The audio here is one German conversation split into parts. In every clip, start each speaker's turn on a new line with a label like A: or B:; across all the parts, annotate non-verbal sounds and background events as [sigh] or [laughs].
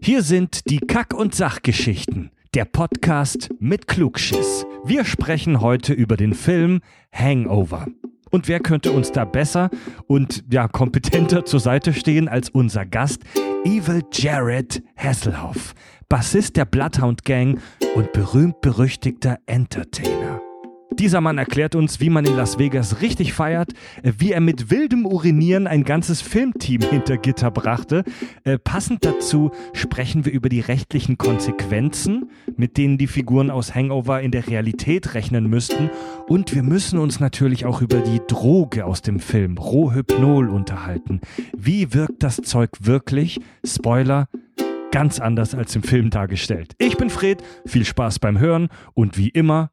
A: Hier sind die Kack- und Sachgeschichten, der Podcast mit Klugschiss. Wir sprechen heute über den Film Hangover. Und wer könnte uns da besser und ja, kompetenter zur Seite stehen als unser Gast, Evil Jared Hasselhoff, Bassist der Bloodhound Gang und berühmt-berüchtigter Entertainer. Dieser Mann erklärt uns, wie man in Las Vegas richtig feiert, äh, wie er mit wildem Urinieren ein ganzes Filmteam hinter Gitter brachte. Äh, Passend dazu sprechen wir über die rechtlichen Konsequenzen, mit denen die Figuren aus Hangover in der Realität rechnen müssten. Und wir müssen uns natürlich auch über die Droge aus dem Film, Rohhypnol, unterhalten. Wie wirkt das Zeug wirklich? Spoiler, ganz anders als im Film dargestellt. Ich bin Fred, viel Spaß beim Hören und wie immer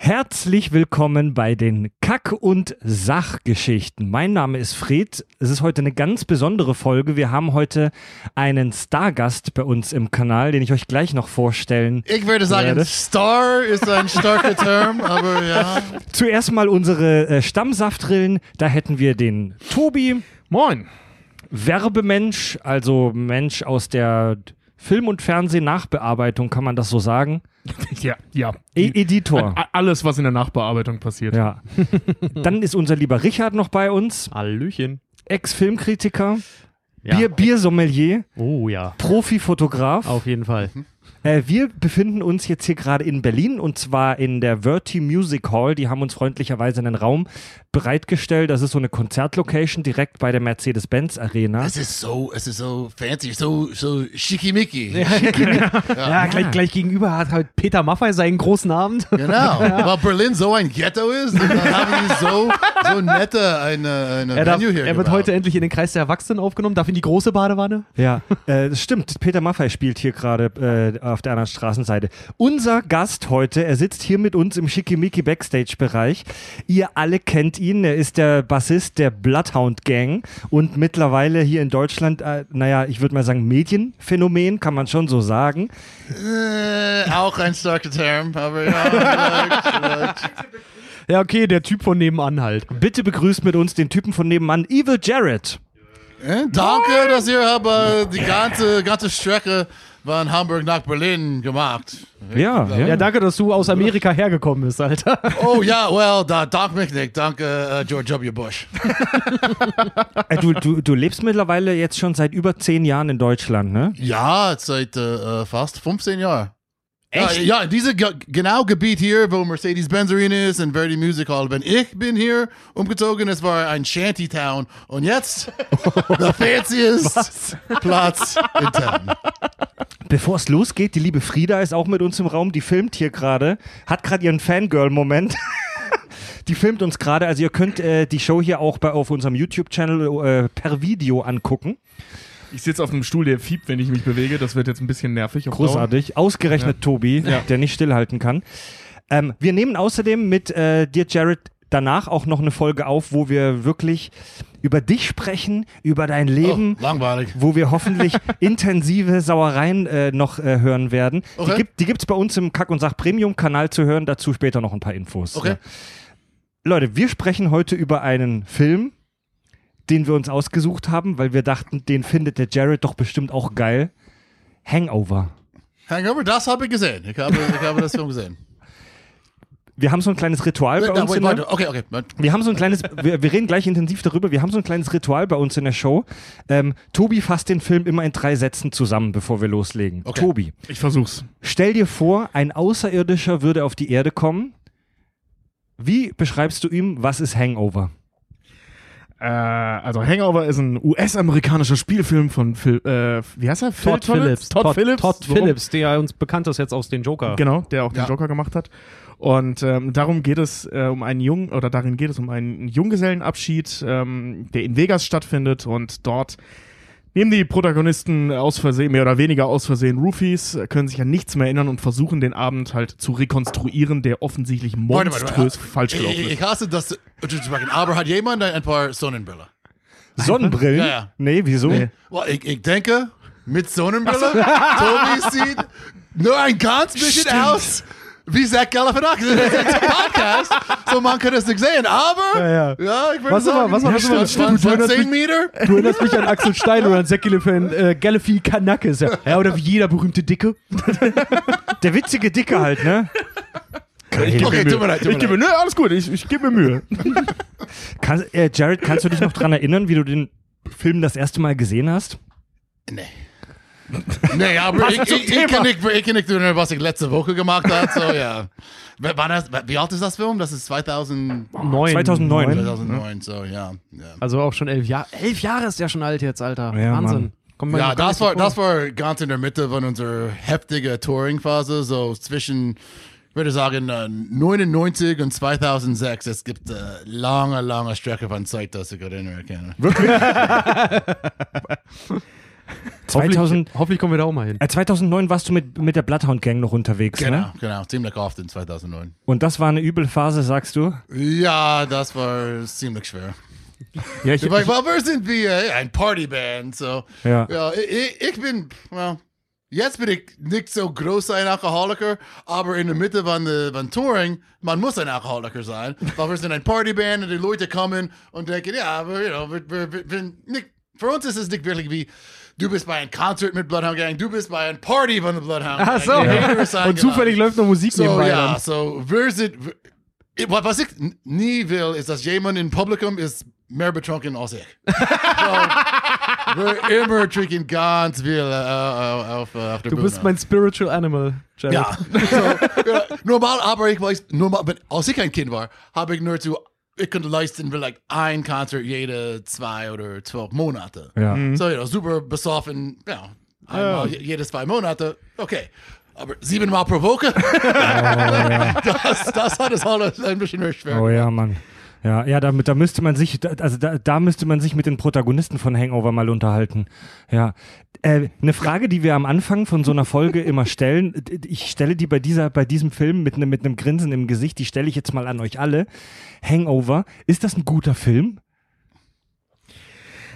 A: Herzlich willkommen bei den Kack- und Sachgeschichten. Mein Name ist Fred. Es ist heute eine ganz besondere Folge. Wir haben heute einen Stargast bei uns im Kanal, den ich euch gleich noch vorstellen
B: Ich würde sagen,
A: Werde.
B: Star ist ein starker Term, aber [laughs] ja.
A: Zuerst mal unsere äh, Stammsaftrillen. Da hätten wir den Tobi,
C: Moin.
A: Werbemensch, also Mensch aus der Film- und Fernsehen-Nachbearbeitung, kann man das so sagen?
C: Ja, ja.
A: E Editor.
C: A- Alles, was in der Nachbearbeitung passiert.
A: Ja. Dann ist unser lieber Richard noch bei uns,
D: Hallöchen.
A: Ex-Filmkritiker,
D: Ja.
A: Bier Biersommelier,
D: Oh ja.
A: Profifotograf.
D: Auf jeden Fall.
B: Mhm.
A: Äh, wir befinden uns jetzt hier gerade in Berlin und zwar in der Verti Music Hall. Die haben uns freundlicherweise einen Raum bereitgestellt. Das ist so eine Konzertlocation direkt bei der Mercedes-Benz Arena.
B: Es ist so, es ist so fancy, so, so schickimicki.
D: Ja, Gleich, gleich gegenüber hat halt Peter Maffay seinen großen Abend.
B: [laughs] Genau. Weil Berlin so ein Ghetto ist, und dann haben die so, so nette eine, eine
D: Er, darf,
B: Venue hier
D: er wird
B: gebaut.
D: heute endlich in den Kreis der Erwachsenen aufgenommen, darf in die große Badewanne.
A: Ja, äh, das stimmt. Peter Maffay spielt hier gerade äh, auf der anderen Straßenseite. Unser Gast heute, er sitzt hier mit uns im Schickimicki Backstage-Bereich. Ihr alle kennt ihn. Er ist der Bassist der Bloodhound Gang und mittlerweile hier in Deutschland, äh, naja, ich würde mal sagen, Medienphänomen, kann man schon so sagen.
B: Äh, auch ein starker Term, aber ja. vielleicht, vielleicht.
D: Ja, okay, der Typ von nebenan halt.
A: Bitte begrüßt mit uns den Typen von nebenan, Evil Jared.
B: Äh, Danke, dass ihr habt äh, die ganze, ganze Strecke von Hamburg nach Berlin gemacht.
A: Ja,
D: Ja, danke, dass du aus Amerika hergekommen bist, Alter.
B: Oh ja, well, da, dank mich nicht. Danke, äh, George W. Bush.
A: Äh, du, du, du lebst mittlerweile jetzt schon seit über zehn Jahren in Deutschland, ne?
B: Ja, seit äh, äh, fast 15 Jahren. Echt? Ja, ja dieses ge genau Gebiet hier, wo Mercedes-Benz Arena ist und Verdi Music Hall. Wenn ich bin hier umgezogen, es war ein Shantytown. Und jetzt der fanciest Platz in Town.
A: Bevor es losgeht, die liebe Frieda ist auch mit uns im Raum, die filmt hier gerade, hat gerade ihren Fangirl-Moment. [laughs] Die filmt uns gerade, also ihr könnt äh, die Show hier auch bei, auf unserem YouTube-Channel äh, per Video angucken.
C: [laughs] Ich sitze auf einem Stuhl, der fiebt, wenn ich mich bewege. Das wird jetzt ein bisschen nervig. auf
A: Großartig. Ausgerechnet Tobi, der nicht stillhalten kann. Ähm, wir nehmen außerdem mit äh, dir, Jared, danach auch noch eine Folge auf, wo wir wirklich über dich sprechen, über dein Leben.
B: Oh, langweilig.
A: wo wir
B: [laughs]
A: hoffentlich intensive Sauereien äh, noch äh, hören werden. Die
B: Okay.
A: gibt es gibt's bei uns im Kack- und Sach-Premium-Kanal zu hören. Dazu später noch ein paar Infos.
B: Okay.
A: Ja. Leute, wir sprechen heute über einen Film, den wir uns ausgesucht haben, weil wir dachten, den findet der Jared doch bestimmt auch geil. Hangover.
B: Hangover, das habe ich gesehen. Ich habe, ich habe das Film gesehen.
A: Wir haben so ein kleines Ritual bei
B: Na,
A: uns.
B: wait,
A: in der-
B: warte. Okay, okay. warte.
A: Wir haben so ein
B: [laughs]
A: kleines, wir, wir reden gleich intensiv darüber, wir haben so ein kleines Ritual bei uns in der Show. Ähm, Tobi fasst den Film immer in drei Sätzen zusammen, bevor wir loslegen.
B: Okay.
A: Tobi,
C: Dauer. Ich versuch's.
A: Stell dir vor, ein Außerirdischer würde auf die Erde kommen. Wie beschreibst du ihm, was ist Hangover?
C: Äh, also Hangover ist ein US-amerikanischer Spielfilm von Phil, äh, wie heißt er? Phil
D: Todd
C: Tollett?
D: Phillips.
C: Todd, Phillips.
D: Todd
C: So rum.
D: Phillips, der uns bekannt ist jetzt aus den Joker.
C: Genau, der auch den
B: Ja.
C: Joker gemacht hat. Und ähm, darum geht es äh, um einen jungen, oder darin geht es um einen Junggesellenabschied, ähm, der in Vegas stattfindet und dort Nehmen die Protagonisten aus Versehen, mehr oder weniger aus Versehen, Roofies, können sich an nichts mehr erinnern und versuchen den Abend halt zu rekonstruieren, der offensichtlich
B: Warte, warte, warte.
C: monströs falsch gelaufen
B: Ich, ich
C: ist.
B: hasse das zu sprechen, aber hat jemand ein paar Sonnenbrille?
A: Sonnenbrillen?
B: Ja, ja.
A: Nee, wieso?
B: Well, ich, ich denke, mit Sonnenbrille, Tobi sieht nur ein ganz bisschen aus wie Zach Galifianakis. Das ist ein Podcast, so man kann es nicht sehen, aber
D: Ja, ja.
B: ich würde
D: Was
B: sagen,
D: aber- was aber- was aber-
B: das waren
D: stimmt, du
B: von
D: erinnerst
B: 10 Meter.
D: Du erinnerst mich an Axel Stein oder an Zach Galifian- äh, Galifianakis. Ja. ja, oder wie jeder berühmte Dicke.
A: Der witzige
B: [laughs]
A: Dicke halt, ne?
C: Ich gebe
B: Okay,
C: mir
B: tut
C: Mühe.
B: mir leid, tut mir
C: Ich gebe mir, nö, alles gut, ich, ich gebe mir Mühe.
A: Kann, äh, Jared, kannst du dich noch dran erinnern, wie du den Film das erste Mal gesehen hast?
B: Nee. Nee, aber ich, ich, ich, kann nicht, ich kann nicht tun, was ich letzte Woche gemacht habe. So, ja. W- Wann das, wie alt ist das Film? Das ist 2000,
D: ne?
A: 2009.
B: 2009, so, ja. ja.
D: Also auch schon elf Jahre. Elf Jahre ist der schon alt jetzt, Alter.
A: Ja,
D: Wahnsinn.
A: Mann.
D: Kommt man
B: Ja,
D: noch um. gar
B: das
D: nicht
B: war,
D: so vor.
B: das war ganz in der Mitte von unserer heftigen Touring-Phase, so zwischen, ich würde sagen, äh, 99 und 2006. Es gibt äh, lange, lange Strecke von Zeit, dass ich erinnern kann.
A: 2000,
D: Hoffentlich, hoffentlich kommen wir da auch mal hin.
A: äh, 2009 warst du mit, mit der Bloodhound Gang noch unterwegs,
B: Genau,
A: ne?
B: genau, ziemlich oft in 2009.
A: Und das war eine üble Phase, sagst du?
B: Ja, das war ziemlich schwer.
C: Ja, ich,
B: Ich meine, well, wir sind wie äh, ein Partyband, so.
A: Ja.
B: Ja, ich, ich bin, well, jetzt bin ich nicht so groß ein Alkoholiker, aber in der Mitte von, der, von Touring, man muss ein Alkoholiker sein,
D: [laughs]
B: weil wir sind ein Partyband und die Leute kommen und denken, ja, wir, you know, wir, wir, wir, wir nicht, für uns ist es nicht wirklich wie, du bist bei einem Konzert mit Bloodhound Gang, du bist bei einer Party von der Bloodhound Gang.
D: Ach so.
B: Jeder ist
D: [laughs] Und
B: eingeladen.
D: zufällig läuft noch Musik
B: So,
D: nebenbei.
B: ja,
D: dann.
B: so, wir sind. wir- Ich- wa- Was ich n- nie will, ist, dass jemand im Publikum ist mehr betrunken als
D: [laughs]
B: ich. so, wir immer trinken ganz viel äh, äh, auf, äh, auf der
D: Du
B: Bühne.
D: bist mein spiritual animal, Jared.
B: Ja. so, ja. Normal, aber ich weiß, normal, wenn- als ich ein Kind war, habe ich nur zu. Ich konnte leisten, vielleicht ein Konzert jede zwei oder zwölf Monate.
A: Ja.
B: So, ja, super besoffen, ja. Einmal je- jedes zwei Monate, okay. Aber siebenmal pro Woche? das, das hat es alles ein bisschen mehr schwer.
A: Oh ja, Mann. Ja, ja, damit, da müsste man sich, da- also da, da müsste man sich mit den Protagonisten von Hangover mal unterhalten. Ja. Äh, eine Frage, die wir am Anfang von so einer Folge immer stellen, d- ich stelle die bei dieser, bei diesem Film mit einem mit einem Grinsen im Gesicht, die stelle ich jetzt mal an euch alle. Hangover, ist das ein guter Film?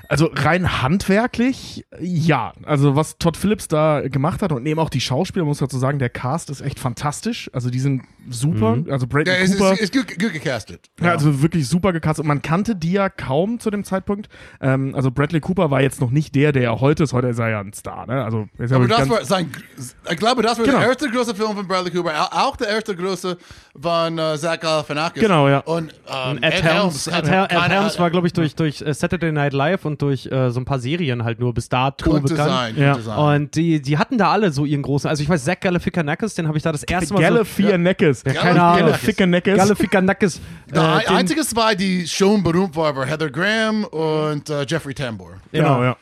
C: Also rein handwerklich, ja. Also was Todd Phillips da gemacht hat und eben auch die Schauspieler, muss dazu sagen, der Cast ist echt fantastisch. Also die sind super. Also
B: Ja,
C: Brandon
B: es ist,
C: Cooper.
B: es ist gut, gut gecastet.
C: Ja, also wirklich super gecastet. Und man kannte die ja kaum zu dem Zeitpunkt. Ähm, also Bradley Cooper war jetzt noch nicht der, der er heute ist. Heute ist er ja ein Star, ne? Also er ist ja
B: Aber
C: wirklich
B: das
C: ganz-
B: war sein, ich glaube, das war
C: Genau.
B: der erste große Film von Bradley Cooper, au- auch der erste große von äh, Zach Galifianakis.
C: Genau, ja.
B: Und ähm,
D: Ed, Helms,
B: hat
D: Ed, Hel Ed
B: keine-
D: Helms war, glaube ich, durch, durch äh, Saturday Night Live und durch äh, so ein paar Serien halt nur bis dato
B: Könnte
D: bekannt.
B: sein,
C: Ja.
B: könnte sein.
D: Und die, die hatten da alle so ihren großen. Also ich weiß, Zach Galifianakis, den habe ich da das erste Mal
C: Galifianakis. Ja, keine
D: Ahnung. so.
C: Galifianakis.
D: Galifianakis. Äh,
B: Der ein-
D: den-
B: einzige zwei, die schon berühmt waren, war Heather Graham und äh, Jeffrey Tambor.
C: Genau, ja.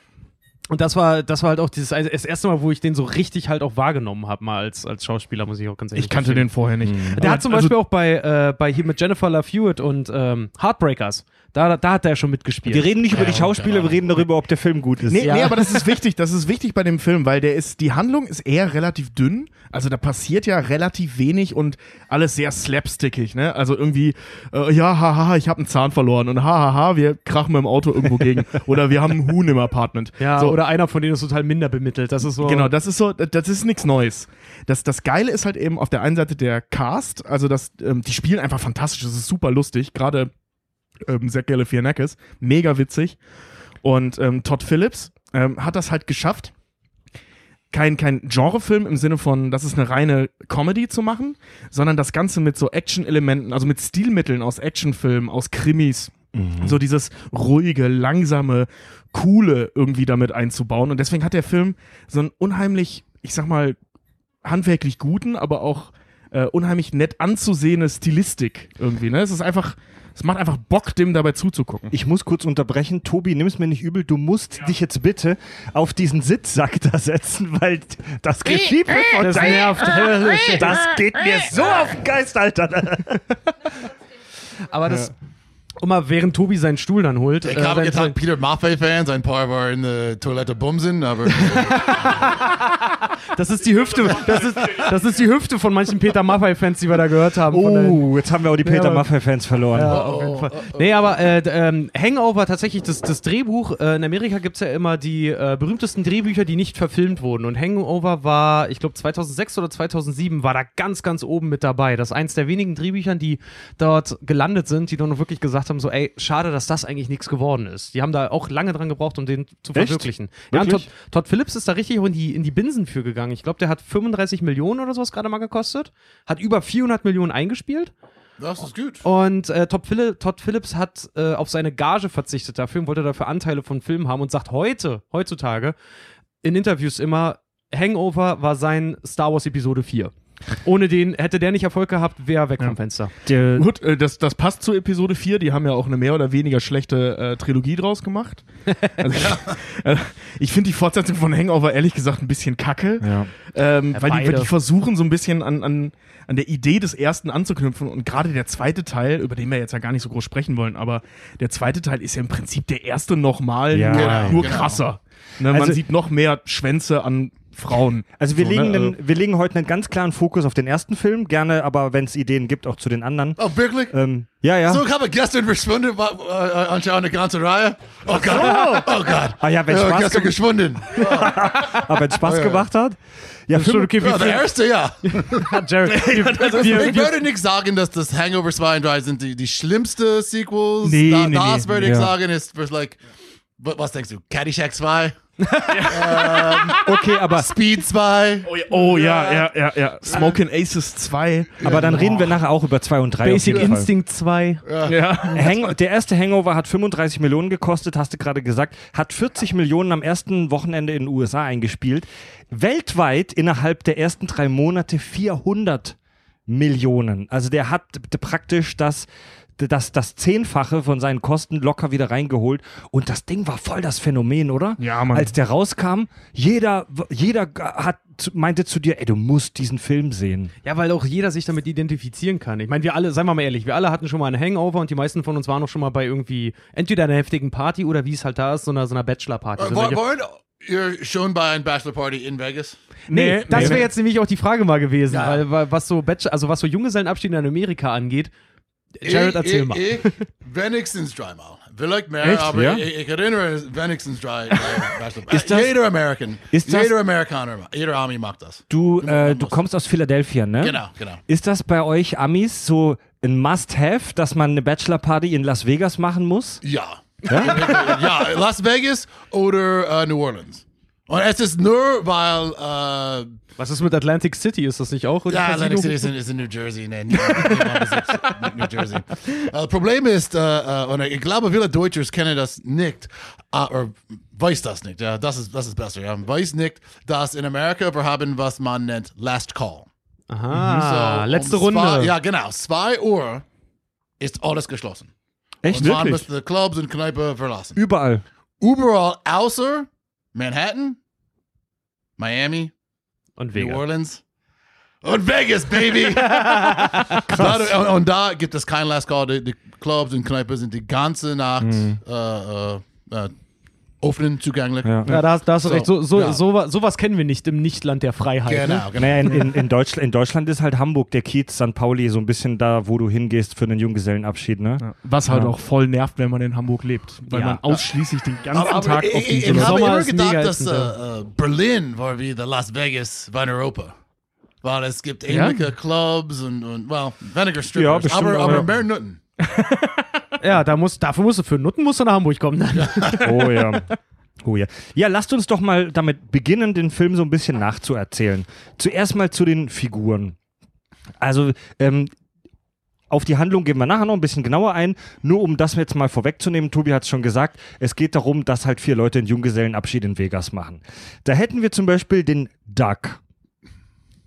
D: Und das war, das war halt auch dieses also das erste Mal, wo ich den so richtig halt auch wahrgenommen habe, mal als, als Schauspieler, muss ich auch ganz ehrlich
C: Ich kannte den also vorher nicht.
D: Der hat zum Beispiel auch bei, äh, bei hier mit Jennifer Love Hewitt und ähm, Heartbreakers. Da, da hat er schon mitgespielt.
A: Wir reden nicht über die Schauspieler, wir reden darüber, ob der Film gut ist.
C: genau. Nee,
D: Ja.
C: nee, aber das ist wichtig. Das ist wichtig bei dem Film, weil der ist, die Handlung ist eher relativ dünn. Also da passiert ja relativ wenig und alles sehr slapstickig, ne? Also irgendwie, äh, ja, haha, ich habe einen Zahn verloren und hahaha, wir krachen mit dem Auto
D: [laughs]
C: irgendwo gegen. Oder wir haben einen Huhn im Apartment.
D: ja,
C: so,
D: oder einer von denen ist total minder bemittelt. Das ist so.
C: Genau, das ist so, das ist nichts Neues. Das, das Geile ist halt eben auf der einen Seite der Cast, also das, ähm, die spielen einfach fantastisch, das ist super lustig, gerade ähm, Zach Galifianakis, mega witzig. Und ähm, Todd Phillips ähm, hat das halt geschafft, kein, kein Genrefilm im Sinne von, das ist eine reine Comedy zu machen, sondern das Ganze mit so Action-Elementen, also mit Stilmitteln aus Actionfilmen, aus Krimis, so dieses ruhige, langsame, coole irgendwie damit einzubauen. Und deswegen hat der Film so einen unheimlich, ich sag mal, handwerklich guten, aber auch äh, unheimlich nett anzusehende Stilistik irgendwie. Ne? Es ist einfach, es macht einfach Bock, dem dabei zuzugucken.
A: Ich muss kurz unterbrechen. Tobi, nimm es mir nicht übel. Du musst dich jetzt bitte auf diesen Sitzsack da setzen, weil das Geschiebe von
D: Das
A: deinem-
D: nervt.
A: Das geht mir so auf den Geist, Alter.
D: Aber das, immer während Tobi seinen Stuhl dann holt.
B: Ich
D: äh,
B: habe
D: sein-
B: gedacht,
D: sein-
B: Peter Maffei-Fans, ein paar waren in der Toilette bumsen,
A: [laughs]
B: aber äh,
D: das ist die Hüfte, das ist, das ist die Hüfte von manchen Peter Maffei-Fans, die wir da gehört haben. von der-
A: Oh, jetzt haben wir auch die Peter
D: aber-
A: Maffay-Fans verloren.
D: Ja, auf jeden Fall. Nee, aber äh, d- ähm, Hangover tatsächlich, das, das Drehbuch, äh, in Amerika gibt es ja immer die äh, berühmtesten Drehbücher, die nicht verfilmt wurden. Und Hangover war, ich glaube 2006 oder 2007, war da ganz, ganz oben mit dabei. Das ist eins der wenigen Drehbüchern, die dort gelandet sind, die dann wirklich gesagt haben, so ey, schade, dass das eigentlich nichts geworden ist. Die haben da auch lange dran gebraucht, um den zu
C: Echt?
D: verwirklichen. Ja, und Todd,
C: Wirklich?
D: Todd Phillips ist da richtig in die, in die Binsen für gegangen. Ich glaube, der hat 35 Millionen oder sowas gerade mal gekostet, hat über 400 Millionen eingespielt.
B: das ist gut.
D: Und äh, Todd, Phil Todd Phillips hat äh, auf seine Gage verzichtet dafür und wollte dafür Anteile von Filmen haben und sagt heute, heutzutage, in Interviews immer, Hangover war sein Star Wars Episode 4. Ohne den hätte der nicht Erfolg gehabt, wäre weg vom Fenster.
A: Der,
C: Gut, äh, das, das passt zu Episode 4. Die haben ja auch eine mehr oder weniger schlechte äh, Trilogie
A: [laughs]
C: draus gemacht. Also, [laughs] äh, ich finde die Fortsetzung von Hangover ehrlich gesagt ein bisschen kacke.
A: ja.
C: Ähm,
D: Ja,
C: weil, die, weil
D: beide.
C: die versuchen so ein bisschen an, an, an der Idee des ersten anzuknüpfen und gerade der zweite Teil, über den wir jetzt ja gar nicht so groß sprechen wollen, aber der zweite Teil ist ja im Prinzip der erste nochmal,
A: Ja,
C: nur,
A: genau,
C: nur
B: genau.
C: krasser. Ne,
A: Also-
C: man sieht noch mehr Schwänze an Frauen.
A: Also wir,
C: So,
A: legen
C: ne,
D: äh,
A: einen, wir legen heute einen ganz klaren Fokus auf den ersten Film, gerne aber, wenn es Ideen gibt, auch zu den anderen.
B: Oh, wirklich?
A: Ähm, ja, ja.
B: So, ich habe gestern verschwunden, war, äh, anscheinend eine ganze Reihe. Oh Gott, oh Gott.
A: Ah ja, wenn
B: Äh,
A: Spaß gemacht- [laughs]
B: gestern geschwunden.
A: Aber wenn es Spaß
B: ja.
A: gemacht hat. Ja, fünf,
D: okay,
B: Ja, der
A: [laughs]
B: erste, ja. [laughs]
D: Jared,
B: Ich würde nicht sagen, dass das Hangover 2 und 3 sind die, die schlimmste Sequels.
A: Nee,
B: da,
A: nee,
B: das
A: nee.
B: würde ich
A: Ja.
B: sagen, ist was, like, wa- was denkst du? Caddyshack 2?
A: okay, aber,
B: Speed 2?
C: Oh ja, oh, ja, ja, ja, ja. Smoking Aces 2.
A: aber dann reden wir nachher auch über zwei und drei.
D: Basic
A: auf jeden Fall.
D: Instinct 2.
C: Ja.
A: Hang der erste Hangover hat 35 Millionen gekostet, hast du gerade gesagt, hat 40 Millionen am ersten Wochenende in den USA eingespielt. Weltweit innerhalb der ersten drei Monate 400 Millionen. Also der hat d- praktisch das, das, das Zehnfache von seinen Kosten locker wieder reingeholt. Und das Ding war voll das Phänomen, oder?
C: Ja, Mann.
A: Als der rauskam, jeder, jeder g- hat, zu- meinte zu dir, ey, du musst diesen Film sehen.
D: Ja, weil auch jeder sich damit identifizieren kann. Ich meine, wir alle, seien wir mal ehrlich, wir alle hatten schon mal einen Hangover und die meisten von uns waren auch schon mal bei irgendwie entweder einer heftigen Party oder wie es halt da ist, so einer, so einer Bachelor-Party. Also
B: Äh,
D: So
B: war-
D: solche-
B: Waren ihr schon bei einer Bachelor Party in Vegas?
D: Nee,
C: Nee,
D: das
C: nee.
D: wäre jetzt nämlich auch die Frage mal gewesen,
B: Ja.
D: weil, weil was so Bachelor, also was so Junggesellenabschiede in Amerika angeht. Jared,
B: ich,
D: erzähl
B: ich,
D: mal.
B: Ich, wenigstens dreimal. Vielleicht mehr,
A: Echt?
B: aber
A: Ja?
B: ich, ich erinnere wenigstens drei. drei Bachelor Party.
A: Ist das-
B: jeder American,
A: ist das-
B: jeder Amerikaner, ma- jeder Army macht das.
A: Du, äh, du kommst aus Philadelphia, ne?
B: Genau, genau.
A: Ist das bei euch Amis so ein Must-Have, dass man eine Bachelor-Party in Las Vegas machen muss?
B: Ja. eh, Ja? Las Vegas oder äh, New Orleans. Und es ist nur, weil äh,
D: Was ist mit Atlantic City? Ist das nicht auch? ein
B: Ja,
D: Casino?
B: Atlantic City ist in, ist in New Jersey. Nein, niemand besitzt New Jersey. Äh, Problem ist, äh, äh, und ich glaube, viele Deutsche kennen das nicht, äh, oder weiß das nicht. Ja, das ist, das ist besser. Ja. Weiß nicht, dass in Amerika wir haben, was man nennt Last Call.
D: Aha,
B: So,
D: Ah, letzte
B: um
D: Runde.
B: Zwei, ja, genau. 2 Uhr ist alles geschlossen.
A: Echt?
B: und man muss
A: Wirklich?
B: die Clubs und Kneipe verlassen.
A: Überall.
B: Überall außer Manhattan, Miami,
D: Und
B: New
D: Vegas.
B: Orleans. Und Vegas, baby! Da, und, und da gibt es kein Last Call. Die, die Clubs und Kneipen sind die ganze Nacht äh, äh, äh, offen zugänglich.
A: Ja.
D: Ja, da hast, da hast du
B: So,
D: recht. So, so,
B: ja.
D: so, sowas kennen wir nicht im Nichtland der Freiheit. Ne?
B: Genau, genau.
A: Naja, in, in, in, Deutschland, in Deutschland ist halt Hamburg, der Kiez, St. Pauli, so ein bisschen da, wo du hingehst für einen Junggesellenabschied, ne?
C: Was halt
A: Ja.
C: auch voll nervt, wenn man in Hamburg lebt. Weil
D: Ja.
C: man ausschließlich den ganzen
B: Aber, aber
C: Tag
B: ich,
C: auf
B: ich,
C: diesem
B: ich habe
D: Sommer
B: immer
D: ist mega
B: gedacht, dass
D: ätzend,
B: äh, äh, Berlin war wie der Las Vegas von Europa. Weil es gibt ähnliche Clubs und, und well, weniger Strippers,
A: Ja, bestimmt,
B: aber, aber
A: aber-
B: mehr Nutten. Genau.
D: Ja, da muss, dafür musst du für Nutten musst du nach Hamburg kommen. Dann.
A: Oh
C: [laughs]
A: ja. Oh ja. Ja, lasst uns doch mal damit beginnen, den Film so ein bisschen nachzuerzählen. Zuerst mal zu den Figuren. Also, ähm, auf die Handlung gehen wir nachher noch ein bisschen genauer ein. Nur um das jetzt mal vorwegzunehmen, Tobi hat es schon gesagt, es geht darum, dass halt vier Leute einen Junggesellenabschied in Vegas machen. Da hätten wir zum Beispiel den Duck.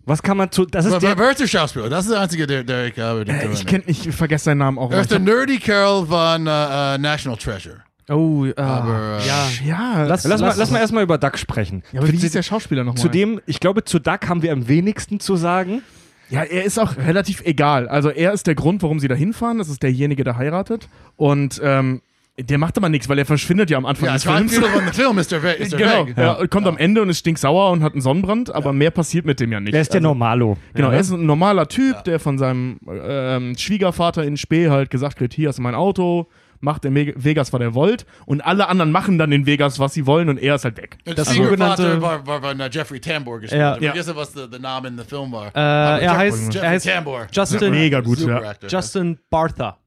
A: Was kann man zu. Das ist der.
B: Wer ist der Schauspieler? Das ist der einzige, der, der ich habe. den
C: Ich
B: kenne.
C: kenn, ich vergesse seinen Namen auch.
B: Er
C: immer.
B: ist der Nerdy Carol von äh, äh, National Treasure.
D: Oh, äh,
B: Aber, äh,
D: ja.
C: Ah. ja,
D: Lass-
A: Lass mal,
D: lass-
A: lass mal erstmal über Duck sprechen.
C: ja, aber wie hieß der Schauspieler nochmal?
A: Zu dem, ich glaube, zu Duck haben wir am wenigsten zu sagen.
C: Ja, er ist auch relativ egal. Also er ist der Grund, warum sie da hinfahren. Das ist derjenige, der heiratet. Und ähm, der macht aber nichts, weil er verschwindet ja am Anfang
B: Ja,
C: des
B: ich war ein
C: Films.
B: Viertel von dem Film, ist der weg. Ist der
C: [laughs] Genau,
B: weg.
C: ja. kommt am Ende und ist stinksauer und hat einen Sonnenbrand, aber mehr passiert mit dem ja nicht.
A: Der ist der Normalo.
C: Genau, er ist ein normaler Typ, der von seinem ähm, Schwiegervater in Spee halt gesagt kriegt, hier ist mein Auto, macht in Meg- Vegas, was er wollt und alle anderen machen dann in Vegas, was sie wollen und er ist halt weg.
D: Das
B: Das sogenannte
D: sogenannte-
B: war, war von äh, Jeffrey Tambor gespielt.
D: Ja.
B: Ja,
C: Ja.
B: Vergesse, er, was der der Name in dem Film war.
D: Äh, er heißt,
C: Jeffrey
D: er heißt
B: Tambor.
D: Justin,
C: Mega gut, ja.
B: Actor.
D: Justin Bartha.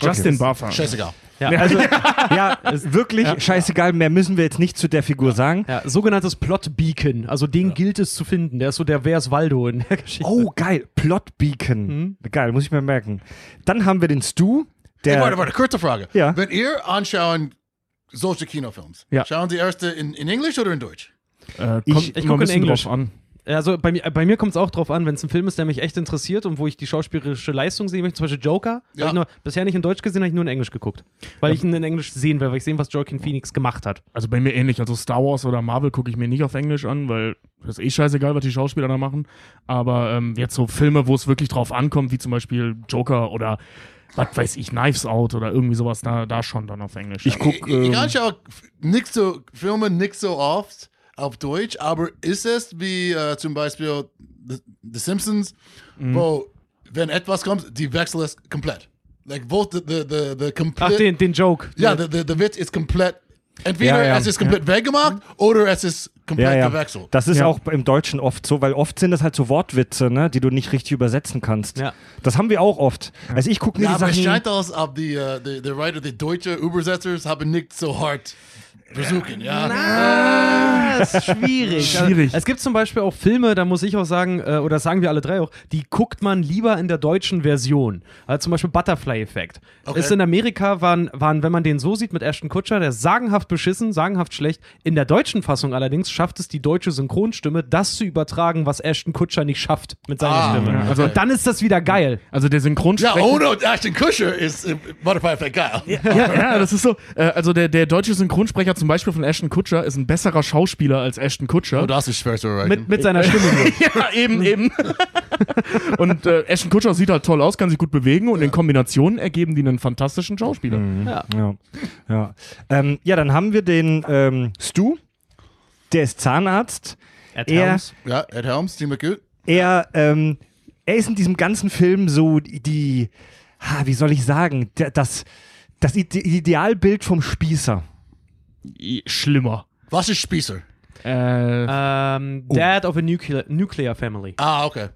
C: Justin Barfer.
B: Scheißegal.
D: Ja,
A: Also, ja, wirklich, scheißegal, mehr müssen wir jetzt nicht zu der Figur sagen.
D: ja, sogenanntes Plot Beacon. Also den gilt es zu finden. Der ist so der Wer ist Waldo in der Geschichte.
A: Oh, geil, Plot Beacon. Geil, muss ich mir merken. Dann haben wir den Stu, der.
B: Hey, warte, warte, kurze Frage.
A: Ja.
B: Wenn ihr anschauen solche Kinofilms,
C: Ja.
B: schauen Sie erst in, in Englisch oder in Deutsch?
C: Äh,
A: Ich- ich
C: kommt immer
D: guck
C: ein
D: in
C: bisschen
D: Englisch.
C: drauf an.
D: Also bei, mir- bei mir kommt es auch drauf an, wenn es ein Film ist, der mich echt interessiert und wo ich die schauspielerische Leistung sehe, möchte, zum Beispiel Joker,
B: Ja.
D: habe ich nur, bisher nicht in Deutsch gesehen, habe ich nur in Englisch geguckt. Weil ich ihn in Englisch sehen will, weil ich sehen, was Joaquin Phoenix gemacht hat.
C: Also bei mir ähnlich. Also Star Wars oder Marvel gucke ich mir nicht auf Englisch an, weil das ist eh scheißegal, was die Schauspieler da machen. Aber ähm, jetzt so Filme, wo es wirklich drauf ankommt, wie zum Beispiel Joker oder was weiß ich, Knives Out oder irgendwie sowas, da, da schon dann auf Englisch. Ich
B: Ich,
A: ähm,
B: ich anschaue E-, nicht so Filme nicht so oft auf Deutsch, aber ist es wie äh, zum Beispiel The, The Simpsons,
A: Mhm.
B: wo wenn etwas kommt, die wechseln es komplett. Like both the the the, the
D: Ach,
B: complete.
D: den, den Joke.
B: ja, the, the, the Witz ist komplett. Entweder
A: Ja, ja.
B: es ist komplett weggemacht oder es ist komplett
A: ja, ja.
B: gewechselt.
A: Das ist
C: Ja.
A: auch im Deutschen oft so, weil oft sind das halt so Wortwitze, ne, die du nicht richtig übersetzen kannst.
D: Ja.
A: Das haben wir auch oft. Also ich gucke mir
B: Ja,
A: die
B: aber es
A: Sachen.
B: scheint als ob die, äh, die, die Writer, die deutsche Übersetzer haben nicht so hart versuchen, ja?
D: Ah, ist schwierig.
C: Schwierig.
D: Es gibt zum Beispiel auch Filme, da muss ich auch sagen, äh, oder das sagen wir alle drei auch, die guckt man lieber in der deutschen Version. Also zum Beispiel Butterfly Effect.
B: Okay.
D: Ist in Amerika, waren, waren, wenn man den so sieht mit Ashton Kutscher, der ist sagenhaft beschissen, sagenhaft schlecht. In der deutschen Fassung allerdings schafft es die deutsche Synchronstimme, das zu übertragen, was Ashton Kutscher nicht schafft mit seiner
B: Ah,
D: Stimme.
B: ja,
C: also-
D: Und dann ist das wieder geil.
C: also der
B: Ja, oh,
C: Synchronsprecher.
B: ohne Ashton Kutcher ist äh, Butterfly Effect geil.
C: ja, ja, das ist so. Äh, also der, der deutsche Synchronsprecher zum Beispiel von Ashton Kutscher ist ein besserer Schauspieler als Ashton Kutscher.
B: Oh, das ist schwer zu erreichen.
D: Mit, mit seiner Stimme. nur.
C: [laughs] ja, eben, eben. [laughs] und äh, Ashton Kutscher sieht halt toll aus, kann sich gut bewegen und in Kombinationen ergeben die einen fantastischen Schauspieler.
A: Ja, ja. Ähm, ja, dann haben wir den ähm, Stu, der ist Zahnarzt.
D: Ed
A: Er-
D: Helms.
B: ja, Ed Helms, ziemlich gut.
A: Er, ähm, er ist in diesem ganzen Film so die, ha, wie soll ich sagen, der- das, das Ide Idealbild vom
C: [laughs]
A: Spießer.
C: I- Schlimmer.
B: Was ist Spießer?
C: Äh,
D: Ähm, Dad of a nuclear, nuclear Family.
B: Ah, okay.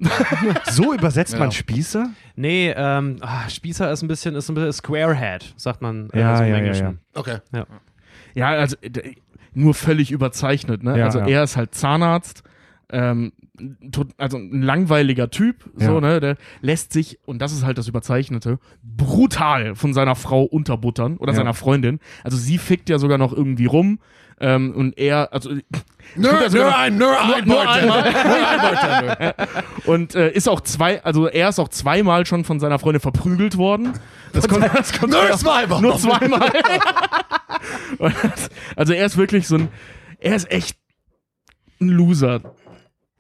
A: So übersetzt
B: Ja.
A: man Spießer?
D: Nee, ähm, ah, Spießer ist ein bisschen, ist ein bisschen Squarehead, sagt man äh,
A: Ja,
D: so im
A: ja, ja,
D: Englischen.
A: ja.
B: Okay.
C: ja, also d- nur völlig überzeichnet, ne?
A: Ja,
C: also
A: ja.
C: er ist halt Zahnarzt. Ähm, tot- also ein langweiliger Typ, so,
A: Ja.
C: ne? Der lässt sich, und das ist halt das Überzeichnete, brutal von seiner Frau unterbuttern oder
A: Ja.
C: seiner Freundin. Also sie fickt ja sogar noch irgendwie rum. Ähm, und er, also
B: [laughs] Nur,
C: das
B: nur
C: wieder-
B: ein, nur ein
C: nur
B: Bartender. Nur ein Bartender.
C: Und äh, ist auch zwei, also er ist auch zweimal schon von seiner Freundin verprügelt worden. Das kommt, das kommt
B: Nur zweimal.
C: nur zweimal. [laughs] Und das- also er ist wirklich so ein, er ist echt ein Loser.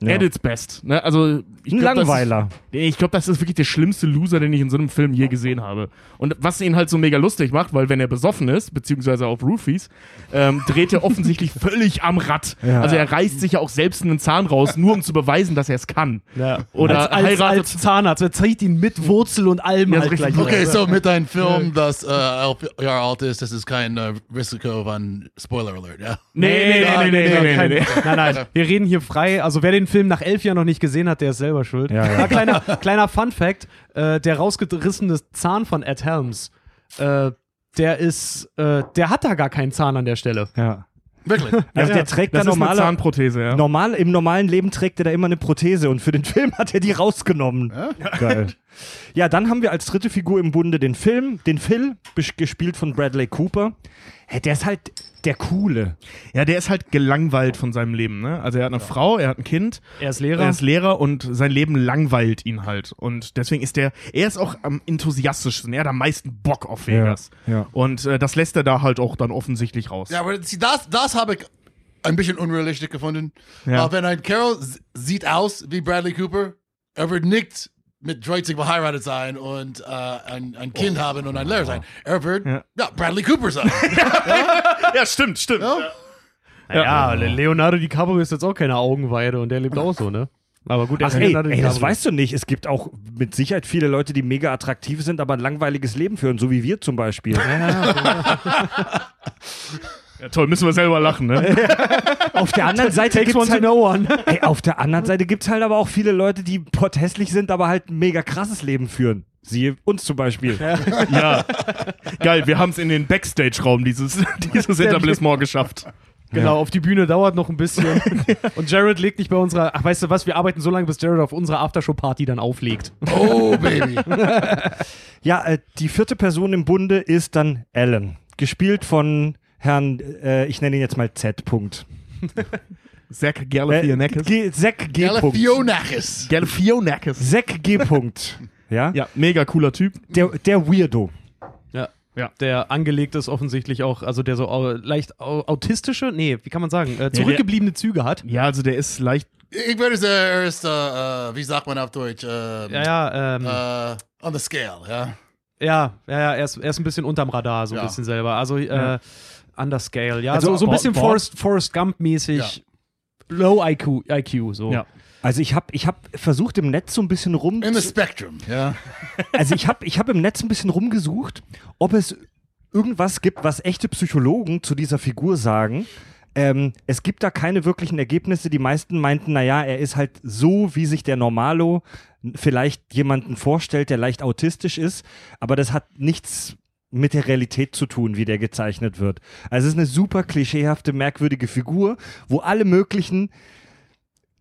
A: Ja.
C: At its best. Ne? Also ich
A: Ein
C: glaub, das ist-
A: Langweiler.
C: Nee, Ich glaube, das ist wirklich der schlimmste Loser, den ich in so einem Film je gesehen habe. Und was ihn halt so mega lustig macht, weil wenn er besoffen ist, beziehungsweise auf Roofies, ähm, dreht er [laughs] offensichtlich völlig am Rad.
A: Ja.
C: Also er reißt sich ja auch selbst einen Zahn raus, nur um zu beweisen, dass er es kann.
D: Ja. Hm.
C: Oder
D: als, als,
C: heiratet-
D: als Zahnarzt, er zieht ihn mit Wurzel und allem
C: Ja, so
D: halt
C: richtig
D: gleich.
B: Okay, so mit einem Film, das äh, elf Jahre alt ist, das ist kein äh, Risiko von Spoiler Alert, ja?
C: Nee, nee, nee, nee, nee, nee,
D: kein-
C: nee, nee.
D: [laughs] Nein, nein, wir reden hier frei. Also wer den Film nach elf Jahren noch nicht gesehen hat, der ist selber schuld.
A: Ja, ja.
D: Aber Ah, [laughs] kleiner, kleiner Fun Fact, äh, der rausgerissene Zahn von Ed Helms, äh, der ist, äh, der hat da gar keinen Zahn an der Stelle.
A: Ja.
B: [laughs] Wirklich.
A: Also
C: Ja,
A: der trägt da
C: das ist eine
A: normaler,
C: Zahnprothese, ja.
A: normal, im normalen Leben trägt er da immer eine Prothese und für den [laughs] Film hat er die rausgenommen. Geil. Ja, dann haben wir als dritte Figur im Bunde den Film, den Phil, bes- gespielt von Bradley Cooper. Hä, der ist halt der Coole.
C: Ja, der ist halt gelangweilt von seinem Leben. Ne? Also er hat eine Frau, er hat ein Kind,
D: Er ist Lehrer.
C: er ist Lehrer und sein Leben langweilt ihn halt. Und deswegen ist der, er ist auch am enthusiastischsten, er hat am meisten Bock auf Vegas.
A: ja.
C: Und äh, das lässt er da halt auch dann offensichtlich raus.
B: Ja, aber sie- das, das habe ich ein bisschen unrealistisch gefunden.
C: Ja.
B: Äh, wenn ein Carol s- sieht aus wie Bradley Cooper, er wird nicht mit 30 verheiratet sein und äh, ein, ein Kind haben und ein Lehrer sein. Er wird ja.
C: Ja.
B: Bradley Cooper sein.
C: Ja, stimmt, stimmt.
B: ja?
D: Ja, Leonardo DiCaprio ist jetzt auch keine Augenweide und der lebt auch so, ne? Aber gut, der
A: Ach, ey, ey, das weißt du nicht. Es gibt auch mit Sicherheit viele Leute, die mega attraktiv sind, aber ein langweiliges Leben führen, so wie wir zum Beispiel. ne?
C: Ja, toll, müssen wir selber lachen, ne?
A: [laughs] auf der [laughs] anderen Seite gibt's halt, ey, auf der anderen Seite gibt's halt aber auch viele Leute, die potthässlich sind, aber halt ein mega krasses Leben führen. Siehe uns zum Beispiel.
C: ja. Geil, wir haben es in den Backstage-Raum dieses, dieses Etablissement geschafft.
D: [laughs] Genau, auf die Bühne dauert noch ein bisschen. und Jared legt nicht bei unserer. Ach, weißt du was? Wir arbeiten so lange, bis Jared auf unserer Aftershow-Party dann auflegt.
B: [laughs] Oh, Baby.
A: Ja, äh, die vierte Person im Bunde ist dann Alan. Gespielt von Herrn, äh, ich nenne ihn jetzt mal Z. Punkt.
C: Zach
A: Äh,
C: Galifianakis.
A: G- Zack G. Punkt.
B: Galathionakis.
C: Galifianakis.
A: Zack G. Punkt. Ja?
C: Ja, mega cooler Typ.
A: Der, der Weirdo.
D: Ja. ja. Der angelegt ist offensichtlich auch, also der so au- leicht au- autistische, nee, wie kann man sagen, äh, zurückgebliebene Züge hat.
C: Ja, also der ist leicht.
B: Ich würde sagen, er ist, äh, äh, wie sagt man auf Deutsch? ähm,
D: Ja, ja, ähm,
B: äh, on the scale, ja.
D: ja, ja, ja er, ist, er ist ein bisschen unterm Radar, so ein
B: Ja.
D: bisschen selber. Also, äh, under scale, ja.
A: Also
D: so, so ein
A: Bo-
D: bisschen
A: Bo-
D: Forrest, Forrest Gump-mäßig. Low IQ, IQ, so.
C: Ja.
A: Also ich habe ich hab versucht im Netz so ein bisschen rum
B: In the spectrum, ja.
A: also ich habe ich hab im Netz ein bisschen rumgesucht, ob es irgendwas gibt, was echte Psychologen zu dieser Figur sagen. Ähm, es gibt da keine wirklichen Ergebnisse. Die meisten meinten, naja, er ist halt so, wie sich der Normalo vielleicht jemanden vorstellt, der leicht autistisch ist. Aber das hat nichts mit der Realität zu tun, wie der gezeichnet wird. Also es ist eine super klischeehafte, merkwürdige Figur, wo alle möglichen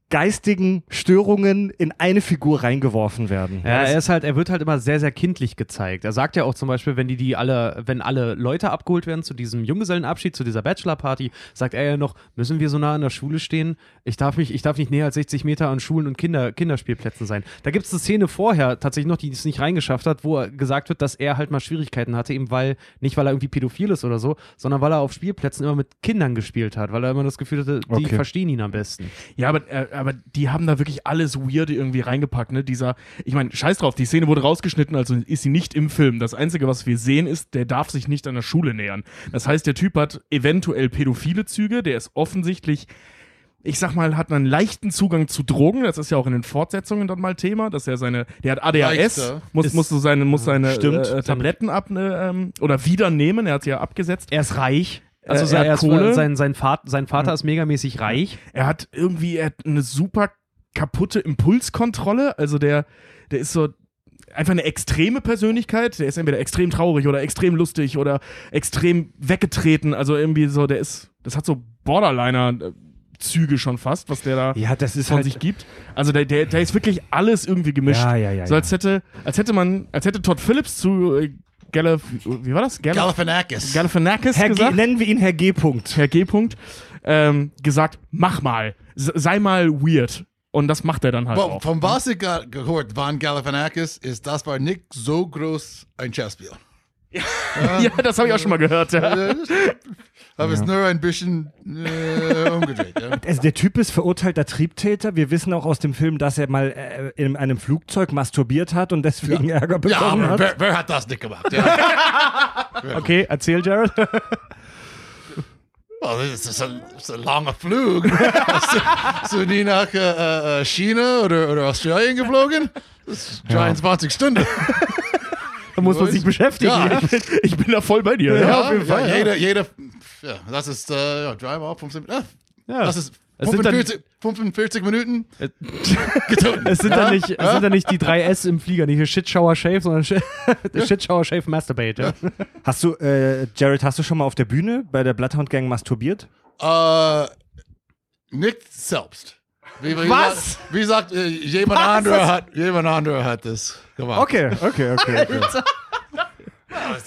A: geistigen Störungen in eine Figur reingeworfen werden.
D: Ja, er ist halt, er wird halt immer sehr, sehr kindlich gezeigt. Er sagt ja auch zum Beispiel, wenn die, die alle, wenn alle Leute abgeholt werden zu diesem Junggesellenabschied, zu dieser Bachelorparty, sagt er ja noch, müssen wir so nah an der Schule stehen? Ich darf mich, ich darf nicht näher als 60 Meter an Schulen und Kinder, Kinderspielplätzen sein. Da gibt es eine Szene vorher tatsächlich noch, die es nicht reingeschafft hat, wo er gesagt wird, dass er halt mal Schwierigkeiten hatte, eben weil, nicht weil er irgendwie pädophil ist oder so, sondern weil er auf Spielplätzen immer mit Kindern gespielt hat, weil er immer das Gefühl hatte, die
A: Okay.
D: verstehen ihn am besten.
C: Ja, aber, äh, aber die haben da wirklich alles weird irgendwie reingepackt, ne? Dieser, ich meine, scheiß drauf, die Szene wurde rausgeschnitten, also ist sie nicht im Film. Das Einzige, was wir sehen, ist, der darf sich nicht an der Schule nähern. Das heißt, der Typ hat eventuell pädophile Züge, der ist offensichtlich, ich sag mal, hat einen leichten Zugang zu Drogen. Das ist ja auch in den Fortsetzungen dann mal Thema, dass er seine, der hat ADHS,
B: Leichter.
C: muss, muss so seine, muss seine
A: Stimmt.
C: äh, äh, Tabletten ab ne, ähm, oder wieder nehmen, er hat sie ja abgesetzt.
D: Er ist reich.
C: Äh,
D: Also
C: er hat
D: er ist,
C: Kohle.
D: Sein, sein Vater, sein Vater ist megamäßig reich.
C: Er hat irgendwie er hat eine super kaputte Impulskontrolle. Also der, der ist so einfach eine extreme Persönlichkeit. Der ist entweder extrem traurig oder extrem lustig oder extrem weggetreten. Also irgendwie so, der ist, das hat so Borderliner-Züge schon fast, was der da
A: Ja, das ist
C: von
A: halt
C: sich gibt. Also der, der, der ist wirklich alles irgendwie gemischt.
A: Ja, ja, ja,
C: so als hätte, als hätte man, als hätte Todd Phillips zu äh, Galef, wie war das? Galef,
B: Galifianakis.
C: Galifianakis
A: Herr G,
C: gesagt.
A: nennen wir ihn Herr G. Punkt.
C: Herr G. -Punkt, ähm, gesagt, mach mal, S- sei mal weird. Und das macht er dann halt
B: Bo-
C: auch.
B: Von was ich ge- gehört von Galifianakis ist, das war nicht so groß ein Chessspiel.
C: Ja, das habe ich auch [laughs] schon mal gehört.
B: [laughs]
C: Ja.
B: Habe es nur ein bisschen äh, umgedreht. Ja.
A: Also der Typ ist verurteilter Triebtäter. Wir wissen auch aus dem Film, dass er mal äh, in einem Flugzeug masturbiert hat und deswegen Ärger
B: Ja,
A: bekommen
B: aber
A: hat.
B: wer, wer hat das nicht gemacht? Ja.
D: Okay, erzähl,
A: [laughs]
D: Jared.
B: Well, das ist ein, das ist ein langer [laughs] Flug. Hast du nie nach äh, äh, China oder, oder Australien geflogen? Das ist 23 Stunden.
D: Da muss man sich beschäftigen.
B: Ja.
C: Ich bin da voll bei dir. Ja.
B: auf jeden Fall. Ja, jeder, jeder, ja, das ist äh, ja, dreimal 15 ah,
D: Ja.
B: Das ist
D: Es sind dann-
B: 45, 45 Minuten getrunken.
D: Es sind da nicht, es sind da nicht die drei S im Flieger, nicht Shit Shower Shave, sondern Shit Shit Shower Shave Masturbate. Ja.
A: Hast du, äh, Jared, hast du schon mal auf der Bühne bei der Bloodhound Gang masturbiert?
B: Äh, nicht selbst. Wie, wie
A: Was?
B: Sagt, wie sagt äh, jemand anderer hat jemand anderer hat das gemacht.
A: Okay, okay, okay. okay. [laughs]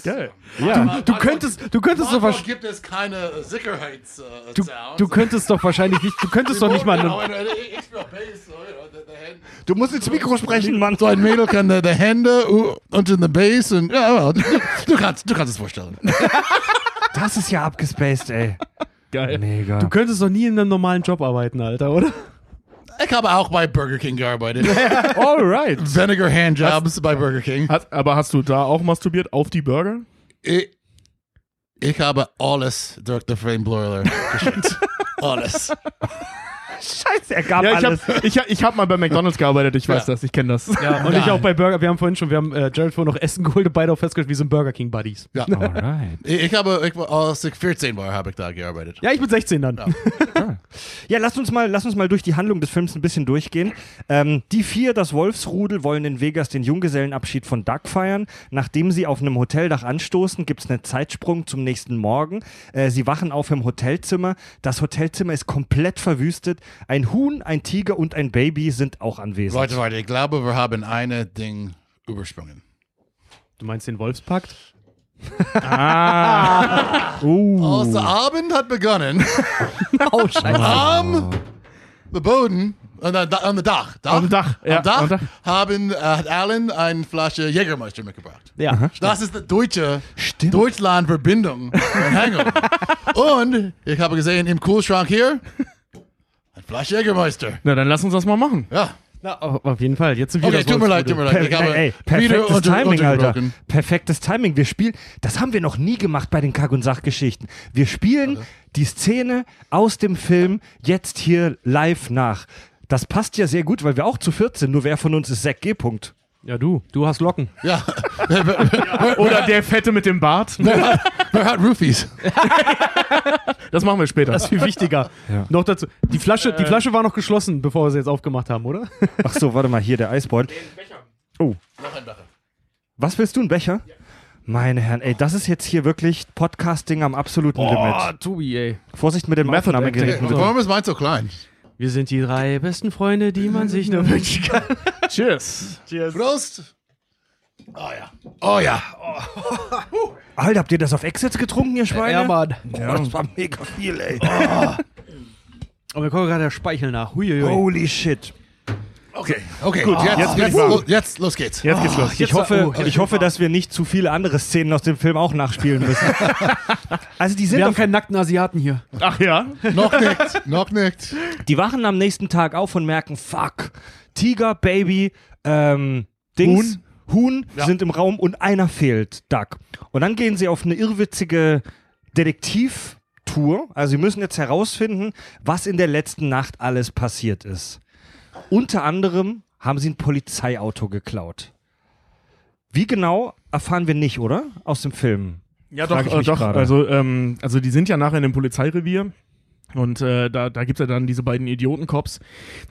C: Geil.
A: ja.
D: Du könntest, du könntest doch
B: Warum
D: wahrsch-
B: gibt es keine Sicherheits äh,
D: du, du könntest doch wahrscheinlich nicht, du könntest doch nicht mal.
B: Genau,
D: Eine,
B: eine extra Base, oder? Der- der Hand-
A: Du musst ins Mikro sprechen, Mann.
B: So ein Mädel kann äh, die Hände uh, und in der Base und ja, ja, du, du kannst du kannst es vorstellen.
A: Das ist ja [laughs] abgespaced, ey.
C: Geil.
A: Mega.
D: du könntest doch nie in einem normalen Job arbeiten, Alter, oder?
B: Ich habe auch bei Burger King
C: [laughs]
B: gearbeitet.
A: Alright.
B: Vinegar Handjobs bei Burger King.
C: Hat, aber hast du da auch masturbiert auf die Burger?
B: Ich, ich habe alles durch den Frame Broiler
C: [laughs]
B: geschickt. alles.
A: Scheiße, er gab
C: Ja, ich
A: alles.
C: habe [laughs] ich, hab- ich hab mal bei McDonalds [laughs] gearbeitet, ich weiß
B: Ja.
C: das, ich kenne das.
D: Ja, und
B: Geil.
D: ich auch bei Burger. Wir haben vorhin schon, wir haben äh, Jared vorhin noch Essen geholt und beide auch festgestellt, wir sind Burger King Buddies. [laughs]
B: Ja.
A: Alright.
B: Ich, ich habe, ich, war- als ich 14 war, habe ich da gearbeitet.
D: Ja, ich bin 16 dann.
A: Ja, lasst uns, mal, lasst uns mal durch die Handlung des Films ein bisschen durchgehen. Ähm, die vier, das Wolfsrudel, wollen in Vegas den Junggesellenabschied von Doug feiern. Nachdem sie auf einem Hoteldach anstoßen, gibt's einen Zeitsprung zum nächsten Morgen. Äh, sie wachen auf im Hotelzimmer. Das Hotelzimmer ist komplett verwüstet. Ein Huhn, ein Tiger und ein Baby sind auch anwesend.
B: Leute, Leute, ich glaube, wir haben eine Ding übersprungen.
D: Du meinst den Wolfspakt?
C: Uh.
B: Als der Abend hat
C: [laughs]
B: begonnen,
D: Oh, scheiße.
B: am Boden, äh, an der- an der Dach, Dach,
C: Auf dem Dach, ja,
B: am Dach,
C: am Dach.
B: Haben, äh, hat Alan eine Flasche Jägermeister mitgebracht.
D: Ja.
B: Das ist die deutsche Deutschland-Verbindung
A: [laughs]
B: von Hangover. Und ich habe gesehen, im Kühlschrank hier, ein Flasch Jägermeister.
C: Na, dann lass uns das mal machen.
B: Ja.
D: Na, auf auf jeden Fall. Jetzt sind wir
B: Okay,
D: das
B: tut mir leid, tut mir leid.
A: Per
B: Ich habe
A: ey, ey,
B: wieder
A: perfektes
B: unter,
A: Timing, Alter.
B: unterbrochen.
A: Perfektes Timing. Wir spielen, das haben wir noch nie gemacht bei den Kack- und Sachgeschichten. Wir spielen die Szene aus dem Film jetzt hier live nach. Das passt ja sehr gut, weil wir auch zu 14, nur wer von uns ist Zack G. Punkt.
D: Ja, du. Du hast Locken.
B: Ja. wer, wer, wer,
C: Oder der Fette mit dem Bart.
B: wer hat Roofies?
C: Das machen wir später.
D: Das ist [laughs] viel wichtiger. Noch dazu. Die Flasche, die Flasche war noch geschlossen, bevor wir sie jetzt aufgemacht haben, oder?
A: Ach so, warte mal, hier der Eisbeutel. Was willst du, ein Becher? Meine Herren, ey, das ist jetzt hier wirklich Podcasting am absoluten Limit.
D: [laughs] Tobi, ey.
A: Vorsicht mit dem
C: Method
A: Aufnahmegerät.
C: acting.
B: Warum ist mein so klein?
D: Wir sind die drei besten Freunde, die man sich [laughs] nur wünschen kann.
C: Cheers.
B: Prost. Oh ja. Oh ja.
A: Alter, habt ihr das auf Exit getrunken, ihr Schweine?
D: Mann.
A: Boah, das war mega viel, ey.
D: Und wir kommen gerade der Speichel nach. Huiuiui.
A: Holy shit.
B: Okay. Okay. Gut, jetzt,
A: jetzt bin
B: jetzt,
A: ich warm.
B: lo- jetzt, los geht's.
C: Jetzt geht's los.
A: Ich
D: Jetzt-
A: hoffe,
D: oh, jetzt-
A: ich hoffe, dass wir nicht zu viele andere Szenen aus dem Film auch nachspielen
D: [laughs]
A: müssen. also die sind
D: Wir haben
A: auf,
D: keinen nackten Asiaten hier.
C: Ach ja.
B: Noch nicht.
A: [laughs]
B: Noch nicht.
A: die wachen am nächsten Tag auf und merken, fuck, Tiger, Baby, ähm, Dings, Huhn, sind im Raum und einer fehlt, Duck. Und dann gehen sie auf eine irrwitzige Detektivtour. Also sie müssen jetzt herausfinden, was in der letzten Nacht alles passiert ist. Unter anderem haben sie ein Polizeiauto geklaut. Wie genau erfahren wir nicht, oder? Aus dem Film.
C: Ja,
A: Frag
C: doch,
A: ich
C: äh,
A: mich
C: doch.
A: gerade.
C: Also, ähm, also die sind ja nachher in dem Polizeirevier. Und äh, da, da gibt es ja dann diese beiden Idioten-Cops,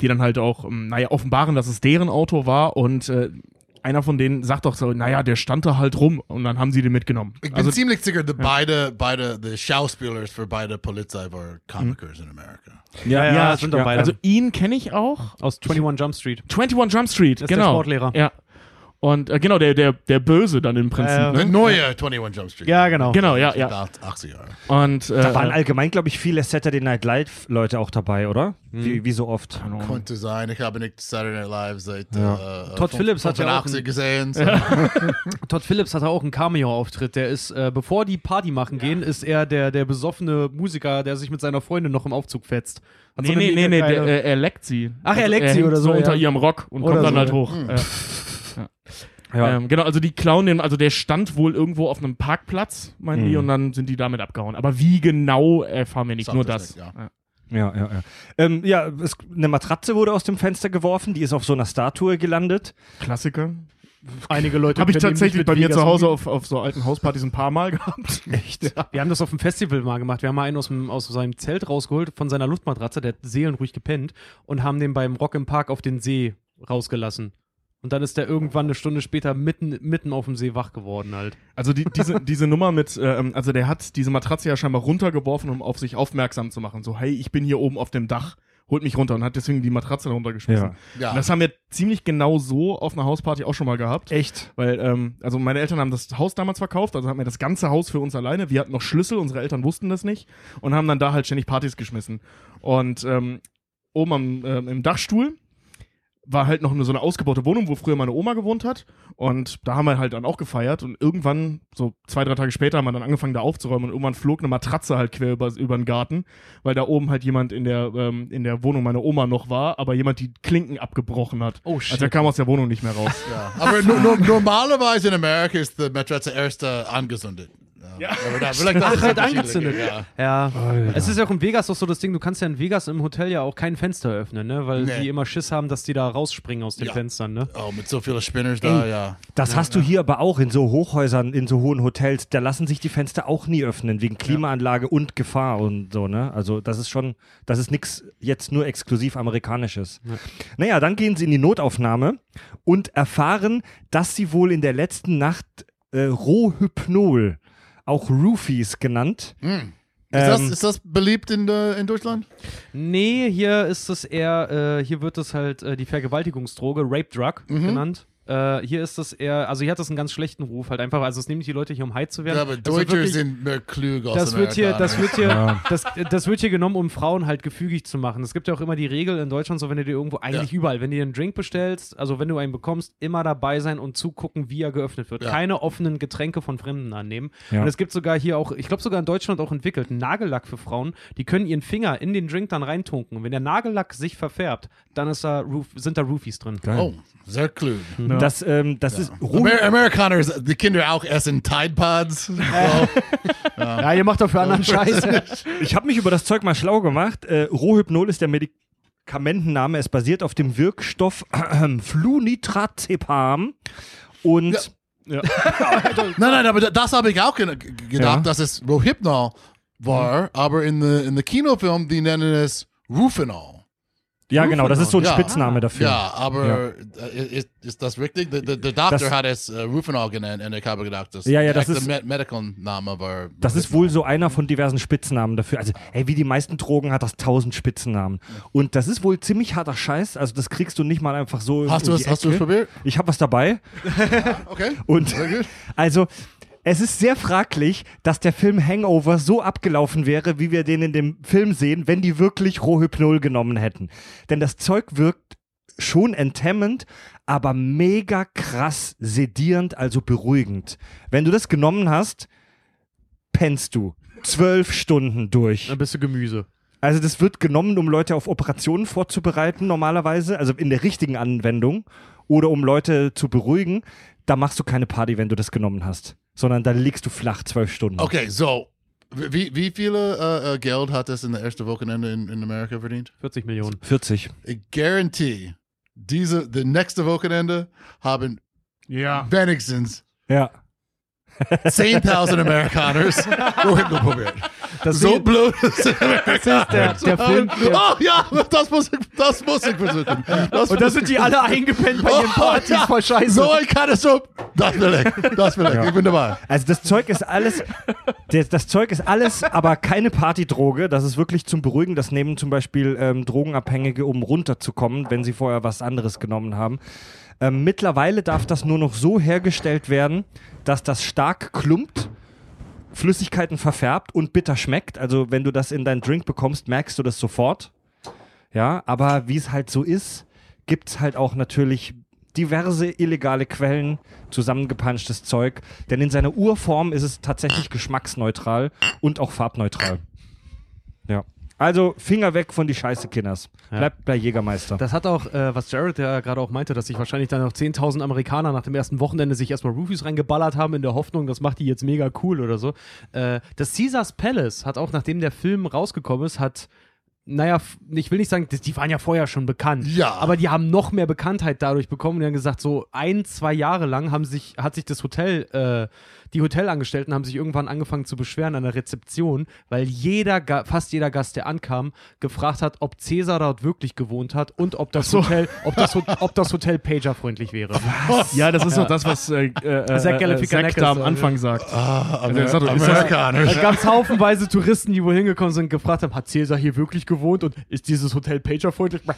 C: die dann halt auch, ähm, naja, offenbaren, dass es deren Auto war. Und äh, einer von denen sagt doch so, naja, der stand da halt rum. Und dann haben sie den mitgenommen.
B: Ich bin
C: also,
B: ziemlich sicher, dass beide, beide, die Schauspielers für beide Polizei waren Comicers in Amerika.
C: ja,
D: ja, das sind doch beide.
C: Also ihn kenne ich auch.
D: Aus 21 Jump Street.
C: 21 Jump Street,
D: Das ist der
C: genau.
D: Sportlehrer.
C: Ja. Und äh, genau, der, der, der Böse dann im Prinzip.
D: Ja, ja.
C: ne?
B: Ne? Neue 21 Jump Street.
D: Ja, genau.
C: Genau, ja, ja.
B: 80 Jahre.
C: Und äh,
A: Da waren allgemein, glaube ich, viele Saturday Night Live-Leute auch dabei, oder? Wie, wie so oft.
B: Konnte sein. Ich habe nicht Saturday Night Live seit äh, äh,
D: Todd
B: fünf-
D: Phillips hat ja auch
B: 85
D: einen-
B: gesehen. So.
D: Todd Phillips hatte auch einen Cameo-Auftritt. Der ist, äh, bevor die Party machen gehen, ist er der, der besoffene Musiker, der sich mit seiner Freundin noch im Aufzug fetzt. Hat so
C: nee,
D: eine
C: nee, nee,
D: mega
C: nee,
D: geile-
C: der, äh, er leckt sie.
D: Ach, er
C: Also,
D: leckt sie
C: hängt
D: oder so,
C: so unter
D: ja.
C: ihrem Rock und
D: Oder
C: kommt dann
D: so,
C: halt
D: ja. Hm.
C: hoch. Ja.
A: Ja.
C: Ähm, genau, also die klauen den, also der stand wohl irgendwo auf einem Parkplatz, meinen die, und dann sind die damit abgehauen. Aber wie genau erfahren wir nicht,
B: Sagt
C: nur
B: das
C: das.
B: nicht, ja.
A: Ja, ja, ja. Ähm, ja, es, eine Matratze wurde aus dem Fenster geworfen, die ist auf so einer Statue gelandet.
C: Klassiker.
D: Einige Leute
C: Habe ich
D: können nämlich
C: tatsächlich bei
D: mit
C: mir
D: Vegas
C: zu Hause auf, auf so alten Hauspartys ein paar Mal gehabt. [laughs] Echt?
D: umgehen. Wir haben das auf dem Festival mal gemacht. Wir haben mal einen aus, dem, aus seinem Zelt rausgeholt, von seiner Luftmatratze, der hat seelenruhig gepennt, und haben den beim Rock im Park auf den See rausgelassen. Und dann ist der irgendwann eine Stunde später mitten, mitten auf dem See wach geworden halt.
C: Also die, diese, diese Nummer mit, ähm, also der hat diese Matratze ja scheinbar runtergeworfen, um auf sich aufmerksam zu machen. So, hey, ich bin hier oben auf dem Dach, holt mich runter und hat deswegen die Matratze runtergeschmissen.
A: Ja.
B: Ja.
C: Und das haben wir ziemlich genau so auf einer Hausparty auch schon mal gehabt.
A: Echt?
C: Weil, ähm, also meine Eltern haben das Haus damals verkauft, also hatten wir das ganze Haus für uns alleine. Wir hatten noch Schlüssel, unsere Eltern wussten das nicht und haben dann da halt ständig Partys geschmissen. Und ähm, oben am, ähm, im Dachstuhl war halt noch nur so eine ausgebaute Wohnung, wo früher meine Oma gewohnt hat. Und da haben wir halt dann auch gefeiert. Und irgendwann, so zwei, drei Tage später, haben wir dann angefangen, da aufzuräumen. Und irgendwann flog eine Matratze halt quer über, über den Garten, weil da oben halt jemand in der, ähm, in der Wohnung meiner Oma noch war, aber jemand die Klinken abgebrochen hat.
D: Oh, shit.
C: Also er kam aus der Wohnung nicht
D: [laughs]
C: mehr raus.
B: Ja. Aber no, no, normalerweise in Amerika ist die Matratze erst äh, angesundet. Ja. Aber da, vielleicht das
D: Ach,
B: ist
D: halt
B: unterschiedlich,
D: angezündet.
B: Ja.
D: Ja. Es ist ja auch in Vegas auch so das Ding, du kannst ja in Vegas im Hotel ja auch kein Fenster öffnen, ne? Weil
B: Nee.
D: die immer Schiss haben, dass die da rausspringen aus den
B: Ja.
D: Fenstern, ne?
B: Oh, mit so vielen Spinners da, ja.
A: Das hast du hier aber auch in so Hochhäusern, in so hohen Hotels. Da lassen sich die Fenster auch nie öffnen, wegen Klimaanlage und Gefahr und so, ne? Also, das ist schon, das ist nichts jetzt nur exklusiv Amerikanisches. Naja, dann gehen sie in die Notaufnahme und erfahren, dass sie wohl in der letzten Nacht äh, Rohhypnol, auch Roofies genannt,
B: Ist, das,
A: Ähm.
B: ist das beliebt in, der- in Deutschland?
D: Nee, hier ist es eher, äh, hier wird es halt äh, die Vergewaltigungsdroge, Rape Drug
B: Mhm.
D: genannt. Äh, hier ist es eher, also hier hat es einen ganz schlechten Ruf halt einfach, also es nehmen die Leute hier, um high zu werden.
B: Ja, aber
D: Also
B: Deutsche
D: wirklich-
B: sind mehr klüger als
D: das wird hier,
B: Amerikaner.
D: das wird hier, das, das wird hier genommen, um Frauen halt gefügig zu machen. Es gibt ja auch immer die Regel in Deutschland, so wenn du dir irgendwo eigentlich überall, wenn du dir einen Drink bestellst, also wenn du einen bekommst, immer dabei sein und zugucken, wie er geöffnet wird.
B: Ja.
D: Keine offenen Getränke von Fremden annehmen.
A: Ja.
D: Und es gibt sogar hier auch, ich glaube sogar in Deutschland auch entwickelt, einen Nagellack für Frauen, die können ihren Finger in den Drink dann reintunken. Und wenn der Nagellack sich verfärbt, dann ist da Roof, sind da Roofies drin.
B: Oh, sehr klug.
D: Hm.
A: das, ähm, das ist Roh
B: Amer Amerikaner, die Kinder auch essen Tide
D: Äh.
B: Pods. So.
D: Ja, ihr macht dafür [laughs] anderen Scheiß.
A: Ich habe mich über das Zeug mal schlau gemacht. Äh, Rohypnol ist der Medikamentenname. Es basiert auf dem Wirkstoff [clears throat] Flunitrazepam. Und
B: Ja. Nein, nein, aber da- das habe ich auch gena- g- gedacht,
A: Ja. Mhm.
B: dass es Rohypnol war, aber in the, in the Kinofilm, die nennen es Rufinol.
A: ja, genau, das ist so ein
B: Ja.
A: Spitzname dafür.
B: Ja, aber äh, Ist, ist das richtig? Der, der, der Doktor
A: Das-
B: hat es äh, Rufinol genannt und ich habe gedacht, dass
A: Ja, ja,
B: der
A: das
B: echte
A: ist-
B: Me Medical Name war.
A: Das ist wohl so einer von diversen Spitznamen dafür. Also, ey, wie die meisten Drogen hat das tausend Spitznamen. Und das ist wohl ziemlich harter Scheiß. Also, das kriegst du nicht mal einfach so.
B: Hast du
A: um
B: es-
A: die
B: hast du es
A: Ecke.
B: probiert?
A: Ich habe was dabei.
B: Okay.
A: Und
B: Sehr gut.
A: [laughs] also, es ist sehr fraglich, dass der Film Hangover so abgelaufen wäre, wie wir den in dem Film sehen, wenn die wirklich Rohhypnol genommen hätten. Denn das Zeug wirkt schon enthemmend, aber mega krass sedierend, also beruhigend. Wenn du das genommen hast, pennst du. Zwölf Stunden durch.
D: Dann bist du Gemüse.
A: Also das wird genommen, um Leute auf Operationen vorzubereiten normalerweise, also in der richtigen Anwendung oder um Leute zu beruhigen. Da machst du keine Party, wenn du das genommen hast, sondern da liegst du flach zwölf Stunden.
B: Okay, so. Wie, wie viele äh, äh, Geld hat das in der ersten Wochenende in, in Amerika verdient?
D: 40 Millionen.
A: 40.
B: Ich guarantee, diese, die nächste Wochenende haben
C: Ja.
B: wenigstens
A: Ja.
B: 10.000 Amerikaner Rohypnol probiert. so blöd ist
D: [laughs]
B: Amerika.
D: Der, der Film, der,
B: Oh ja, das muss ich, das muss ich versuchen. Das
D: und da sind die alle eingepennt bei ihren
B: Oh,
D: Partys,
B: ja.
D: voll scheiße.
B: So ein Katastrophe. Das will ich. Das will ich. Ich bin dabei.
A: Also das Zeug ist alles, das, das Zeug ist alles, aber keine Partydroge. Das ist wirklich zum Beruhigen. Das nehmen zum Beispiel ähm, Drogenabhängige, um runterzukommen, wenn sie vorher was anderes genommen haben. Ähm, mittlerweile darf das nur noch so hergestellt werden, dass das stark klumpt, Flüssigkeiten verfärbt und bitter schmeckt. Also wenn du das in deinen Drink bekommst, merkst du das sofort. Ja, aber wie es halt so ist, gibt es halt auch natürlich diverse illegale Quellen, zusammengepanschtes Zeug. Denn in seiner Urform ist es tatsächlich geschmacksneutral und auch farbneutral. Ja. Also Finger weg von die Scheiße, Kinders. Bleibt bei Jägermeister.
D: Das hat auch, äh, was Jared ja gerade auch meinte, dass sich wahrscheinlich dann auch 10.000 Amerikaner nach dem ersten Wochenende sich erstmal Roofies reingeballert haben in der Hoffnung, das macht die jetzt mega cool oder so. Äh, das Caesars Palace hat auch, nachdem der Film rausgekommen ist, hat, naja, f- ich will nicht sagen, die, die waren ja vorher schon bekannt.
B: Ja.
D: Aber die haben noch mehr Bekanntheit dadurch bekommen und die haben gesagt, so ein, zwei Jahre lang haben sich, hat sich das Hotel, äh, die Hotelangestellten haben sich irgendwann angefangen zu beschweren an der Rezeption, weil jeder, Ga- fast jeder Gast, der ankam, gefragt hat, ob Cäsar dort wirklich gewohnt hat und ob das Hotel, ob das, Ho- ob das Hotel pagerfreundlich wäre.
C: Ja, das ist doch das, was äh, äh, äh,
D: Zack
C: äh,
D: Galifianakis,
C: Zack da am
D: äh, Ah,
C: Anfang sagt. Also, das hat doch- ist das-
B: Amerikaner.
D: Da gab es haufenweise Touristen, die wohl hingekommen sind und gefragt haben, hat Cäsar hier wirklich gewohnt und ist dieses Hotel pagerfreundlich? Und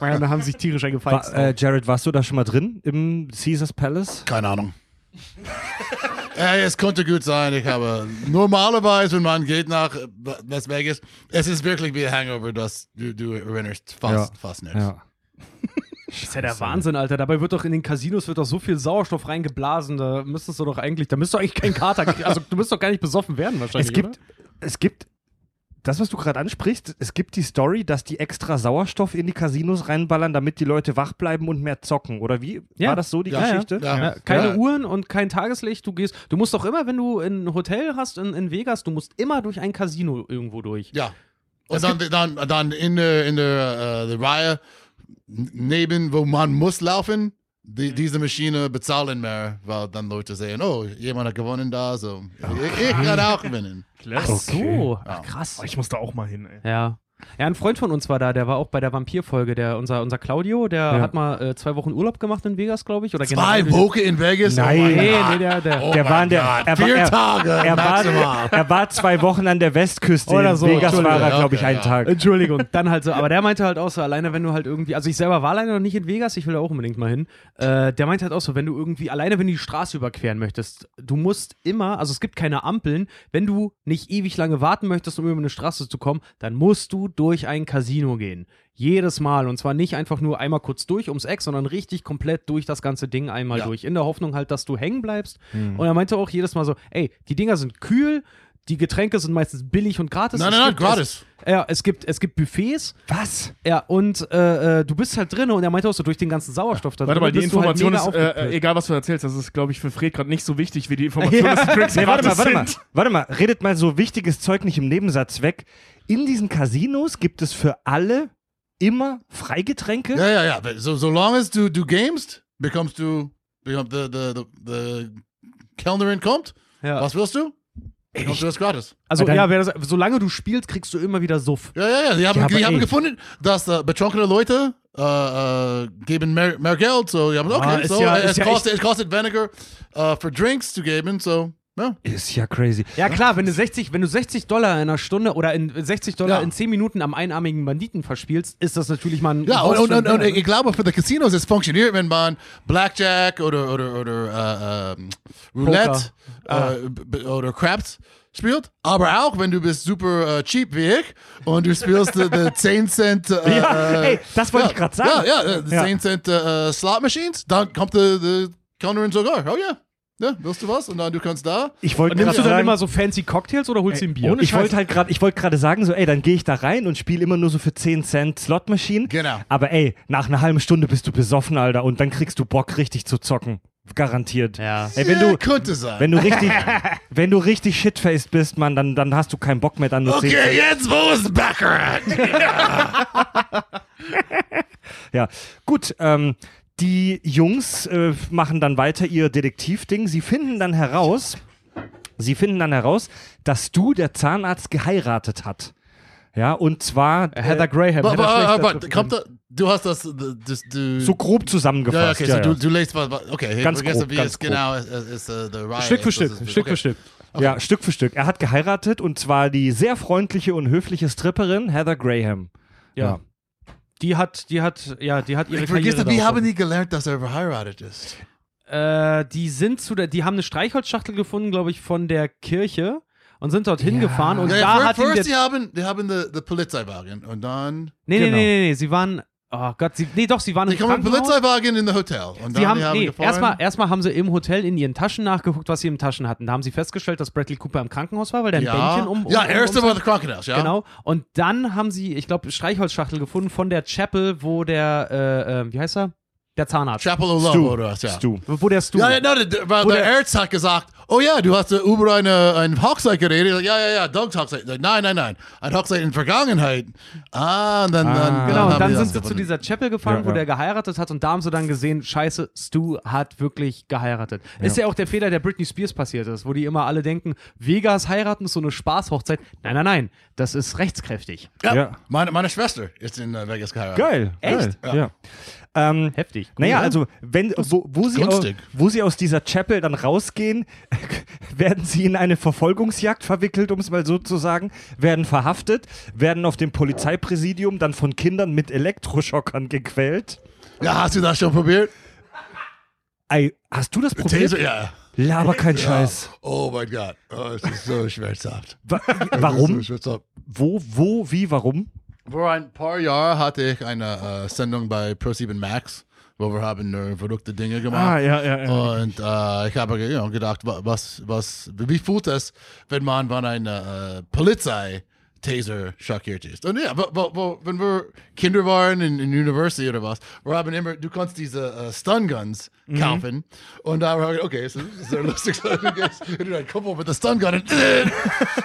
D: dann haben sich tierisch eingefeixt.
A: War, äh, Jared, warst du da schon mal drin im Caesars Palace?
B: Keine Ahnung. ja, es könnte gut sein. Ich habe normalerweise, wenn man geht nach Las Vegas, es ist wirklich wie Hangover, das du, du erinnerst fast,
A: Ja.
B: fast nicht.
A: Ja.
D: ist ja der Wahnsinn, Alter. Dabei wird doch in den Casinos wird doch so viel Sauerstoff reingeblasen. Da müsstest du doch eigentlich, da müsstest du eigentlich keinen Kater kriegen. Also du müsstest doch gar nicht besoffen werden wahrscheinlich.
A: Es gibt, es gibt, das, was du gerade ansprichst, es gibt die Story, dass die extra Sauerstoff in die Casinos reinballern, damit die Leute wach bleiben und mehr zocken. Oder wie?
D: Ja.
A: War das so die
B: Ja,
A: Geschichte?
B: ja.
D: Ja, Ne? keine
B: Ja.
D: Uhren und kein Tageslicht. Du gehst, du musst doch immer, wenn du ein Hotel hast in, in Vegas, du musst immer durch ein Casino irgendwo durch.
B: Ja. Und dann, dann, dann in er der, in der, äh, der Reihe n- neben, wo man muss laufen, die, diese Maschine bezahlen mehr, weil dann Leute sehen, oh, jemand hat gewonnen da, so. Ich, ich kann auch [laughs] gewinnen.
D: Ach so, Ach, krass.
C: Oh, ich muss da auch mal hin, ey.
D: Ja. Ja, ein Freund von uns war da, der war auch bei der Vampir-Folge, der, unser, unser Claudio, der hat mal äh, zwei Wochen Urlaub gemacht in Vegas, glaube ich. Oder
B: Zwei
D: generell-
B: Wochen in Vegas?
A: Nein.
D: Nee, nee, der, der.
B: Oh
A: Der
B: mein
A: war in der- er
B: Gott.
A: war-
B: Vier
A: er-
B: Tage
A: Er
B: maximal.
A: war, er war zwei Wochen an der Westküste.
C: Oder
A: in
C: so,
A: Vegas war er,
B: Entschuldigung,
A: glaube ich,
B: okay,
A: einen
B: ja.
A: Tag.
D: Entschuldigung. Dann halt so, aber der meinte halt auch so, alleine wenn du halt irgendwie, also ich selber war alleine noch nicht in Vegas, ich will da auch unbedingt mal hin. Äh, der meinte halt auch so, wenn du irgendwie, alleine wenn du die Straße überqueren möchtest, du musst immer, also es gibt keine Ampeln, wenn du nicht ewig lange warten möchtest, um über eine Straße zu kommen, dann musst du durch ein Casino gehen. Jedes Mal. Und zwar nicht einfach nur einmal kurz durch ums Eck, sondern richtig komplett durch das ganze Ding einmal
B: Ja. Hm.
D: durch. In der Hoffnung halt, dass du hängen bleibst. Und er meinte auch jedes Mal so, ey, die Dinger sind kühl, die Getränke sind meistens billig und
A: er-
D: gratis.
B: Nein,
D: Es
B: nein, nein,
D: gibt-
B: gratis.
D: ja, es gibt, es gibt Buffets.
A: Was?
D: Ja, und äh, äh, du bist halt drin und er meinte auch so durch den ganzen Sauerstoff da
C: Warte mal,
D: drin
C: die
D: bist du halt
C: Information
D: mega
C: ist, äh,
D: aufgepusht.
C: egal was du erzählst, das ist, glaube ich, für Fred gerade nicht so wichtig wie die Information,
A: [laughs]
D: Ja.
C: dass die Tricks
A: Nee, warte mal,
C: gratis
A: warte mal,
C: sind.
A: warte mal. Redet mal so wichtiges Zeug nicht im Nebensatz weg. In diesen Casinos gibt es für alle immer Freigetränke.
B: Ja, ja, ja. So, solange es du, du gamest, bekommst du, bekommst the, the, the, the Kellnerin kommt.
D: ja.
B: Was willst du? Bekommst du das gratis.
D: Also
A: Dann-
D: ja, wer das, solange du spielst, kriegst du immer wieder Suff.
B: Ja, ja, ja. Die haben,
A: Ja, aber
B: die haben
A: ey.
B: gefunden, dass äh, betrunkene Leute äh, äh, geben mehr, mehr Geld. So, die haben gesagt,
A: Ah,
B: okay,
A: ist
B: so,
A: ja-
B: äh,
A: ist
B: es,
A: ja
B: kostet, es kostet weniger äh, für Drinks zu geben. So, ja.
A: Ist ja crazy.
D: Ja klar, wenn du 60, wenn du 60 Dollar in einer Stunde oder in 60 Dollar
B: Ja.
D: in 10 Minuten am einarmigen Banditen verspielst, ist das natürlich mal ein
B: Ja, und, und, und, und
D: Ja,
B: ich glaube, für die Casinos, es funktioniert, wenn man Blackjack oder, oder, oder äh, ähm, Roulette
A: Ah.
B: äh, b- oder Craps spielt. Aber auch, wenn du bist super äh, cheap wie ich und du spielst äh,
A: [laughs]
B: die 10 Cent... Äh,
A: Ja,
B: äh,
A: ey, das wollte ich gerade sagen.
B: Ja, ja, äh, die
A: Ja.
B: 10 Cent äh, äh, Slot Machines, dann kommt die, die Counterin sogar. Oh ja, ja, willst du was? Und dann du kannst da...
A: Ich wollte
D: und nimmst
A: gerade
D: du dann
A: sagen,
D: immer so fancy Cocktails oder holst du ein Bier?
C: ohne
A: ich
C: Scheiß.
A: wollte halt gerade, ich wollte gerade sagen so, ey, dann gehe ich da rein und spiele immer nur so für 10 Cent Slotmaschinen.
B: Genau.
A: Aber ey, nach einer halben Stunde bist du besoffen, Alter, und dann kriegst du Bock richtig zu zocken, garantiert.
D: Ja.
A: Ey, wenn
B: ja,
A: du
B: könnte sein.
A: wenn du [laughs] richtig wenn du richtig shitfaced bist, Mann, dann dann hast du keinen Bock mehr dann nur 10 Cent.
B: okay, jetzt wo ist Baccarat?
A: Ja, gut. Ähm, die Jungs äh, machen dann weiter ihr Detektivding. Sie finden dann heraus, sie finden dann heraus, dass du der Zahnarzt geheiratet hat. Ja, und zwar äh,
D: halt, Heather Graham.
B: Aber,
D: Heather
B: aber,
D: Schlechter
B: aber
D: trifft
B: kommt
D: ihn.
B: da, du hast das... das du,
A: so grob
B: Ja,
A: zusammengefasst.
B: okay,
A: ja,
B: so
A: ja.
B: Du, du legst was, was- okay, ich
A: Ganz
B: vergesse,
A: grob,
B: wie
A: ganz
B: es genau ist, ist, ist äh, der Riot.
D: Stück für
B: Das
D: Stück,
B: ist-
D: Stück
B: okay.
D: für Stück.
A: ja, Stück für Stück. Er hat geheiratet und zwar die sehr freundliche und höfliche Stripperin Heather Graham.
D: Ja. Die hat, die hat, ja, die hat ihre
B: Ich vergesse,
D: Karriere
B: wie
D: darauf
B: haben die gelernt, dass er verheiratet ist?
D: Äh, die sind zu der, die haben eine Streichholzschachtel gefunden, glaube ich, von der Kirche und sind dort hingefahren und
B: Ja,
D: da
B: fir-
D: hat ihn der,
B: first, die haben, die haben die, die Polizeiwagen und dann.
D: nee, nee, nee,
A: Genau.
D: nee, nee, sie waren, oh Gott, sie, nee, doch, sie waren
B: Die
D: im
B: kommen mit
D: Krankenhaus.
B: Polizeiwagen in das Hotel. Und dann
D: Sie haben,
B: die haben
D: nee,
B: gefahren.
D: erstmal er erstmal haben sie im Hotel in ihren Taschen nachgeguckt, was sie im Taschen hatten. Da haben sie festgestellt, dass Bradley Cooper im Krankenhaus war, weil der ein
B: ja,
D: Bändchen um, um
B: ja, er
D: um,
B: erst
D: um,
B: war der Krankenhaus, ja.
D: Genau. Und dann haben sie, ich glaube, Streichholzschachtel gefunden von der Chapel, wo der, äh, äh, wie heißt er? Der Zahnarzt.
B: Chapel O'Love
A: Stu.
B: oder was, ja.
A: Stu.
D: wo der Stu.
B: Ja, ja, no, der, weil
D: Wo
B: der
D: der-
B: Arzt hat gesagt, oh ja, du hast äh, über eine, ein Hochzeit geredet. Ja, ja, ja, Dogs Hochzeit. Nein, nein, nein. Ein Hochzeit in Vergangenheit. Ah, dann,
A: Ah.
B: dann,
D: Genau,
B: haben
D: und dann
B: die das
D: sind sie zu
B: gefunden.
D: dieser Chapel gefahren,
A: Ja,
D: wo
A: ja.
D: der geheiratet hat und da haben sie dann gesehen, scheiße, Stu hat wirklich geheiratet. Ist ja auch der Fehler, der Britney Spears passiert ist, wo die immer alle denken, Vegas heiraten ist so eine Spaßhochzeit. Nein, nein, nein, das ist rechtskräftig.
B: Ja.
A: Ja.
B: Meine, meine Schwester ist in äh, Vegas geheiratet.
A: Geil.
D: Echt?
A: Geil. Ja. Ähm,
D: Heftig. Cool,
A: Naja,
D: ne?
A: also wenn wo, wo, sie aus,
B: günstig.
A: wo sie aus dieser Chapel dann rausgehen, [laughs] werden sie in eine Verfolgungsjagd verwickelt, um es mal so zu sagen, werden verhaftet, werden auf dem Polizeipräsidium dann von Kindern mit Elektroschockern gequält.
B: Ja, hast du das schon probiert?
A: Ei, hast du das
B: Taser,
A: Problem?
B: ja.
A: Laber kein Scheiß.
B: Oh mein Gott. Oh, es ist so [laughs] schmerzhaft.
A: Wa
B: Es
A: warum?
B: ist so schmerzhaft.
A: Wo, wo, wie, warum?
B: Vor ein paar Jahren hatte ich eine äh, Sendung bei Pro7 Max, wo wir haben nur verrückte Dinge
C: Ah,
B: gemacht.
C: ja, ja, ja.
B: Und äh, ich habe you know, gedacht, wa- was, was, wie fühlt es, wenn man von einer äh, Polizei Taser schockiert ist? Und ja, wo, wo, wo, wenn wir Kinder waren in, in University oder was, wir haben immer, du kannst diese äh, Stun Guns kaufen. Und da haben wir gedacht, okay, es ist es ist sehr lustig. [laughs] So, du gehst- wenn du ein Kumpel mit der Stun Gun und, äh,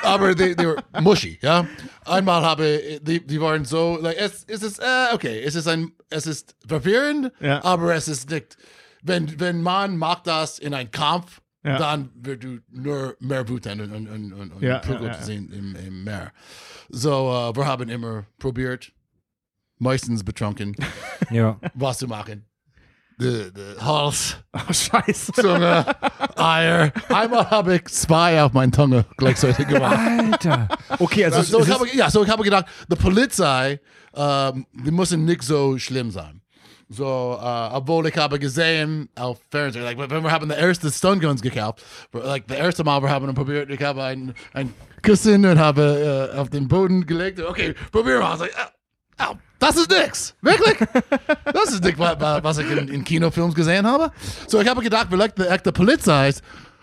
B: aber die, die were mushy, ja. Einmal habe, äh, die, die waren so, like, es, es ist, äh, okay, es ist ein, es ist verwirrend,
C: Ja.
B: aber es ist nicht. Wenn, wenn man macht das in einem Kampf,
C: Ja.
B: dann wird du nur mehr wütend und, und, und, und, und
C: Ja,
B: Prügel
C: ja, ja,
B: zu sehen im, im Meer. So, äh, wir haben immer probiert, meistens betrunken,
A: Ja.
B: was zu machen. Der der Hals,
C: [laughs] Oh, scheiße. [laughs]
B: Zunge, Eier. Einmal habe ich zwei auf meinen Zunge gleichzeitig gemacht.
A: Alter. Okay, also
B: So,
A: es
B: ich
A: ist,
B: habe, ja, so ich habe gedacht, die Polizei, ähm, die müssen nicht so schlimm sein. So, äh, obwohl ich habe gesehen auf Fernsehen, like, wenn wir haben die erste Stun Guns gekauft, like, das erste Mal wir haben probiert, ich habe ein, ein Kissen und habe äh, auf den Boden gelegt, okay, probier mal. I was like, oh, "Au, au, das ist nix, wirklich? das ist nicht, wa- wa- was ich in, in Kinofilms gesehen habe. So, ich habe gedacht, vielleicht die echte Polizei ist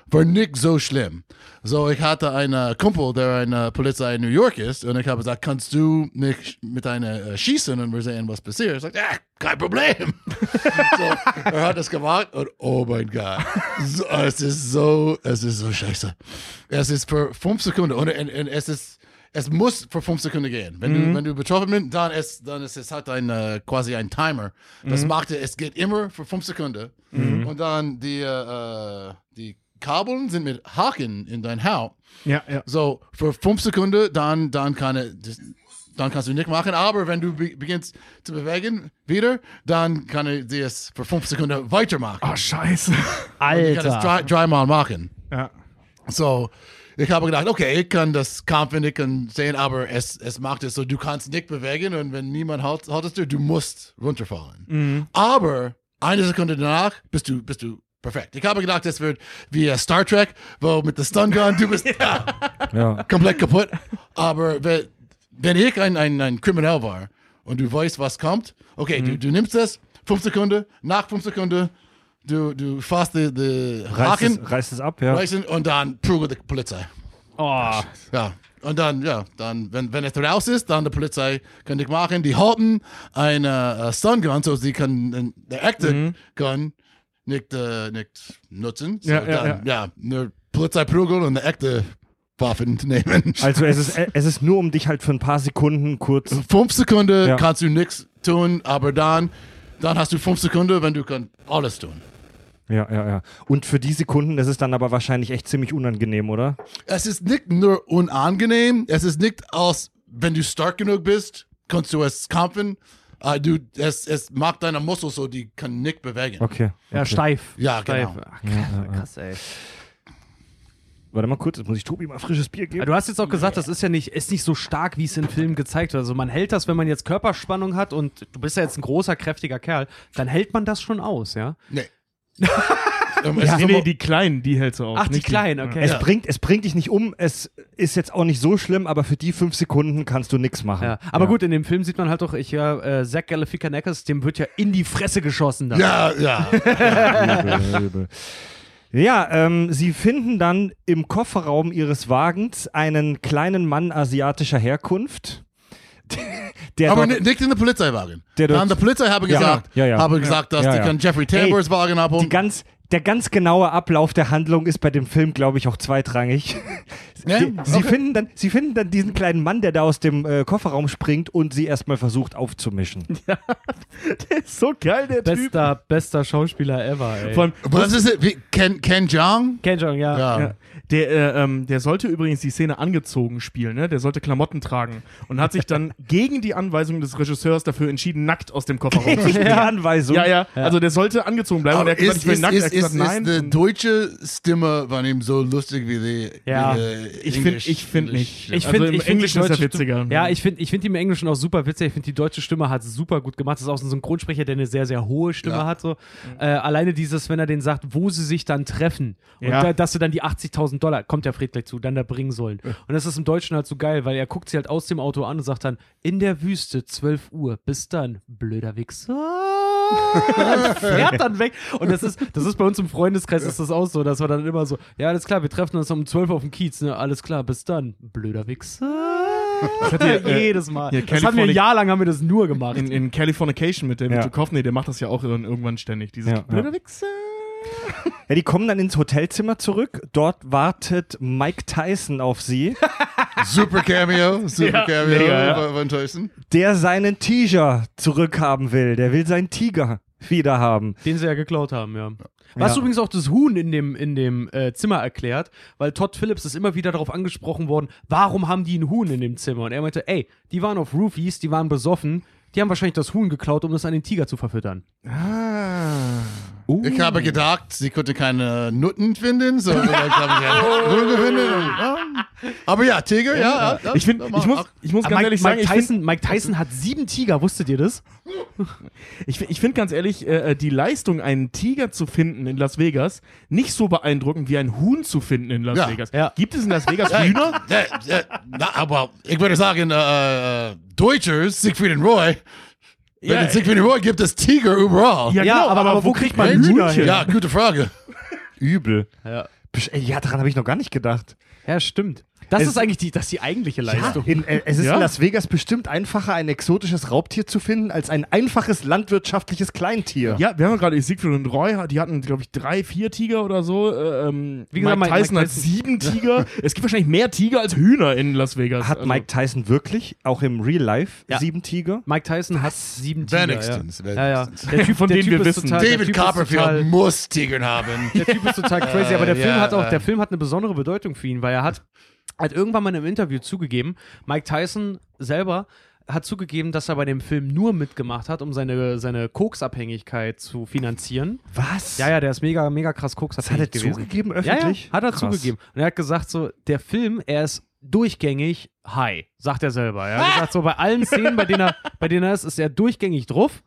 B: war nicht so schlimm. So, ich hatte einen Kumpel, der eine Polizei in New York ist, und ich habe gesagt, kannst du mich mit einer äh, schießen und wir sehen, was passiert? Er sagt, ja, kein Problem. [laughs] so, er hat das gemacht und oh mein Gott. So, es ist so, es ist so scheiße. Es ist für fünf Sekunden und, und, und es ist, es muss für fünf Sekunden gehen. Wenn, du, wenn du betroffen bist, dann ist, dann ist es halt ein, äh, quasi ein Timer. Das macht es, es geht immer für fünf Sekunden. Und dann die, äh, äh, die Kabeln sind mit Haken in dein Haut.
C: Ja, ja.
B: So, für fünf Sekunden, dann, dann, kann, er- das- dann kannst du nicht machen. Aber wenn du be beginnst zu bewegen, wieder, dann kann er dir es für fünf Sekunden weitermachen.
C: Oh, scheiße.
B: Ich kann es drei- dreimal machen.
C: Ja.
B: So, ich habe gedacht, okay, ich kann das Kampf und ich kann sehen, aber es, es macht es so, du kannst nicht bewegen und wenn niemand halt, haltest du, du musst runterfallen. Aber eine Sekunde danach bist du, bist du perfekt. Ich habe gedacht, das wird wie äh, Star Trek, wo mit der Stun Gun, du bist ah,
A: ja.
B: komplett kaputt. Aber we- wenn ich ein, ein, ein Kriminell war und du weißt, was kommt, okay,
A: Mhm.
B: du, du nimmst das, fünf Sekunden, nach fünf Sekunden, du, du fasst die, die
A: Reißt
B: Haken,
A: es, reißt es ab, ja.
B: reißen und dann prügelt die Polizei.
D: Oh,
B: Ja. Und dann, ja, dann, wenn, wenn es raus ist, dann die Polizei kann dich machen. Die halten eine äh, Stun Gun, so sie können äh, der echte Gun nicht, äh, nicht nutzen. So
C: Ja, ja,
B: dann, ja. nur Polizei prügeln und der echte Waffen nehmen.
A: Also es ist, es ist nur, um dich halt für ein paar Sekunden
B: [laughs]
A: kurz.
B: fünf Sekunden
A: Ja.
B: kannst du nichts tun, aber dann, dann hast du fünf Sekunden, wenn du kannst alles tun.
A: Ja, ja, ja. Und für die Sekunden, das ist dann aber wahrscheinlich echt ziemlich unangenehm, oder?
B: Es ist nicht nur unangenehm, es ist nicht als, wenn du stark genug bist, kannst du es kämpfen. Äh, du, es, es macht deine Muskeln so, die kann nicht bewegen.
A: Okay.
D: ja, steif.
B: Ja,
D: steif.
B: genau.
D: Ach, krass, krass, ey.
A: Warte mal kurz, jetzt muss ich Tobi mal frisches Bier
D: Ja,
A: geben.
D: Du hast jetzt auch gesagt, das ist ja nicht, ist nicht so stark, wie es in Filmen gezeigt wird. Also man hält das, wenn man jetzt Körperspannung hat und du bist ja jetzt ein großer, kräftiger Kerl, dann hält man das schon aus, ja?
B: Nee. Ähm, es
C: Ja,
B: ist
C: nee,
B: immer-
C: nee, die Kleinen, die hältst du auf.
D: Ach, die
C: nicht
D: Kleinen, okay.
A: Es,
B: Ja.
A: bringt, es bringt dich nicht um, es ist jetzt auch nicht so schlimm, aber für die fünf Sekunden kannst du nichts machen.
D: Ja. Aber
A: [laughs]
D: gut, in dem Film sieht man halt doch, ich ja, äh, Zach Galifianakis, dem wird ja in die Fresse geschossen da.
B: ja, ja.
A: Übel, übel. Ja, ähm, sie finden dann im Kofferraum ihres Wagens einen kleinen Mann asiatischer Herkunft. [laughs] Der
B: Aber
D: ne,
A: dort-
B: ni- nicht in der Polizeiwagen.
A: Der dort-
B: Dann der Polizei habe
A: Ja,
B: gesagt,
A: ja, ja.
B: habe gesagt, dass
A: Ja,
B: die
A: ja.
B: kann Jeffrey Tambors Wagen
A: die
B: abholen.
A: ganz, der ganz genaue Ablauf der Handlung ist bei dem Film, glaube ich, auch zweitrangig. [laughs]
B: Ja?
A: Sie, sie,
B: Okay.
A: finden dann, sie finden dann diesen kleinen Mann, der da aus dem äh, Kofferraum springt und sie erstmal versucht aufzumischen.
C: So geil, der Typ.
D: Bester, bester Schauspieler ever, ey.
C: Vor allem,
B: Was ist es? Wie- Ken, Ken Jong?
D: Ken Jeong, ja.
B: Ja.
C: Ja. Der, äh, ähm, der sollte übrigens die Szene angezogen spielen, ne? Der sollte Klamotten tragen und hat
D: [laughs]
C: sich dann gegen die Anweisung des Regisseurs dafür entschieden, nackt aus
D: [laughs]
C: dem Kofferraum zu
A: Die
C: springen.
A: Anweisung.
C: Ja, ja, also der sollte angezogen bleiben und er
B: Aber
C: hat gesagt,
B: ist,
C: ich will
B: ist,
C: nackt.
B: ist,
C: er hat
B: ist,
C: gesagt,
B: ist
C: nein.
B: die
C: Und-
B: deutsche Stimme von ihm so lustig wie die, äh,
D: Ja.
B: wie
C: Ich finde ich find nicht.
D: Ich
C: also
D: find-
C: im
D: ich find die
C: Englischen ist das
D: deutsche
C: witziger.
D: Ja, ich finde ich find die im Englischen auch super witzig. Ich finde, die deutsche Stimme hat super gut gemacht. Das ist auch so ein Synchronsprecher, der eine sehr, sehr hohe Stimme
B: Ja.
D: hat. So. Äh, alleine dieses, wenn er den sagt, wo sie sich dann treffen. Und
C: Ja.
D: da, dass du dann die 80.000 Dollar, kommt der Fred gleich zu, dann da bringen sollen. Und das ist im Deutschen halt so geil, weil er guckt sie halt aus dem Auto an und sagt dann, in der Wüste, 12 Uhr, bis dann, blöder Wichser. Und fährt dann weg. Und das ist, das ist bei uns im Freundeskreis ist das auch so, dass wir dann immer so, ja, alles klar, wir treffen uns um 12 Uhr auf dem Kiez, ne? Alles klar, bis dann, blöder Wichser.
C: ihr, äh,
D: [laughs] Jedes Mal.
C: hier,
D: das haben wir ein
C: California-
D: Jahr lang haben wir das nur gemacht.
C: In, in Californication mit David
A: Ja.
C: Duchovny, der macht das ja auch dann irgendwann ständig. Dieses
A: Ja,
C: blöde
A: ja.
C: Wichser.
A: Ja, die kommen dann ins Hotelzimmer zurück. Dort wartet Mike Tyson auf sie,
B: Super Cameo, super Cameo
C: mega, ja.
B: von- von Tyson.
A: der seinen Tiger zurückhaben will. Der will seinen Tiger wieder haben.
D: Den sie ja geklaut haben, ja. Was
A: Ja.
D: übrigens auch das Huhn in dem, in dem äh, Zimmer erklärt, weil Todd Phillips ist immer wieder darauf angesprochen worden, warum haben die ein Huhn in dem Zimmer? Und er meinte, ey, die waren auf Roofies, die waren besoffen, die haben wahrscheinlich das Huhn geklaut, um das an den Tiger zu verfüttern.
C: Ah.
D: Uh.
B: Ich habe gedacht, sie konnte keine Nutten finden, so vielleicht haben sie halt
C: [laughs]
B: eine Nutte finden. Aber ja, Tiger, ja. ja
C: Ich, find, ich muss, ich muss ganz
D: Mike,
C: ehrlich sagen,
D: Mike,
C: ich find-
D: Tyson, Mike Tyson hat sieben Tiger, wusstet ihr das?
C: Ich, fi- ich finde ganz ehrlich, äh, die Leistung, einen Tiger zu finden in Las Vegas, nicht so beeindruckend wie ein Huhn zu finden in Las
B: Ja,
C: Vegas.
D: ja.
C: Gibt es in Las
B: [laughs]
C: Vegas Hühner?
B: Ja, ja, na, aber ich würde sagen, äh, äh, Deutschers, Siegfried und Roy. Wenn
C: Ja,
B: es Siegfried und Roy gibt es Tiger überall.
D: Ja, aber- aber wo kriegt man
C: ein
D: Hühner
C: Hühnchen?
B: ja gute Frage.
A: Übel.
D: Ja,
A: Besch- ey, Ja, daran habe ich noch gar nicht gedacht.
D: ja stimmt. Das
A: Es-
D: ist eigentlich die, das ist die eigentliche Leistung.
A: In, äh, es ist
C: Ja.
A: in Las Vegas bestimmt einfacher, ein exotisches Raubtier zu finden, als ein einfaches landwirtschaftliches Kleintier.
C: Ja, wir haben ja gerade Siegfried und Roy, die hatten, glaube ich, drei, vier Tiger oder so. äh, Ähm,
D: Wie gesagt,
C: Mike
D: Mike-
C: Tyson
D: Mike
C: hat
D: Tyson-
C: sieben Tiger. Es gibt wahrscheinlich mehr Tiger als Hühner in Las Vegas.
A: Hat
C: Also-
A: Mike Tyson wirklich, auch im Real Life,
D: Ja.
A: sieben Tiger?
D: Mike Tyson hat sieben Tiger.
B: Wenigstens,
D: ja. Ja, ja.
B: wenigstens.
D: Der Typ,
C: Von
D: der
C: denen
D: typ
C: wir
D: ist
C: wissen.
D: Total, der
B: David
D: Typ ist
B: Copperfield
D: total-
B: muss Tigern haben.
D: [laughs] Der Typ ist total crazy, aber der
B: Äh,
D: Film
B: ja,
D: hat auch,
B: äh.
D: der Film hat eine besondere Bedeutung für ihn, weil er hat, hat irgendwann mal in einem Interview zugegeben, Mike Tyson selber hat zugegeben, dass er bei dem Film nur mitgemacht hat, um seine, seine Koksabhängigkeit zu finanzieren.
A: Was?
D: Ja, ja, der ist mega, mega
A: Das
D: krass
A: hat er
D: koksabhängig gewesen.
A: zugegeben
D: Ja, ja,
A: öffentlich?
D: hat er
A: Krass.
D: zugegeben. Und er hat gesagt so, der Film, er ist durchgängig high, sagt er selber.
A: Ah!
D: Er hat gesagt so, bei allen Szenen, bei
A: [laughs]
D: denen er, bei denen er ist, ist er durchgängig drauf.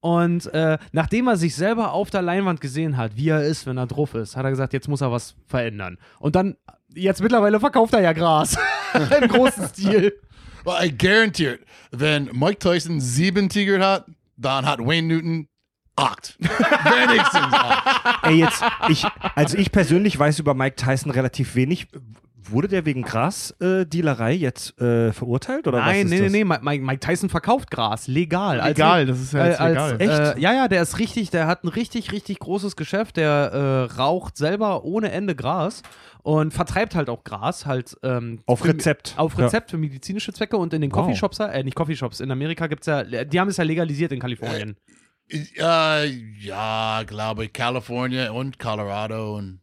D: Und äh, nachdem er sich selber auf der Leinwand gesehen hat, wie er ist, wenn er drauf ist, hat er gesagt, jetzt muss er was verändern. Und dann, jetzt mittlerweile verkauft er ja Gras. [laughs] Im großen Stil.
B: Well, I guarantee it. Wenn Mike Tyson sieben Tiger hat, dann hat Wayne Newton acht. Wenigstens acht.
A: Ey, jetzt, ich, also ich persönlich weiß über Mike Tyson relativ wenig. Wurde der wegen Grasdealerei jetzt äh, verurteilt oder
D: Nein,
A: was?
D: nee,
A: ist
D: nee,
A: das?
D: nee, Mi- Mike, Mike Tyson verkauft Gras, legal. Als-
C: Legal, das ist ja jetzt
D: Äh,
C: legal.
D: als, Äh, ja, ja, der ist richtig, der hat ein richtig, richtig großes Geschäft. Der äh, raucht selber ohne Ende Gras und vertreibt halt auch Gras, halt ähm,
A: Auf
D: für-
A: Rezept.
D: Auf Rezept für medizinische Zwecke und in den
A: Wow.
D: Coffeeshops, äh, nicht Coffeeshops, in Amerika gibt's ja, die haben es ja legalisiert in Kalifornien.
B: Äh, ja, glaube ich, California und Colorado und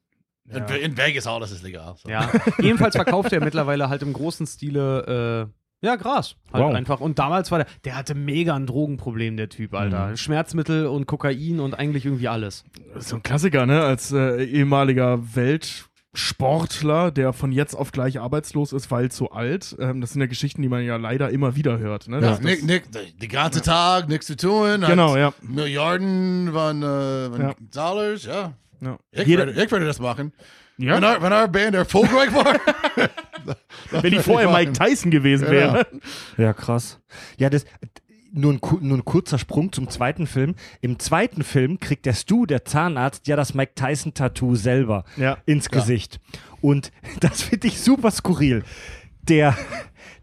B: und in Vegas alles ist legal. So. Uh,
D: Ja. Jedenfalls verkauft er mittlerweile halt im großen Stile, äh, ja, Gras. Halt
A: Wow.
D: einfach. Und damals war der, der hatte mega ein Drogenproblem, der Typ, Alter.
A: Mhm.
D: Schmerzmittel und Kokain und eigentlich irgendwie alles.
C: so ein Klassiker, ne? Als äh, ehemaliger Weltsportler, der von jetzt auf gleich arbeitslos ist, weil zu alt. Ähm, das sind ja Geschichten, die man ja leider immer wieder hört. Ne?
B: Ja,
C: Das,
B: Nick,
C: das,
B: Nick, den ganzen Tag nichts zu tun. hat
C: Genau, ja.
B: Milliarden uh, von, äh, von
C: Ja.
B: Dollars, ja.
C: ja.
B: Ich,
C: Jeder-
B: würde, ich würde das machen. Wenn,
C: ja. Genau.
B: our, wenn our Band erfolgreich war.
C: Wenn die vorher [laughs] Mike Tyson gewesen wäre.
A: Ja, krass. Ja, das. Nur ein, ku- nur ein kurzer Sprung zum zweiten Film. Im zweiten Film kriegt der Stu, der Zahnarzt, ja das Mike Tyson-Tattoo selber
C: Ja.
A: ins Gesicht. Und [laughs] das finde ich super skurril. Der,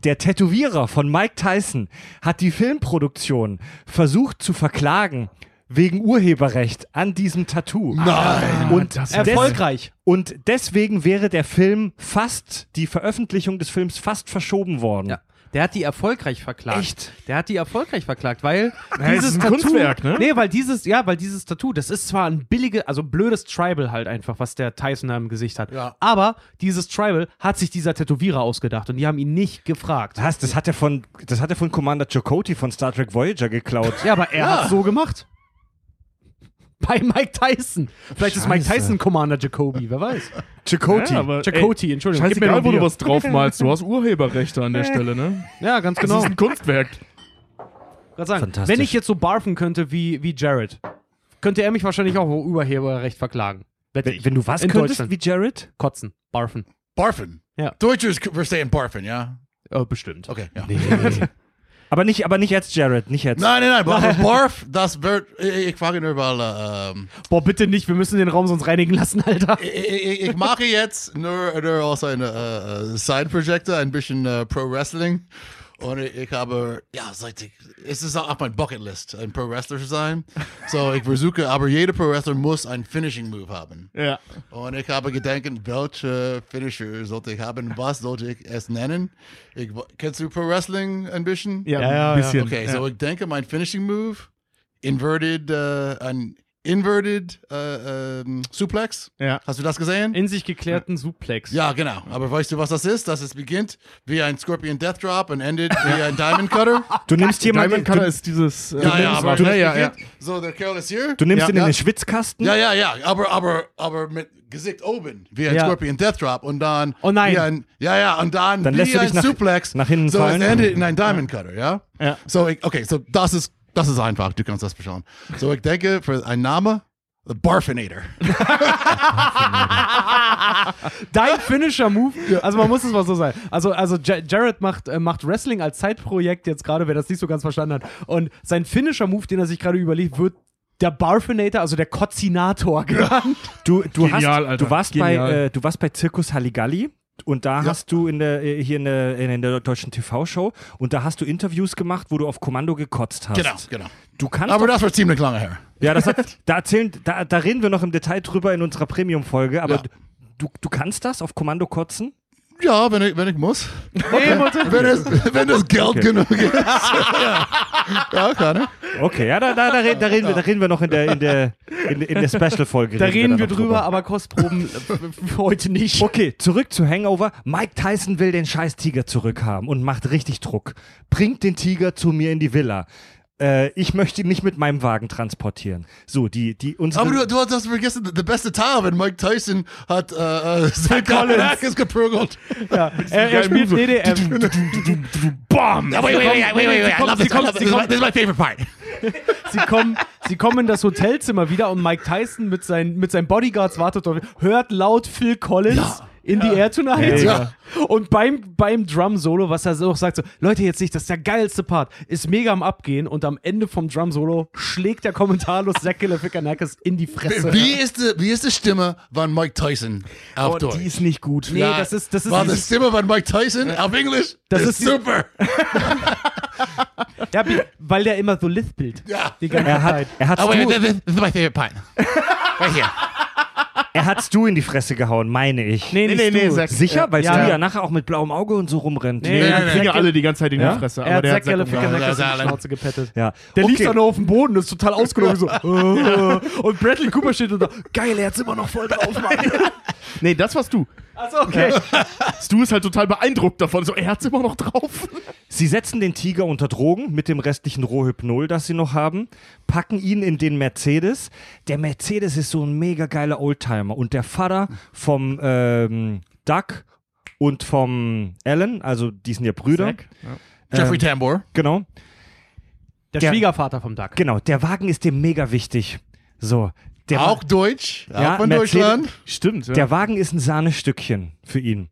A: der Tätowierer von Mike Tyson hat die Filmproduktion versucht zu verklagen wegen Urheberrecht an diesem Tattoo.
B: Nein.
A: Und
C: das-
A: des-
D: Erfolgreich.
A: Und deswegen wäre der Film fast, die Veröffentlichung des Films fast verschoben worden.
D: Ja. Der hat die erfolgreich verklagt.
A: Echt?
D: Der hat die erfolgreich verklagt, weil
C: Ja, es
D: dieses
C: ist ein
D: Tattoo,
C: Kunstwerk, ne?
D: Nee, weil dieses, ja, weil dieses Tattoo, das ist zwar ein billige, also blödes Tribal halt einfach, was der Tyson da im Gesicht hat.
B: Ja.
D: Aber dieses Tribal hat sich dieser Tätowierer ausgedacht und die haben ihn nicht gefragt.
A: Was? Das hat er von, das hat er
B: [laughs]
A: von Commander Chakotay von Star Trek Voyager geklaut.
D: Ja, aber er hat's so gemacht. [laughs] Bei Mike Tyson. Vielleicht ist Mike
A: Scheiße.
D: Tyson Commander Jacoby, wer weiß.
C: Chakoti.
D: Chakoti, Entschuldigung. Gib mir
C: Scheißegal,
D: noch
C: wo
D: ein
C: du
D: Bier.
C: was draufmalst. Du hast
D: [laughs]
C: Urheberrechte an der Stelle, ne?
D: Ja, ganz
C: Das
D: genau.
C: ist ein [laughs] Kunstwerk.
D: Grad sagen,
A: Fantastisch.
D: Wenn ich jetzt so barfen könnte wie, wie Jared, könnte er mich wahrscheinlich auch Urheberrecht verklagen. Wette
A: Wenn,
D: ich.
A: wenn du was
D: In
A: könntest,
D: Deutschland.
A: wie Jared?
D: Kotzen, barfen.
B: Barfen.
D: Ja.
B: Deutschers were saying barfen, ja?
D: Äh, bestimmt.
B: Okay, ja.
A: aber, nicht, aber nicht jetzt Jared, nicht jetzt.
B: Nein, nein, nein. aber Barf, das wird. Ich, ich frage nur, weil. äh, Ähm,
D: [laughs] Boah, bitte nicht, wir müssen den Raum sonst reinigen lassen, Alter.
C: Oh. Äh,
B: ich, ich, ich mache jetzt nur, nur aus einem äh, äh, Side-Projekte ein bisschen äh, Pro-Wrestling. Und ich, ich habe, er, ja, seit ich, es ist auf meiner Bucketlist, ein Pro-Wrestler zu sein. So, ich versuche, aber jeder Pro-Wrestler muss einen Finishing-Move haben.
C: Ja.
B: Und ich habe gedacht, welche er Finisher sollte ich haben? Was sollte ich es nennen? Ich, wo- kennst du Pro Wrestling ein bisschen?
C: Ja,
D: Ja, Genau. ja,
C: ein bisschen.
B: Okay,
C: ja.
B: so ich denke, mein Finishing Move, inverted, äh, ein inverted äh, ähm, Suplex.
C: Ja.
B: Hast du das gesehen?
D: In sich geklärten Suplex.
B: ja, genau. Aber weißt du, was das ist? Das ist beginnt wie ein Scorpion Death Drop und endet wie ein Diamond Cutter.
A: Du nimmst jemanden,
C: Diamond Cutter
A: du,
C: ist dieses. äh,
B: ja, ja,
C: Diamond
B: aber
C: Cutter.
B: das
C: ja, ja,
B: beginnt, So, der Kerl ist hier.
A: du nimmst
B: ja,
A: ihn in
B: ja.
A: den Schwitzkasten.
B: Ja, ja, ja, aber, aber, aber mit Gesicht oben, wie ein
D: Ja.
B: Scorpion Death Drop und dann.
D: Oh nein.
B: Wie ein, ja, ja, und dann.
A: Dann
B: wie
A: lässt du
B: ein
A: dich nach-
B: Suplex.
A: nach hinten
B: so
A: fallen.
B: Es endet in ein Diamond Cutter, ja?
C: Ja.
B: So, ich, okay, so das ist, das ist einfach, du kannst das beschauen. So, ich denke, für einen Name, The Barfinator.
D: Dein Finisher-Move. Also man muss es mal so sein. Also, also Ja- Jared macht, äh, macht Wrestling als Zeitprojekt jetzt gerade, wer das nicht so ganz verstanden hat. Und sein Finisher-Move, den er sich gerade überlegt, wird der Barfinator, also der
C: [laughs]
D: Kotzinator genannt.
A: Du, du,
C: Genial,
A: hast,
C: Alter.
A: du, warst bei,
C: Genial.
A: äh, du warst bei Zirkus Halligalli und da hast du in der, äh, hier in der, in der deutschen TV-Show und da hast du Interviews gemacht, wo du auf Kommando gekotzt hast.
B: Genau, genau.
A: Du kannst
B: Aber das war ziemlich lange her.
A: Ja, das hat, da erzählen, da, da reden wir noch im Detail drüber in unserer Premium-Folge, aber
B: Ja.
A: du, du kannst das auf Kommando kotzen?
B: Ja, wenn ich, wenn ich muss.
D: Nee, Mutter.
B: Wenn, es, wenn das Geld genug ist. ja. [laughs] ja, kann ich.
A: Okay, ja, da, da, da, re- da, reden, wir, da reden wir noch in der, in der, in, in der Special-Folge.
D: Da reden wir
A: dann noch
D: drüber, aber Kostproben äh, für heute nicht.
A: Okay, zurück zu Hangover. Mike Tyson will den scheiß Tiger zurückhaben und macht richtig Druck. Bringt den Tiger zu mir in die Villa. Äh, ich möchte ihn nicht mit meinem Wagen transportieren. So, die, die unsere,
B: Aber du, du hast das vergessen, der beste Teil, wenn Mike Tyson hat äh, äh, Zach Galifianakis geprügelt.
D: Ja. Er, er spielt E EDM.
C: Bam!
B: Wait, wait, wait, wait, wait, wait. I love
D: Sie
B: this. I
D: kommt-
B: love this.
D: sie
B: This is my-
D: kommt-
B: this is my favorite part.
D: Sie kommen, sie kommen in das Hotelzimmer wieder und Mike Tyson mit seinen, mit seinen Bodyguards wartet dort, hört laut Phil Collins.
B: Ja.
D: In the Air Tonight.
B: Ja.
D: Und beim, beim Drum-Solo, was er so auch sagt, so, Leute, jetzt nicht, das ist der geilste Part, ist mega am Abgehen und am Ende vom Drum-Solo schlägt der kommentarlos Zack Galifianakis in die Fresse.
B: Wie ist die, wie ist die Stimme von Mike Tyson auf Deutsch?
C: Die ist nicht gut.
D: Nee,
B: Ja.
D: das ist, das ist,
B: War die Stimme von Mike Tyson auf Englisch?
D: Das ist die-
B: super.
D: ja, wie- weil der immer so lispelt.
B: Ja.
D: Die ganze
A: er hat,
D: Zeit.
A: er hat's
B: Oh, wait,
A: du,
B: this is my favorite [laughs] part. Right here.
A: er hat's du in die Fresse gehauen, meine ich.
D: Nee,
C: Nee,
D: nicht
C: nee, nee,
D: du.
C: Zack.
A: Sicher? Weil
D: Ja.
A: du ja nachher auch mit blauem Auge und so rumrennt.
D: Nee,
C: Nee,
D: Ja,
C: die kriegen ja alle die ganze Zeit in die Fresse.
D: er
C: aber
D: hat
C: der
D: Zack
C: hat Zack Galifianakis-
D: Galifianakis in
B: Ja,
D: die
B: ja,
D: Schnauze gepettet.
A: Ja.
D: Der liegt
A: Okay.
D: da nur auf dem Boden, ist total ausgelogen.
C: [laughs]
D: so, äh, und Bradley Cooper steht da. Geil, er hat's immer noch voll drauf, Mann.
C: [laughs] Nee, das warst du.
D: Achso, okay.
C: Stu ist halt total beeindruckt davon. So, er hat's immer noch drauf.
A: Sie setzen den Tiger unter Drogen mit dem restlichen Rohhypnol, das sie noch haben, packen ihn in den Mercedes. Der Mercedes ist so ein mega geiler Oldtimer und der Vater vom ähm, Duck und vom Alan, also die sind ja Brüder,
B: Jeffrey Tambor.
A: genau,
D: Der,
A: Der-
D: Schwiegervater vom Duck.
A: genau. Der Wagen ist dem mega wichtig. So, der Wa-
B: Auch Deutsch.
A: Ja,
B: auch von
A: Mercedes-
B: Deutschland.
C: Stimmt. Ja.
A: Der Wagen ist ein Sahnestückchen für ihn.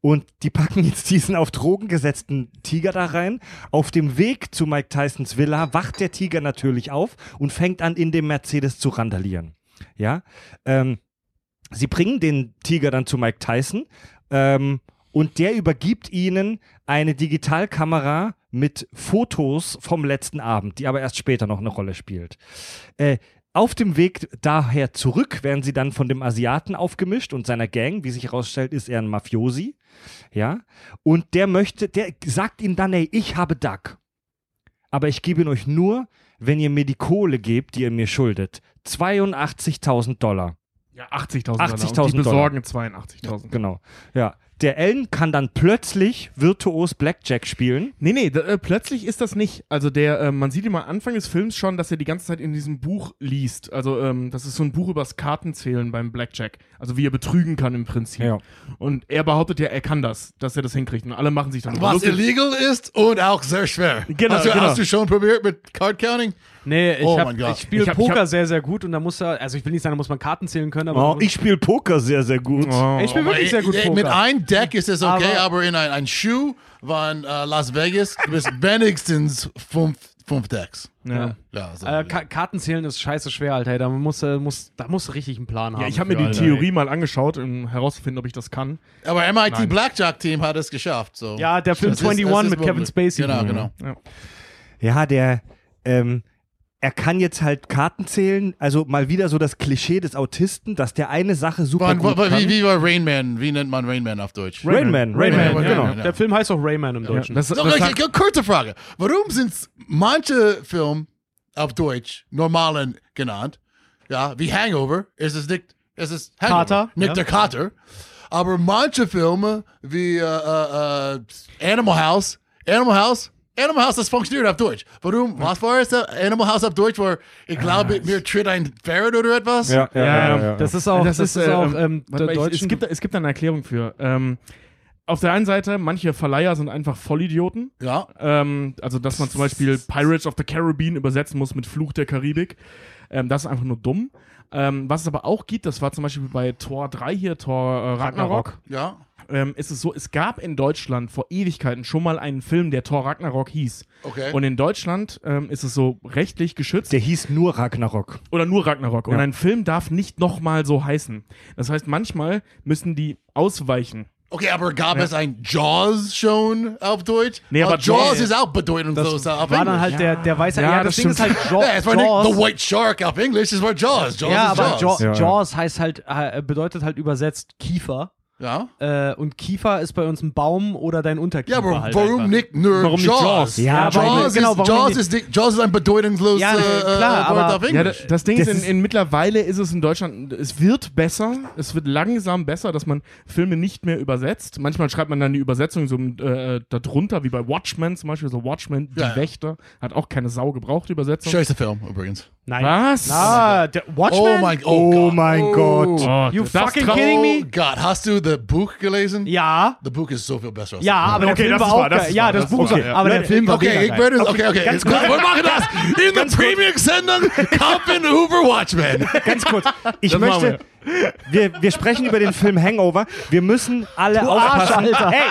A: Und die packen jetzt diesen auf Drogen gesetzten Tiger da rein. Auf dem Weg zu Mike Tysons Villa wacht der Tiger natürlich auf und fängt an, in dem Mercedes zu randalieren. Ja. Ähm, sie bringen den Tiger dann zu Mike Tyson ähm, und der übergibt ihnen eine Digitalkamera mit Fotos vom letzten Abend, die aber erst später noch eine Rolle spielt. Äh, auf dem Weg daher zurück werden sie dann von dem Asiaten aufgemischt und seiner Gang. Wie sich herausstellt, ist er ein Mafiosi. Ja. Und der möchte, der sagt ihnen dann, ey, ich habe Duck. Aber ich gebe ihn euch nur, wenn ihr mir die Kohle gebt, die ihr mir schuldet. 82.000 Dollar.
C: Ja, 80.000 Dollar.
A: 80.000
C: Und die
A: Dollar.
C: besorgen 82.000.
A: Genau. Ja. Der Ellen kann dann plötzlich virtuos Blackjack spielen.
C: Nee, nee, da, äh, plötzlich ist das nicht. Also der, äh, man sieht ihm am Anfang des Films schon, dass er die ganze Zeit in diesem Buch liest. Also ähm, das ist so ein Buch übers Kartenzählen beim Blackjack. Also wie er betrügen kann im Prinzip.
A: Ja.
C: Und er behauptet ja, er kann das, dass er das hinkriegt. Und alle machen sich dann
B: Was illegal ist und auch sehr schwer.
C: Genau,
B: hast, du,
C: genau.
B: hast du schon probiert mit Card Counting?
D: Nee, ich,
B: Oh
D: hab-
B: mein Gott.
D: ich spiele
C: Ich hab- ich
D: Poker
C: hab-
D: sehr, sehr gut und da muss er, also ich will nicht sagen, da muss man Karten zählen können, aber.
A: Oh, ich spiele Poker sehr, sehr gut.
C: Oh.
D: ich spiele wirklich sehr gut
B: Ey,
D: Poker.
B: eh, Mit einem Deck ist es okay,
D: Aber-
B: aber, in ein, ein Schuh von äh, Las Vegas, du
D: [laughs]
B: bist wenigstens fünf, fünf Decks.
C: Ja.
B: Ja, so.
D: äh, Ka Kartenzählen ist scheiße schwer, Alter. ey. Da muss, äh, muss, da muss richtig einen Plan haben.
C: Ja, ich habe mir
D: für,
C: die
D: Alter,
C: Theorie mal angeschaut, um herauszufinden, ob ich das kann.
B: aber MIT
C: Nein.
B: Blackjack Team hat es geschafft. So.
D: ey. Ja, der Film
B: Das ist-
D: 21
B: das ist
D: mit Kevin
B: wirklich-
D: Spacey.
B: Genau, genau.
A: Ja, der, ähm, er kann jetzt halt Karten zählen. Also mal wieder so das Klischee des Autisten, dass der eine Sache super
B: Wann,
A: gut
B: wa-
A: kann.
B: wie, wie war Rain Man? Wie nennt man Rain Man auf Deutsch?
A: Rain Man, Rain
D: Rayman,
A: Man,
B: Man,
D: ja,
A: genau.
D: genau. Der Film heißt auch Rayman im Deutschen.
C: Das, das,
B: Doch,
C: sagt-
B: okay, kurze Frage. Warum sind manche Filme auf Deutsch normalen genannt? Ja, wie Hangover. Es ist nicht, es ist Hangover.
D: Kater,
B: Nicht
D: ja.
B: der Kater. Aber manche Filme wie äh, äh, äh, Animal House, Animal House, Animal House, das funktioniert auf Deutsch. Warum? Was war es? da? Animal House auf Deutsch, wo ich glaube, mir tritt ein Ferret oder etwas?
A: Ah, Ja, ja, ja, ja, ja.
D: Das ist auch, das ist,
C: äh,
D: auch ähm, der
C: warte mal, ich-
D: deutschen.
C: es, gibt, es gibt da eine Erklärung für. Ähm, auf der einen Seite, manche Verleiher sind einfach Vollidioten.
B: Ja.
C: Ähm, also, dass man zum Beispiel Pirates of the Caribbean übersetzen muss mit Fluch der Karibik. Ähm, das ist einfach nur dumm. Ähm, was es aber auch gibt, das war zum Beispiel bei Tor 3 hier, Tor äh, Ragnarok,
B: Ja.
C: Ähm, ist es so, es gab in Deutschland vor Ewigkeiten schon mal einen Film, der Tor Ragnarok hieß.
B: Okay.
C: Und in Deutschland ähm, ist es so rechtlich geschützt.
A: Der hieß nur Ragnarok.
C: Oder nur Ragnarok. Und
A: Ja.
C: ein Film darf nicht nochmal so heißen. Das heißt, manchmal müssen die ausweichen.
B: Okay, aber gab es ein Jaws schon auf Deutsch?
C: Nee, aber
B: Weil Jaws
C: nee.
B: ist auch bedeutungslos auf
D: war dann
B: Englisch.
D: halt der, der weiße. Ja,
C: Ja,
D: das,
C: das
D: Ding ist halt
C: stimmt.
D: Jaw-
B: Ja, es war
D: Jaws.
B: nicht The White Shark auf Englisch, es war Jaws. Jaws
D: ja,
B: ist
D: aber
B: Jaws.
D: Jaws,
A: Ja, ja.
D: Jaws heißt halt, äh, bedeutet halt übersetzt Kiefer.
B: Ja,
D: Äh, und Kiefer ist bei uns ein Baum oder dein Unterkiefer.
B: ja aber
D: halt
B: warum
D: einfach.
B: nicht nur
C: Warum nicht
B: Jaws?
C: Jaws?
A: Ja,
B: Jaws,
D: aber-
B: ist,
D: genau, warum
B: Jaws,
D: nicht?
B: ist, nicht- Jaws ist ein bedeutungsloses
D: Ja,
B: äh,
D: äh, klar,
B: äh, Wort
D: aber-
B: auf
C: Ja,
B: Englisch.
C: das, das Ding
A: Das
C: ist,
A: ist-
C: in, in mittlerweile ist es in Deutschland, es wird besser, es wird langsam besser, dass man Filme nicht mehr übersetzt. Manchmal schreibt man dann die Übersetzung so äh, darunter, wie bei Watchmen zum Beispiel, so Watchmen,
B: Ja, ja.
C: die Wächter, hat auch keine Sau gebraucht, die Übersetzung.
B: Scheiße Film übrigens.
D: Nein.
C: Was?
D: Ah, der Watchmen?
B: Oh mein Gott. Oh,
A: mein Gott.
C: Oh,
D: You
C: das
D: fucking
C: trau-
D: kidding me?
B: Oh Gott, hast du das Buch gelesen?
D: Ja.
B: Das Buch ist so viel besser. als
D: Ja, aber
C: Okay,
D: der Film
C: das
D: war
C: ist
D: auch
C: wahr, das
D: geil.
C: ist
D: Ja,
C: wahr,
D: das
C: das ist
D: Buch.
C: wahr,
D: Okay,
C: ja.
D: aber der
A: Leute,
D: Film war mega
B: Okay, ich
D: geil.
B: werde es. Okay, okay. Jetzt-
A: kurz.
B: Wir machen
D: [laughs]
B: das in der Premium-Sendung. Captain Hoover Watchmen.
A: Ganz kurz. Ich
C: Das machen
A: möchte. Wir, wir sprechen über den Film Hangover. Wir müssen alle
D: Arsch,
A: aufpassen. Hey,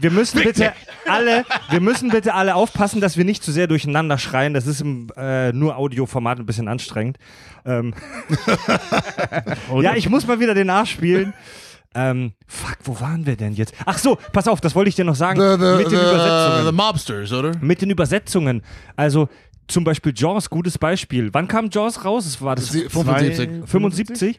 A: wir müssen bitte alle, wir müssen bitte alle aufpassen, dass wir nicht zu sehr durcheinander schreien. Das ist im äh, nur Audioformat ein bisschen anstrengend. Ähm, ja, ich muss mal wieder den Arsch spielen. Ähm, fuck, wo waren wir denn jetzt? Ach so, pass auf, das wollte ich dir noch sagen.
B: The, the,
A: mit den
B: the,
A: Übersetzungen.
B: the Mobsters, oder?
A: Mit den Übersetzungen. Also zum Beispiel Jaws, gutes Beispiel. Wann kam Jaws raus? Es war das
B: Sie- 75.
A: 75.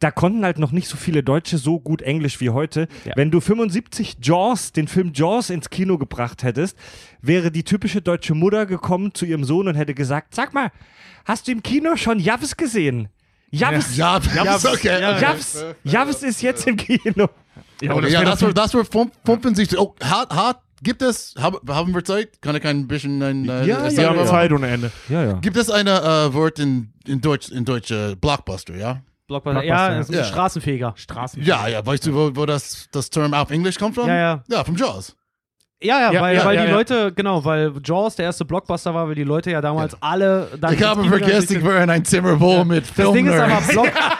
A: Da konnten halt noch nicht so viele Deutsche so gut Englisch wie heute. Wenn du 75 Jaws, den Film Jaws ins Kino gebracht hättest, wäre die typische deutsche Mutter gekommen zu ihrem Sohn und hätte gesagt, sag mal, hast du im Kino schon Javis gesehen? Javis,
B: Ja, das ist okay.
A: Javis, Javis ist jetzt im Kino.
C: Ja, aber
B: Okay,
C: das
B: ja,
C: wär
B: das
C: doch
B: war, das war 75. Oh, hart, hart. Gibt es, hab, haben wir Zeit? Kann ich ein bisschen ein. äh,
A: Ja,
B: ein-
A: ja,
C: wir haben
A: ja.
C: Zeit ohne Ende.
A: Ja, ja.
B: Gibt es ein äh, Wort in, in Deutsch, in Deutsch äh, Blockbuster, ja?
D: Blockbuster. Ja, das ist ein
B: Ja.
D: Straßenfeger.
C: Straßen.
B: Ja, ja. Weißt du, wo, wo das, das Term auf Englisch kommt von?
D: Ja, ja.
B: Ja, vom Jaws.
D: Ja, ja,
C: Ja,
D: weil,
C: ja,
D: weil
C: ja,
D: die
C: ja.
D: Leute, genau, weil Jaws der erste Blockbuster war, weil die Leute ja damals alle. dann
B: Ich habe
D: ins Kino
B: vergessen, ich
D: gegangen
B: war in ein Zimmer voll mit
D: sind. das Ding, ist aber
B: Filmnerds. [laughs]
D: Block,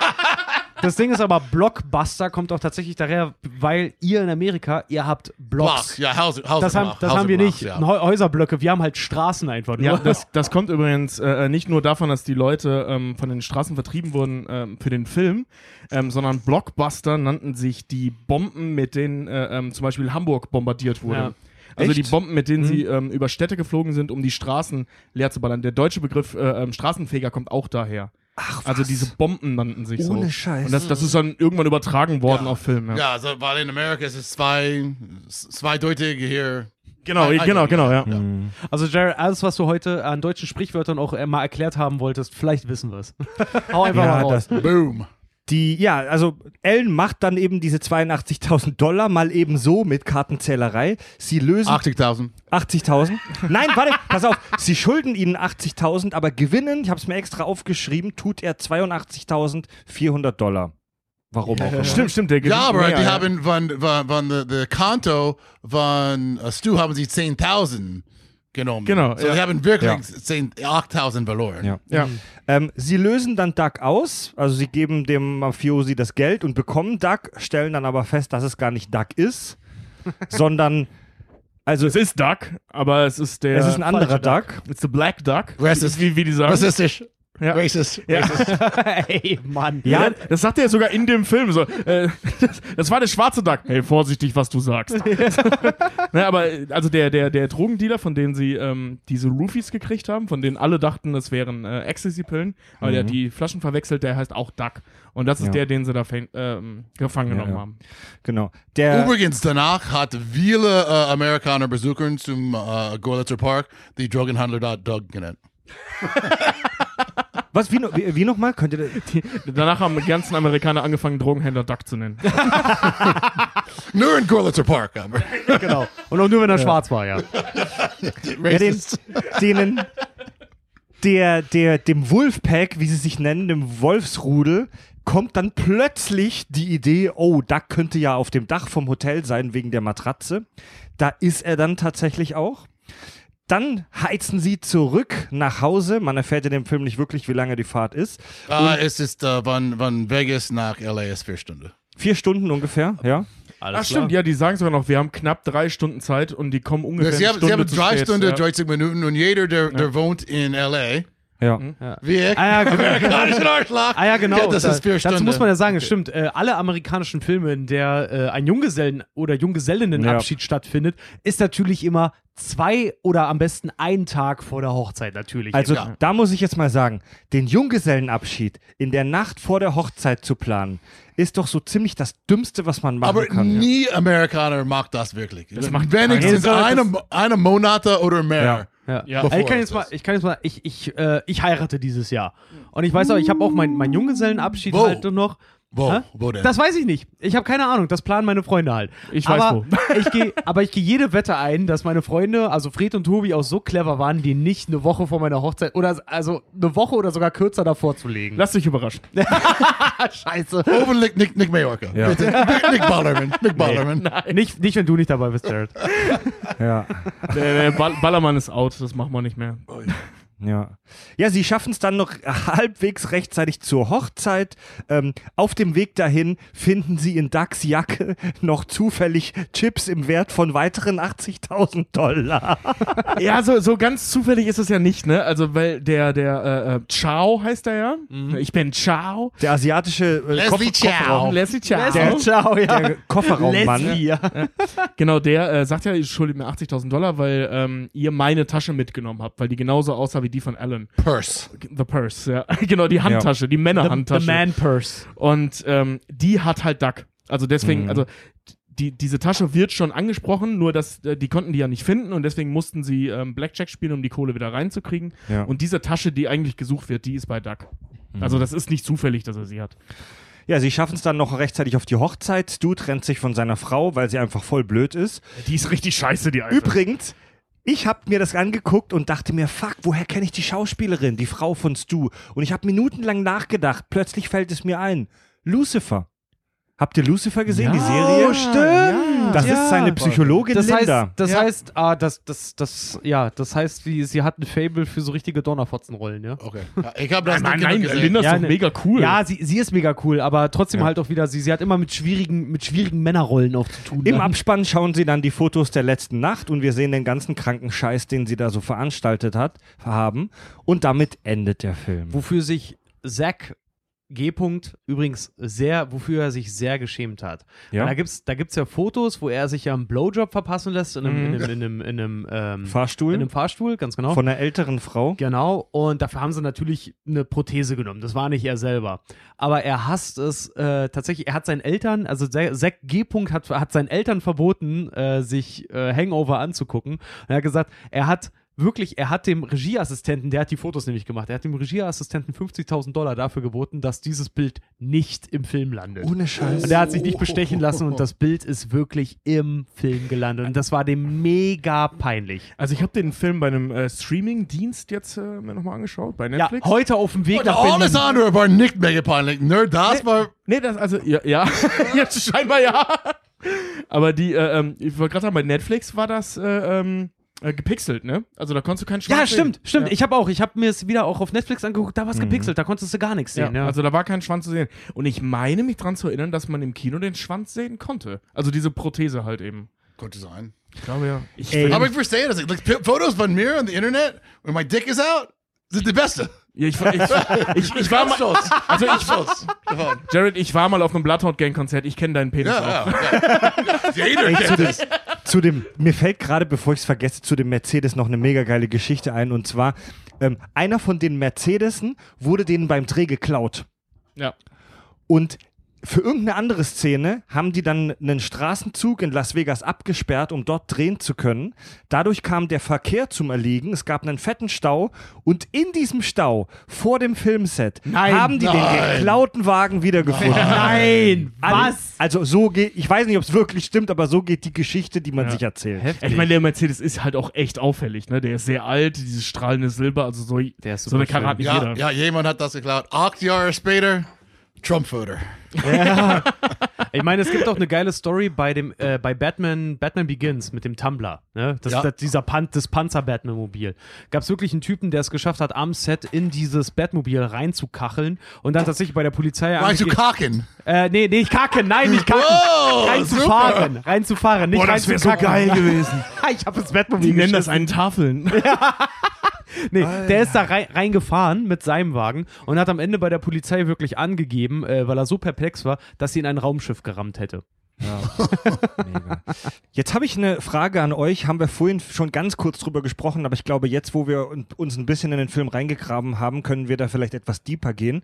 D: das Ding ist aber Blockbuster kommt auch tatsächlich daher, weil ihr in Amerika, ihr habt Blocks.
B: Blocks, ja, House, House
D: Das haben, das haben wir nicht. Häu- Häuserblöcke, wir haben halt Straßen einfach nur. [laughs]
C: Ja, das, das kommt übrigens äh, nicht nur davon, dass die Leute ähm, von den Straßen vertrieben wurden ähm, für den Film, ähm, sondern Blockbuster nannten sich die Bomben, mit denen äh, ähm, zum Beispiel Hamburg bombardiert wurde.
D: Ja.
C: Also
A: Echt?
C: die Bomben, mit denen sie ähm, über Städte geflogen sind, um die Straßen leer zu ballern. Der deutsche Begriff äh, ähm, Straßenfeger kommt auch daher. Ach, Also diese Bomben nannten sich so.
A: Ohne Scheiß.
C: Und das, das ist dann irgendwann übertragen worden auf Film. Ja.
B: Ja, so, weil in Amerika ist es zwei, zweideutige hier.
C: Genau,
B: Ein-
C: genau,
B: ein-
C: genau, ja.
A: Mhm.
D: Also, Jared, alles, was du heute an deutschen Sprichwörtern auch äh, mal erklärt haben wolltest, vielleicht wissen wir es. Hau einfach mal
A: Ja,
D: raus.
A: das,
B: Boom.
A: die, ja, also Ellen macht dann eben diese 82.000 Dollar mal eben so mit Kartenzählerei. Sie lösen
B: 80.000.
A: 80.000. Nein, warte, pass auf. Sie schulden ihnen 80.000, aber gewinnen, ich habe es mir extra aufgeschrieben, tut er 82.400 Dollar. Warum auch immer.
C: Stimmt, stimmt, der gewinnt
B: Ja, aber
C: mehr,
B: die
C: ja.
B: haben von, von, von der der Konto von äh, Stu haben sie 10.000 genommen.
C: Genau,
B: So
C: ja.
B: die haben wirklich
A: Ja.
B: 10 8.000 verloren.
A: Ja.
C: Ja.
A: Ähm, sie lösen dann Doug aus, also sie geben dem Mafiosi das Geld und bekommen Doug, stellen dann aber fest, dass es gar nicht Doug ist, sondern,
C: [laughs]
A: also
C: Es ist Duck, aber es ist der.
A: Es ist ein anderer
C: falsche
A: Duck.
C: It's a black duck.
B: Racist.
C: Wie, wie die sagen.
B: Rassistisch.
C: Ja.
B: Racist.
C: Ja.
D: [laughs] Ey, Mann.
C: Ja, das sagt er sogar in dem Film. So, äh, [laughs] das, das war der schwarze Duck. Hey, vorsichtig, was du
B: [laughs]
C: sagst. [laughs] naja, aber äh, also der, der, der Drogendealer, von dem sie ähm, diese Roofies gekriegt haben, von denen alle dachten, das wären äh, Ecstasy-Pillen, aber
B: Mhm.
C: der hat die Flaschen verwechselt, der heißt auch Duck. Und das ist
A: Ja.
C: der, den sie da fäng, ähm, gefangen
A: Ja,
C: genommen
A: ja.
C: haben.
A: genau. Der,
B: Übrigens, danach hat viele äh, Amerikaner Besucher zum äh, Gorlitzer Park die Drogenhandler da Doug genannt.
A: was, wie, no- wie, wie nochmal? Könnt ihr,
C: Danach haben die ganzen Amerikaner angefangen, Drogenhändler Duck zu nennen.
B: Nur in Gorlitzer Park, [laughs] aber.
D: genau. Und auch nur, wenn er schwarz war, ja.
A: ja, den, denen, der, der, dem Wolfpack, wie sie sich nennen, dem Wolfsrudel, kommt dann plötzlich die Idee, oh, Duck könnte ja auf dem Dach vom Hotel sein wegen der Matratze. Da ist er dann tatsächlich auch. Dann heizen sie zurück nach Hause. Man erfährt in dem Film nicht wirklich, wie lange die Fahrt ist.
B: Ah, es ist äh, von, von Vegas nach LA ist vier Stunden.
A: Vier Stunden ungefähr, ja.
C: Ach stimmt, ja, die sagen sogar noch, wir haben knapp drei Stunden Zeit und die kommen ungefähr
B: Sie
C: eine
B: haben,
C: Stunde
B: sie haben
C: zu
B: drei
C: spät,
B: Stunden,
C: ja.
B: 30 Minuten und jeder, der, der wohnt in LA,
A: Ja.
B: wie ich,
D: Ah, ja, genau.
B: amerikanischen Arschloch,
D: Ah ja, genau.
B: kennt, das
D: Da-
B: ist vier
D: Dazu
B: Stunden.
D: muss man ja sagen, es stimmt, äh, alle amerikanischen Filme, in der äh, ein Junggesellen- oder Junggesellinnenabschied stattfindet, ist natürlich immer zwei oder am besten einen Tag vor der Hochzeit natürlich.
A: Also
B: Ja.
A: da muss ich jetzt mal sagen, den Junggesellenabschied in der Nacht vor der Hochzeit zu planen, ist doch so ziemlich das Dümmste, was man machen
B: aber
A: kann. ja.
B: nie Amerikaner macht das wirklich. Das
C: macht
B: wenigstens
D: keiner.
B: eine, eine Monate oder mehr.
D: Ja.
C: Ja.
D: Also ich,
B: Bevor
D: kann
B: ist
D: jetzt mal,
B: das.
D: ich kann jetzt mal, ich, ich, äh, ich heirate dieses Jahr. Und ich weiß auch, ich habe auch meinen mein Junggesellenabschied
B: Wo?
D: halt noch.
B: Wo?
D: Hä?
B: Wo denn?
D: Das weiß ich nicht. Ich habe keine Ahnung. Das planen meine Freunde halt.
C: Ich weiß
D: aber [laughs] Ich geh, aber ich gehe jede Wette ein, dass meine Freunde, also Fred und Tobi, auch so clever waren, die nicht eine Woche vor meiner Hochzeit oder also eine Woche oder sogar kürzer davor zu legen.
C: Lass dich [laughs] überraschen. [laughs]
D: Scheiße.
B: Hoffentlich Nick, Nick Mallorca. Bitte. Nick, Nick Ballerman. Nick Ballerman.
D: Nicht, nicht, wenn du nicht dabei bist, Jared.
A: Ja,
C: Der, der Ball Ballermann ist out, das machen wir nicht mehr.
A: ja. Ja, sie schaffen es dann noch [laughs] halbwegs rechtzeitig zur Hochzeit. Ähm, auf dem Weg dahin finden sie in Ducks Jacke noch zufällig Chips im Wert von weiteren 80.000 Dollar.
C: Ja, so, so ganz zufällig ist es ja nicht, ne? Also, weil der, der, äh, äh, Chao heißt er ja. Ich bin Chao.
A: Der asiatische äh,
B: Leslie
A: Koffer
B: Chow.
A: Kofferraum
C: Leslie Mhm. Chao.
A: Der-
D: Ciao, ja.
A: der Kofferraummann.
D: Leslie, ja.
C: genau, der äh, sagt ja, ihr schuldet mir 80.000 Dollar, weil ähm, ihr meine Tasche mitgenommen habt, weil die genauso aussah wie die von Alan.
B: Purse.
C: The Purse, ja. [laughs] genau, die Handtasche, die Männerhandtasche.
D: The Man Purse.
C: Und ähm, die hat halt Duck. Also deswegen, also die, diese Tasche wird schon angesprochen, nur dass äh, die konnten die ja nicht finden und deswegen mussten sie ähm, Blackjack spielen, um die Kohle wieder reinzukriegen.
A: Ja.
C: Und diese Tasche, die eigentlich gesucht wird, die ist bei Duck. Also das ist nicht zufällig, dass er sie hat.
A: Ja, sie schaffen es dann noch rechtzeitig auf die Hochzeit. Stu trennt sich von seiner Frau, weil sie einfach voll blöd ist.
C: Die ist richtig scheiße, die Alte.
A: Übrigens, ich habe mir das angeguckt und dachte mir, fuck, woher kenne ich die Schauspielerin, die Frau von Stu? Und ich habe minutenlang nachgedacht. Plötzlich fällt es mir ein. Lucifer. Habt ihr Lucifer gesehen, die Serie?
D: Oh, stimmt.
A: Das
D: Ja.
A: ist seine Psychologin
D: Das heißt,
A: Linda.
D: das
B: Ja.
D: heißt, ah, das, das, das, ja, das heißt, sie, sie hat ein Fable für so richtige Donnerfotzenrollen, ja.
B: Okay. Ja, Ich habe das nicht
C: Ah, Nein, nein, nein,
B: genug gesehen.
C: Linda ist
D: Ja,
C: doch
D: ne-
C: mega cool.
D: Ja, sie, sie ist mega cool, aber trotzdem halt auch wieder, sie, sie hat immer mit schwierigen, mit schwierigen Männerrollen auch zu tun. ne?
A: Im
D: dann.
A: Abspann schauen sie dann die Fotos der letzten Nacht und wir sehen den ganzen kranken Scheiß, den sie da so veranstaltet hat, haben. Und damit endet der Film.
D: Wofür sich Zack G. -Punkt übrigens sehr, wofür er sich sehr geschämt hat.
A: Ja.
D: Weil Da gibt es da gibt's ja Fotos, wo er sich ja einen Blowjob verpassen lässt in einem, in einem, in einem, in einem, ähm, in
A: Mhm. Fahrstuhl
D: einem Fahrstuhl, ganz genau.
A: von einer älteren Frau.
D: Genau, und dafür haben sie natürlich eine Prothese genommen. Das war nicht er selber. Aber er hasst es äh, tatsächlich. Er hat seinen Eltern, also Zack Zack G. -Punkt hat, hat seinen Eltern verboten, äh, sich äh, Hangover anzugucken. Und er hat gesagt, er hat wirklich, er hat dem Regieassistenten, der hat die Fotos nämlich gemacht, er hat dem Regieassistenten 50.000 Dollar dafür geboten, dass dieses Bild nicht im Film landet.
A: Ohne Scheiß.
D: Und er hat sich nicht bestechen lassen und das Bild ist wirklich im Film gelandet. Und das war dem mega peinlich.
C: Also ich habe den Film bei einem äh, Streaming-Dienst jetzt äh, mir nochmal angeschaut, bei
D: Ja,
C: Netflix.
D: heute auf dem Weg
B: Und
D: nach Berlin.
B: alles andere war nicht mega peinlich. Nur das war.
C: nee, das also, ja, ja. [laughs] jetzt scheinbar ja. Aber die, äh, ähm, ich wollte gerade sagen, bei Netflix war das äh, ähm, äh, gepixelt, ne? Also da konntest du keinen
D: Ja,
C: Schwanz sehen.
D: stimmt, stimmt.
C: Ja.
D: Ich habe auch, ich habe mir es wieder auch auf Netflix angeguckt, da war es gepixelt, da konntest du gar nichts
C: Ja,
D: sehen. Ja,
C: Also da war kein Schwanz zu sehen. Und ich meine mich dran zu erinnern, dass man im Kino den Schwanz sehen konnte. Also diese Prothese halt eben.
B: Könnte sein.
C: Ich glaube ja. Ich
D: Ey.
B: Aber ich verstehe das. Like, p- Fotos von mir on the Internet, when my dick is out, sind die beste.
C: Ja, ich, ich, ich, ich war mal, also ich,
B: Stolz davon.
C: Jared, ich war mal auf einem Bloodhound Gang Konzert. Ich kenne deinen Penis auch.
B: Ja, ja, [laughs] ja. Jeder
A: Ey, zu,
B: kennt
A: dem,
B: das.
A: zu dem, mir fällt gerade, bevor ich es vergesse, zu dem Mercedes noch eine mega geile Geschichte ein. Und zwar, ähm, einer von den Mercedesen wurde denen beim Dreh geklaut.
C: Ja.
A: Und für irgendeine andere Szene haben die dann einen Straßenzug in Las Vegas abgesperrt, um dort drehen zu können. Dadurch kam der Verkehr zum Erliegen. Es gab einen fetten Stau. Und in diesem Stau, vor dem Filmset, haben die den
B: Nein.
A: geklauten Wagen wiedergefunden.
B: [laughs]
D: Nein, was?
A: Also so geht, ich weiß nicht, ob es wirklich stimmt, aber so geht die Geschichte, die man sich erzählt.
C: Ich meine, der Mercedes ist halt auch echt auffällig, ne? Der ist sehr alt, dieses strahlende Silber, also so, der
D: ist
C: so eine
D: super schön.
C: Karate nicht
B: Ja,
C: jeder.
B: ja, jemand hat das geklaut. Acht Jahre später, Trump-Voter.
D: [laughs] Ich meine, es gibt auch eine geile Story bei dem äh, bei Batman Batman Begins mit dem Tumblr, ne? Das,
B: Ja.
D: das dieser Pan das Panzer Batmobil. Gab es wirklich einen Typen, der es geschafft hat, am Set in dieses Batmobil reinzukacheln und dann tatsächlich bei der Polizei
B: Rein zu
A: [laughs]
D: angegeben-
B: kacken.
D: Äh, nee, nee, ich kacke, nein, nicht kacken.
B: Wow,
D: reinzufahren, reinzufahren, nicht
C: Boah, das
D: rein
C: wär
D: zu
C: so
D: kacken.
C: geil gewesen.
D: [laughs] ich habe das Batmobil
C: Die nennen das
D: geschissen.
C: einen Tafeln.
D: Nee, der ist da rein, reingefahren mit seinem Wagen und hat am Ende bei der Polizei wirklich angegeben, äh, weil er so perplex war, dass sie in ein Raumschiff gerammt hätte.
A: [laughs] Jetzt habe ich eine Frage an euch. Haben wir vorhin schon ganz kurz drüber gesprochen, aber ich glaube, jetzt, wo wir un- uns ein bisschen in den Film reingegraben haben, können wir da vielleicht etwas deeper gehen.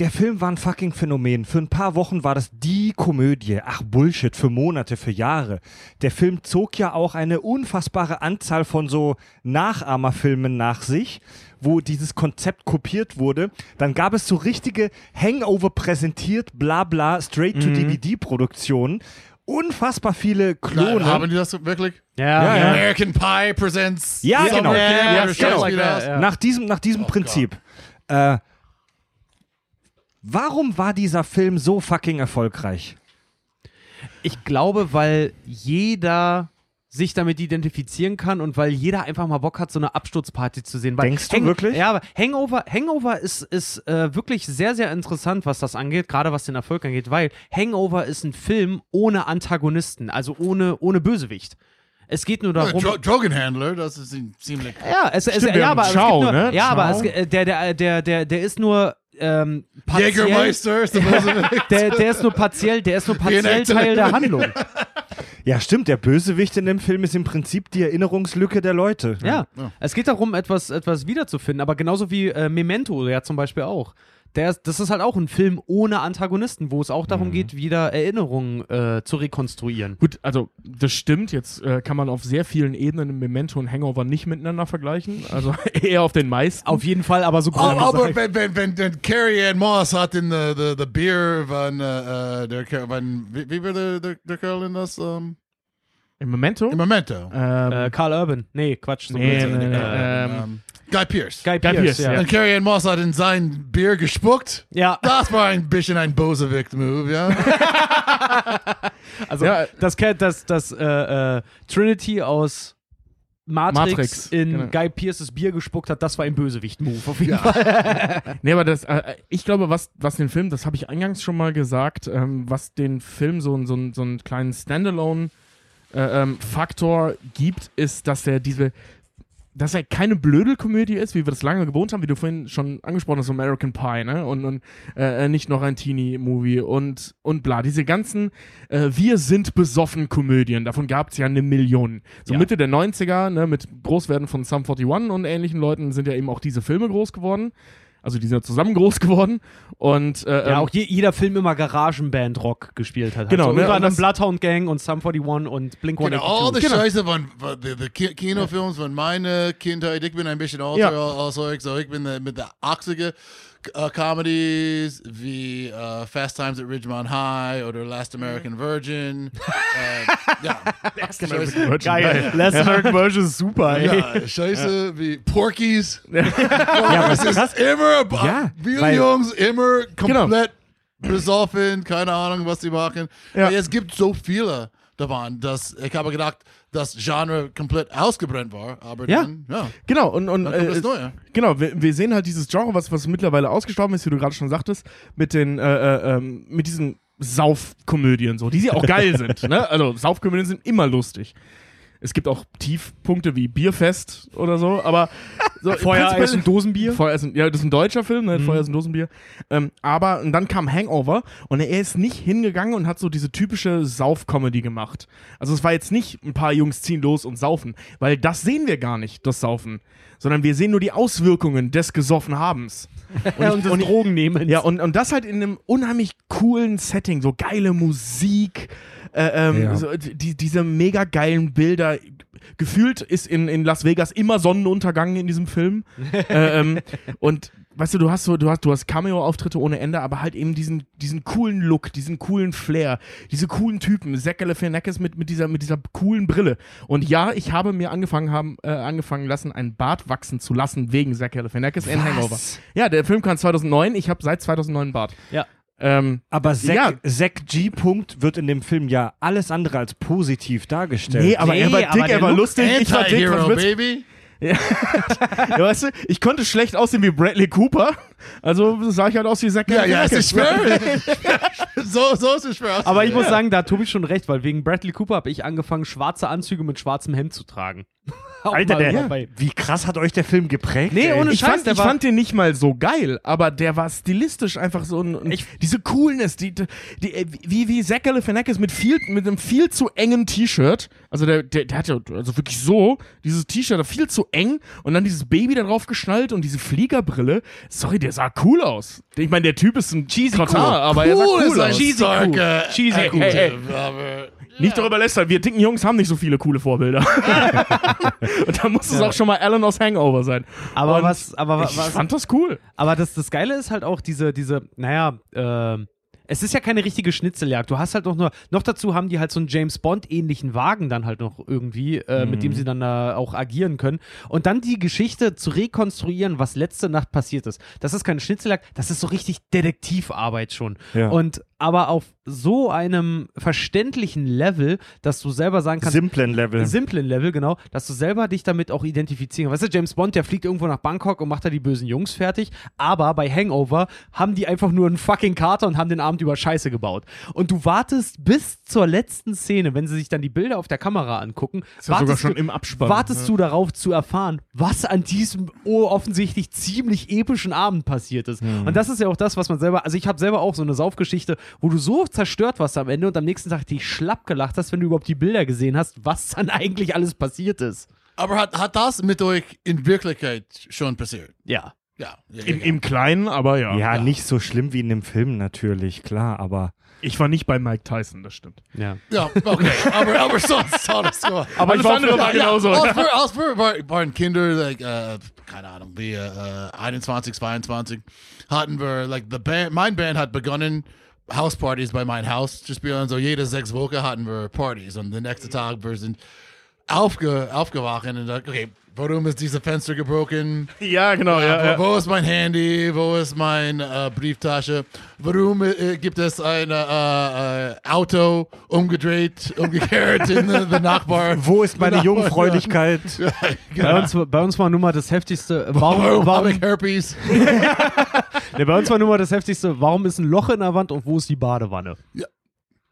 A: Der Film war ein fucking Phänomen. Für ein paar Wochen war das die Komödie. Ach Bullshit, für Monate, für Jahre. Der Film zog ja auch eine unfassbare Anzahl von so Nachahmerfilmen nach sich, wo dieses Konzept kopiert wurde. Dann gab es so richtige Hangover präsentiert, bla bla, straight-to-DVD-Produktionen. Unfassbar viele Klone.
B: Nein, haben die das wirklich?
A: Ja, ja.
B: American Pie presents.
A: Ja, genau.
B: Summer Camp
A: Ja,
B: oder
A: genau.
B: sowas wie das.
A: Nach diesem, nach diesem Prinzip. Äh, warum war dieser Film so fucking erfolgreich?
D: Ich glaube, weil jeder sich damit identifizieren kann und weil jeder einfach mal Bock hat, so eine Absturzparty zu sehen. Weil
A: Denkst du wirklich?
D: Ja, aber Hangover, Hangover ist, ist äh, wirklich sehr, sehr interessant, was das angeht, gerade was den Erfolg angeht, weil Hangover ist ein Film ohne Antagonisten, also ohne, ohne Bösewicht. Es geht nur darum.
B: Dro Drogenhandler, das ist ihm ziemlich.
D: Ja, es, es,
C: Stimmt, wir
D: ja,
C: haben
D: aber, es
C: Ciao,
D: gibt nur,
C: ne?
D: ja, aber
C: Ciao.
D: es, ge- äh, der, der, der, der, der ist nur ähm, partiell. [laughs]
B: Jägermeister ist der Bösewicht.
D: Der, der ist nur partiell, der ist nur partiell
B: Reenactment.
D: Teil
B: [laughs]
D: der Handlung.
A: Ja, stimmt, der Bösewicht in dem Film ist im Prinzip die Erinnerungslücke der Leute.
D: Ja. Es geht darum, etwas, etwas wiederzufinden, aber genauso wie äh, Memento ja zum Beispiel auch. Der ist, das ist halt auch ein Film ohne Antagonisten, wo es auch
C: Mhm.
D: darum geht, wieder Erinnerungen äh, zu rekonstruieren.
C: Gut, also das stimmt. Jetzt äh, kann man auf sehr vielen Ebenen im Memento und Hangover nicht miteinander vergleichen. Also [laughs] eher auf den meisten.
D: Auf jeden Fall, aber so
B: Oh, aber wenn, wenn, wenn, wenn Carrie Ann Moss hat in the, the, the Beer von äh, äh, der Kerl, von, wie, wie war der, der, der Kerl in das? ähm,
C: Im Memento?
B: Im Memento.
C: ähm,
D: äh, Karl Urban. Nee, Quatsch. So
C: Nee,
D: blöd.
C: nee, nee,
D: äh,
A: Ehm,
C: ähm,
B: Ähm, Guy Pierce.
D: Guy
C: Guy
D: Pierce,
C: Pearce,
D: ja.
C: ja.
B: Und Carrie Ann Moss hat in sein Bier gespuckt.
D: Ja,
B: Das war ein bisschen ein Bosewicht-Move, ja?
D: also
C: Ja.
D: das kennt das, das äh, äh, Trinity aus Matrix,
C: Matrix,
D: in
C: genau.
D: Guy Pierces Bier gespuckt hat, das war ein Bösewicht-Move auf jeden
B: Ja.
D: Fall.
C: Nee, aber das, äh, ich glaube, was, was den Film, das habe ich eingangs schon mal gesagt, ähm, was den Film so, einen- so, einen- so einen kleinen Standalone-Faktor gibt, ist, dass er diese, dass er keine Blödelkomödie ist, wie wir das lange gewohnt haben, wie du vorhin schon angesprochen hast, American Pie, ne? Und, und äh, äh, nicht noch ein Teenie-Movie und, und bla. Diese ganzen äh, Wir sind besoffen Komödien, davon gab es ja eine Million. So
D: Ja.
C: Mitte der 90er, ne, mit Großwerden von Sum 41 und ähnlichen Leuten sind ja eben auch diese Filme groß geworden. Also die sind ja zusammen groß geworden und äh,
D: Ja,
C: ähm,
D: auch je, jeder Film immer Garagenband-Rock gespielt hat.
C: Genau,
D: Also
C: ne,
D: unter
C: und
D: anderem
C: das-
D: Bloodhound Gang und Sum 41 und Blink
B: Genau, all
D: 182.
B: die Scheiße von, von die, die Ki- Kinofilms von meiner Kindheit. Ich bin ein bisschen
C: Ja.
B: älter als euch, so ich bin der- mit der 80er äh, Comedies wie äh, Fast Times at Ridgemont High oder Last American Virgin. äh, ja. Scheiße,
D: Geil. Last American Version ist super, ey.
B: ja, Scheiße wie Porkies.
A: Ja, was
B: Es
A: ist
B: ist immer,
A: Ja,
B: wir
A: weil-
B: Jungs, immer
C: Genau.
B: komplett besoffen, keine Ahnung, was sie machen.
C: Ja.
B: Es gibt so viele davon, dass ich habe gedacht, das Genre komplett ausgebrannt war, aber
C: Ja.
B: dann, ja.
C: Genau, und, und
B: Dann kommt das
C: äh,
B: Neue.
C: genau, wir, wir sehen halt dieses Genre, was, was mittlerweile ausgestorben ist, wie du gerade schon sagtest, mit den, äh, äh, ähm, mit diesen Saufkomödien so, die sie auch geil sind. [laughs] Ne? Also Saufkomödien sind immer lustig. Es gibt auch Tiefpunkte wie Bierfest oder so, aber so im
D: Feuer,
C: Prinzip-
D: Eis und Dosenbier.
C: Feuer ist ein, ja, das ist ein deutscher Film, ne? Feuer ist ein Dosenbier. Ähm, aber und dann kam Hangover und er ist nicht hingegangen und hat so diese typische Sauf-Comedy gemacht. Also es war jetzt nicht ein paar Jungs ziehen los und saufen, weil das sehen wir gar nicht, das Saufen. Sondern wir sehen nur die Auswirkungen des gesoffen Habens.
D: Und, und, Drogen nehmen.
C: Ja, und, und das halt in einem unheimlich coolen Setting, so geile Musik, äh, ähm,
A: Ja.
C: so, die, diese mega geilen Bilder. Gefühlt ist in, in Las Vegas immer Sonnenuntergang in
D: [laughs]
C: diesem Film. äh, ähm, und weißt du, du hast so, du hast, du hast Cameo-Auftritte ohne Ende, aber halt eben diesen, diesen coolen Look, diesen coolen Flair, diese coolen Typen, Zack Galifianakis mit, mit dieser, mit dieser coolen Brille. Und ja, ich habe mir angefangen haben, äh, angefangen lassen, einen Bart wachsen zu lassen wegen Zack Galifianakis in Hangover. Ja, der Film kam 2009. Ich habe seit 2009 einen Bart.
D: Ja.
C: Ähm,
A: Aber Zack,
C: Ja.
A: Zack G. Punkt wird in dem Film ja alles andere als positiv dargestellt.
C: nee, aber
D: Äh, Nee,
C: er war
D: aber
C: dick,
D: der
C: er war
D: Look-
C: lustig. Ich war dick
B: Anti-Hero,
C: und schwitz-
B: Baby.
C: ja, weißt du, ich konnte schlecht aussehen wie Bradley Cooper. Also sah ich halt aus wie Zack
B: Ja, ja, es ist
C: Galifianakis.
B: schwer. [laughs] so, so ist es schwer.
D: Aber ich muss sagen, da hat Tobi schon recht, weil wegen Bradley Cooper habe ich angefangen, schwarze Anzüge mit schwarzem Hemd zu tragen. [laughs] Auch
A: Alter,
D: mal
A: der,
D: dabei.
A: wie krass hat euch der Film geprägt?
D: Nee,
A: ey?
D: ohne
C: Ich
D: Scheiß,
C: fand,
D: der
C: ich
D: war-
C: fand den nicht mal so geil, aber der war stilistisch einfach so ein, ein
D: Ich-
C: diese Coolness, die, die äh, wie wie Zack Galifianakis mit viel mit einem viel zu engen T-Shirt, also der, der der hat ja also wirklich so dieses T-Shirt viel zu eng und dann dieses Baby da drauf geschnallt und diese Fliegerbrille. Sorry, der sah cool aus. Ich meine, der Typ ist ein cheesy Kratar,
B: cool.
C: aber er sah
B: cool
C: cool
B: ist ein
C: aus.
B: cheesy starker
D: Cheesy
B: Active,
D: cool.
B: aber
C: Nicht darüber lästern, wir dicken Jungs haben nicht so viele coole [laughs] Vorbilder. und da muss es auch schon mal Alan aus Hangover sein.
D: Aber
C: Und
D: was, aber wa-
C: ich
D: was,
C: fand das cool.
D: aber das, das Geile ist halt auch diese, diese, naja, ähm, es ist ja keine richtige Schnitzeljagd. Du hast halt noch nur, noch dazu haben die halt so einen James Bond-ähnlichen Wagen dann halt noch irgendwie, äh, mit dem sie dann äh, auch agieren können. Und dann die Geschichte zu rekonstruieren, was letzte Nacht passiert ist. Das ist keine Schnitzeljagd, das ist so richtig Detektivarbeit schon.
A: Ja.
D: Und aber auf so einem verständlichen Level, dass du selber sagen kannst,
A: simplen Level.
D: simplen Level, genau, dass du selber dich damit auch identifizieren kannst. Weißt du, James Bond, der fliegt irgendwo nach Bangkok und macht da die bösen Jungs fertig, aber bei Hangover haben die einfach nur einen fucking Kater und haben den Abend über Scheiße gebaut. Und du wartest bis zur letzten Szene, wenn sie sich dann die Bilder auf der Kamera angucken, wartest du,
C: im Abspann. ne?
D: wartest du darauf zu erfahren, was an diesem oh, offensichtlich ziemlich epischen Abend passiert ist. Und das ist ja auch das, was man selber, also ich habe selber auch so eine Saufgeschichte, wo du so zerstört warst am Ende und am nächsten Tag dich schlapp gelacht hast, wenn du überhaupt die Bilder gesehen hast, was dann eigentlich alles passiert ist.
B: aber hat, hat das mit euch in Wirklichkeit schon passiert?
D: Ja.
B: Ja. ja, ja,
C: Im,
B: ja.
C: Im Kleinen, aber ja.
A: ja, nicht so schlimm wie in dem Film natürlich, klar, aber
C: Ich war nicht bei Mike Tyson, das stimmt.
D: Ja.
B: ja okay. aber, aber sonst hat es gemacht.
C: Aber ich war,
B: Ja,
C: war
B: ja.
C: genauso.
B: Als wir, als wir war- waren Kinder, like, äh, keine Ahnung, wie äh, äh, 21, 22, hatten wir, like, the band, mein Band hat begonnen, Hauspartys bei mein Haus zu spielen. So jede sechs Wochen hatten wir Partys und der nächste Tag wir sind aufge, aufgewacht und like, uh, okay, warum ist dieses Fenster gebrochen?
C: Ja, genau. Ja,
B: Ja,
C: ja.
B: wo, wo ist mein Handy? Wo ist meine äh, Brieftasche? Warum äh, gibt es ein äh, äh, Auto umgedreht, [laughs] umgekehrt in äh, der Nachbar?
A: wo ist
C: [laughs]
A: meine
B: Nachbar-
A: Jungfräulichkeit?
D: Bei, uns, bei uns war nur mal das
C: [laughs]
D: heftigste, äh, warum,
B: Warum habe
D: warum,
B: ich Herpes?
D: nee, Ne, bei uns war nur mal das heftigste, warum ist ein Loch in der Wand und wo ist die Badewanne?
B: Ja.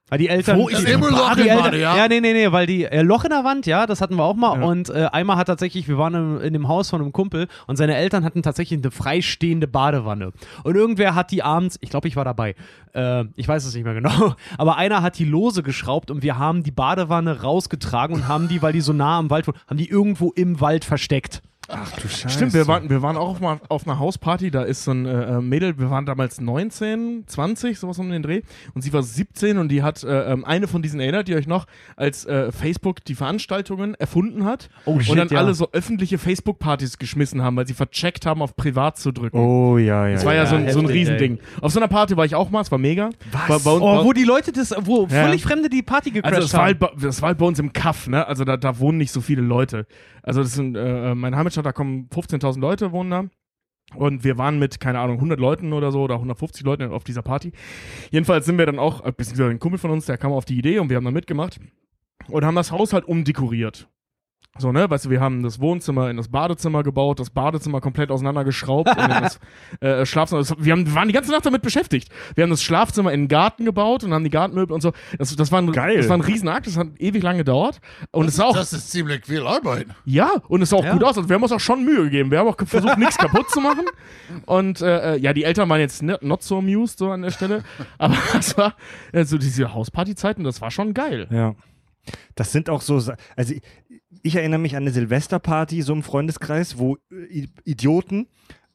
D: Weil die Eltern,
B: Wo ist immer Loch
D: die
B: in
D: Eltern,
B: Bade, ja?
D: nee, nee, nee, weil die äh, Loch in der Wand, ja, das hatten wir auch mal. Und äh, einmal hat tatsächlich, wir waren im, in dem Haus von einem Kumpel und seine Eltern hatten tatsächlich eine freistehende Badewanne. Und irgendwer hat die abends, ich glaube, ich war dabei, äh, ich weiß es nicht mehr genau, [laughs] aber einer hat die lose geschraubt und wir haben die Badewanne rausgetragen und haben die, weil die so nah am Wald war, haben die irgendwo im Wald versteckt.
A: Ach du Scheiße.
C: Stimmt, wir waren, wir waren auch auf, mal auf einer Hausparty, da ist so ein äh, Mädel, wir waren damals 19, 20, sowas um den Dreh. Und sie war 17 und die hat äh, ähm, eine von diesen erinnert, die euch noch, als äh, Facebook die Veranstaltungen erfunden hat
A: Oh, shit,
C: und dann
A: ja.
C: alle so öffentliche Facebook-Partys geschmissen haben, weil sie vercheckt haben, auf privat zu drücken.
A: Oh ja, ja.
C: Das war ja,
A: ja.
C: so, ein, so ein
D: heftig,
C: Riesending. Auf so einer Party war ich auch mal, es war mega. Was? War, bei uns-
D: Oh, wo die Leute das, wo
C: Ja.
D: völlig Fremde die Party gecrashed
C: also es war,
D: haben.
C: halt, bei- das war halt bei uns im Kaff, ne? Also da, da wohnen nicht so viele Leute. Also das sind, äh, mein Heimatstadt, da kommen 15.000 Leute wohnen da. Und wir waren mit, keine Ahnung, 100 Leuten oder so oder 150 Leuten auf dieser Party. Jedenfalls sind wir dann auch, äh, beziehungsweise ein Kumpel von uns, der kam auf die Idee und wir haben dann mitgemacht und haben das Haus halt umdekoriert. So, ne, weißt du, wir haben das Wohnzimmer in das Badezimmer gebaut, das Badezimmer komplett auseinandergeschraubt und in das äh, Schlafzimmer. Das, wir, haben, wir waren die ganze Nacht damit beschäftigt. Wir haben das Schlafzimmer in den Garten gebaut und haben die Gartenmöbel und so. Das, das, war, ein,
A: Geil.
C: das war ein Riesenakt, das hat ewig lang gedauert. Und es sah auch,
B: Das ist ziemlich viel Arbeit.
C: ja, und es sah auch
D: Ja.
C: gut aus. Also wir haben uns auch schon Mühe gegeben. Wir haben auch versucht, nichts kaputt zu machen. Und äh, äh, ja, die Eltern waren jetzt ni- not so amused so an der Stelle. Aber [laughs] es war äh, so diese Hauspartyzeiten, das war schon geil.
A: Ja. Das sind auch so, Sa- also ich, ich erinnere mich an eine Silvesterparty, so im Freundeskreis, wo äh, I- Idioten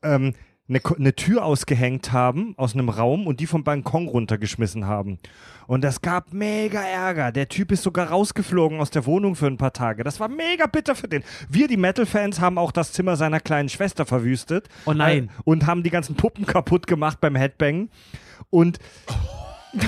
A: ähm, eine, Ko- eine Tür ausgehängt haben aus einem Raum und die vom Balkon runtergeschmissen haben. Und das gab mega Ärger. Der Typ ist sogar rausgeflogen aus der Wohnung für ein paar Tage. Das war mega bitter für den. Wir, die Metal-Fans, haben auch das Zimmer seiner kleinen Schwester verwüstet.
D: Oh nein.
A: Äh, Und haben die ganzen Puppen kaputt gemacht beim Headbang. Und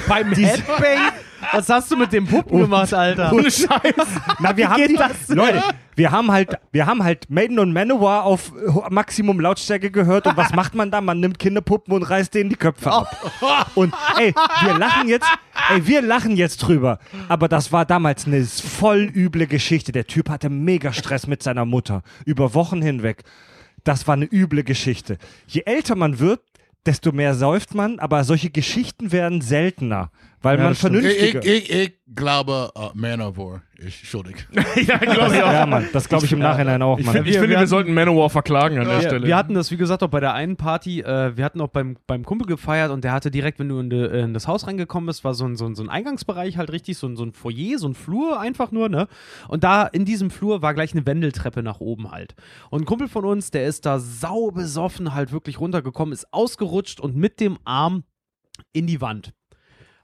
D: Beim Headbang? Was hast du mit dem Puppen gemacht, Alter?
C: Ohne Scheiß.
A: Na, wir haben
D: geht
A: die,
D: das?
A: Leute, wir haben halt, wir haben halt Maiden und Manowar auf äh, ho- Maximum Lautstärke gehört und was macht man da? Man nimmt Kinderpuppen und reißt denen die Köpfe ab. Und ey, wir lachen jetzt, ey, wir lachen jetzt drüber. Aber das war damals eine s- voll üble Geschichte. Der Typ hatte mega Stress mit seiner Mutter über Wochen hinweg. Das war eine üble Geschichte. Je älter man wird, desto mehr säuft man, aber solche Geschichten werden seltener, weil man
C: das stimmt.
B: Ich, ich,
A: vernünftiger.
B: ich, ich glaube, uh, Man of War ist schuldig.
C: ja, glaube ich auch.
A: ja, Mann, das glaube ich im Nachhinein auch,
C: Ich,
A: Mann.
C: find, ich
D: Wir-
C: finde,
D: wir
C: wir,
D: hatten-
C: sollten Manowar verklagen an der
D: Wir,
C: Stelle.
D: wir hatten das, wie gesagt, auch bei der einen Party. Äh, wir hatten auch beim, beim Kumpel gefeiert und der hatte direkt, wenn du in, de, äh, in das Haus reingekommen bist, war so ein, so ein, so ein Eingangsbereich halt richtig, so ein, so ein Foyer, so ein Flur einfach nur, ne? Und da in diesem Flur war gleich eine Wendeltreppe nach oben halt. Und ein Kumpel von uns, der ist da sau besoffen halt wirklich runtergekommen, ist ausgerutscht und mit dem Arm in die Wand.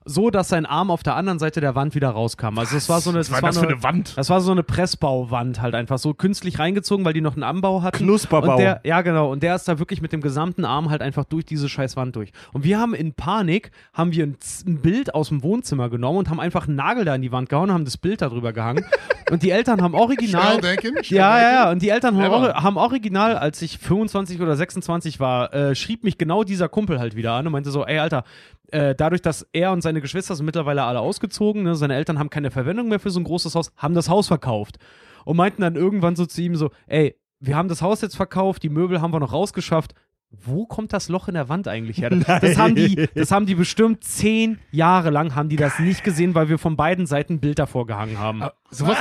D: So, dass sein Arm auf der anderen Seite der Wand wieder rauskam. Also, es war so eine.
C: was
D: es
C: war das für
D: eine-
C: eine Wand?
D: das war so eine Pressbauwand halt einfach so künstlich reingezogen, weil die noch einen Anbau hatten.
A: Knusperbau.
D: Und der, ja, genau. Und der ist da wirklich mit dem gesamten Arm halt einfach durch diese scheiß Wand durch. Und wir haben in Panik, haben wir ein, Z- ein Bild aus dem Wohnzimmer genommen und haben einfach einen Nagel da in die Wand gehauen und haben das Bild darüber gehangen. und die Eltern haben original...
B: Schnell denken. schnell
D: Ja, ja,
B: denken.
D: ja. Und die Eltern haben,
B: Clever.
D: ori- haben original, als ich 25 oder 26 war, äh, schrieb mich genau dieser Kumpel halt wieder an und meinte so, ey, Alter, äh, dadurch, dass er und seine Geschwister sind mittlerweile alle ausgezogen, ne, seine Eltern haben keine Verwendung mehr für so ein großes Haus, haben das Haus verkauft. Und meinten dann irgendwann so zu ihm so, ey, wir haben das Haus jetzt verkauft, die Möbel haben wir noch rausgeschafft. Wo kommt das Loch in der Wand eigentlich
C: [laughs]
D: her? Das haben, die, das haben die bestimmt zehn Jahre lang haben die das nicht gesehen, weil wir von beiden Seiten ein Bild davor gehangen haben.
C: Ah, sowas.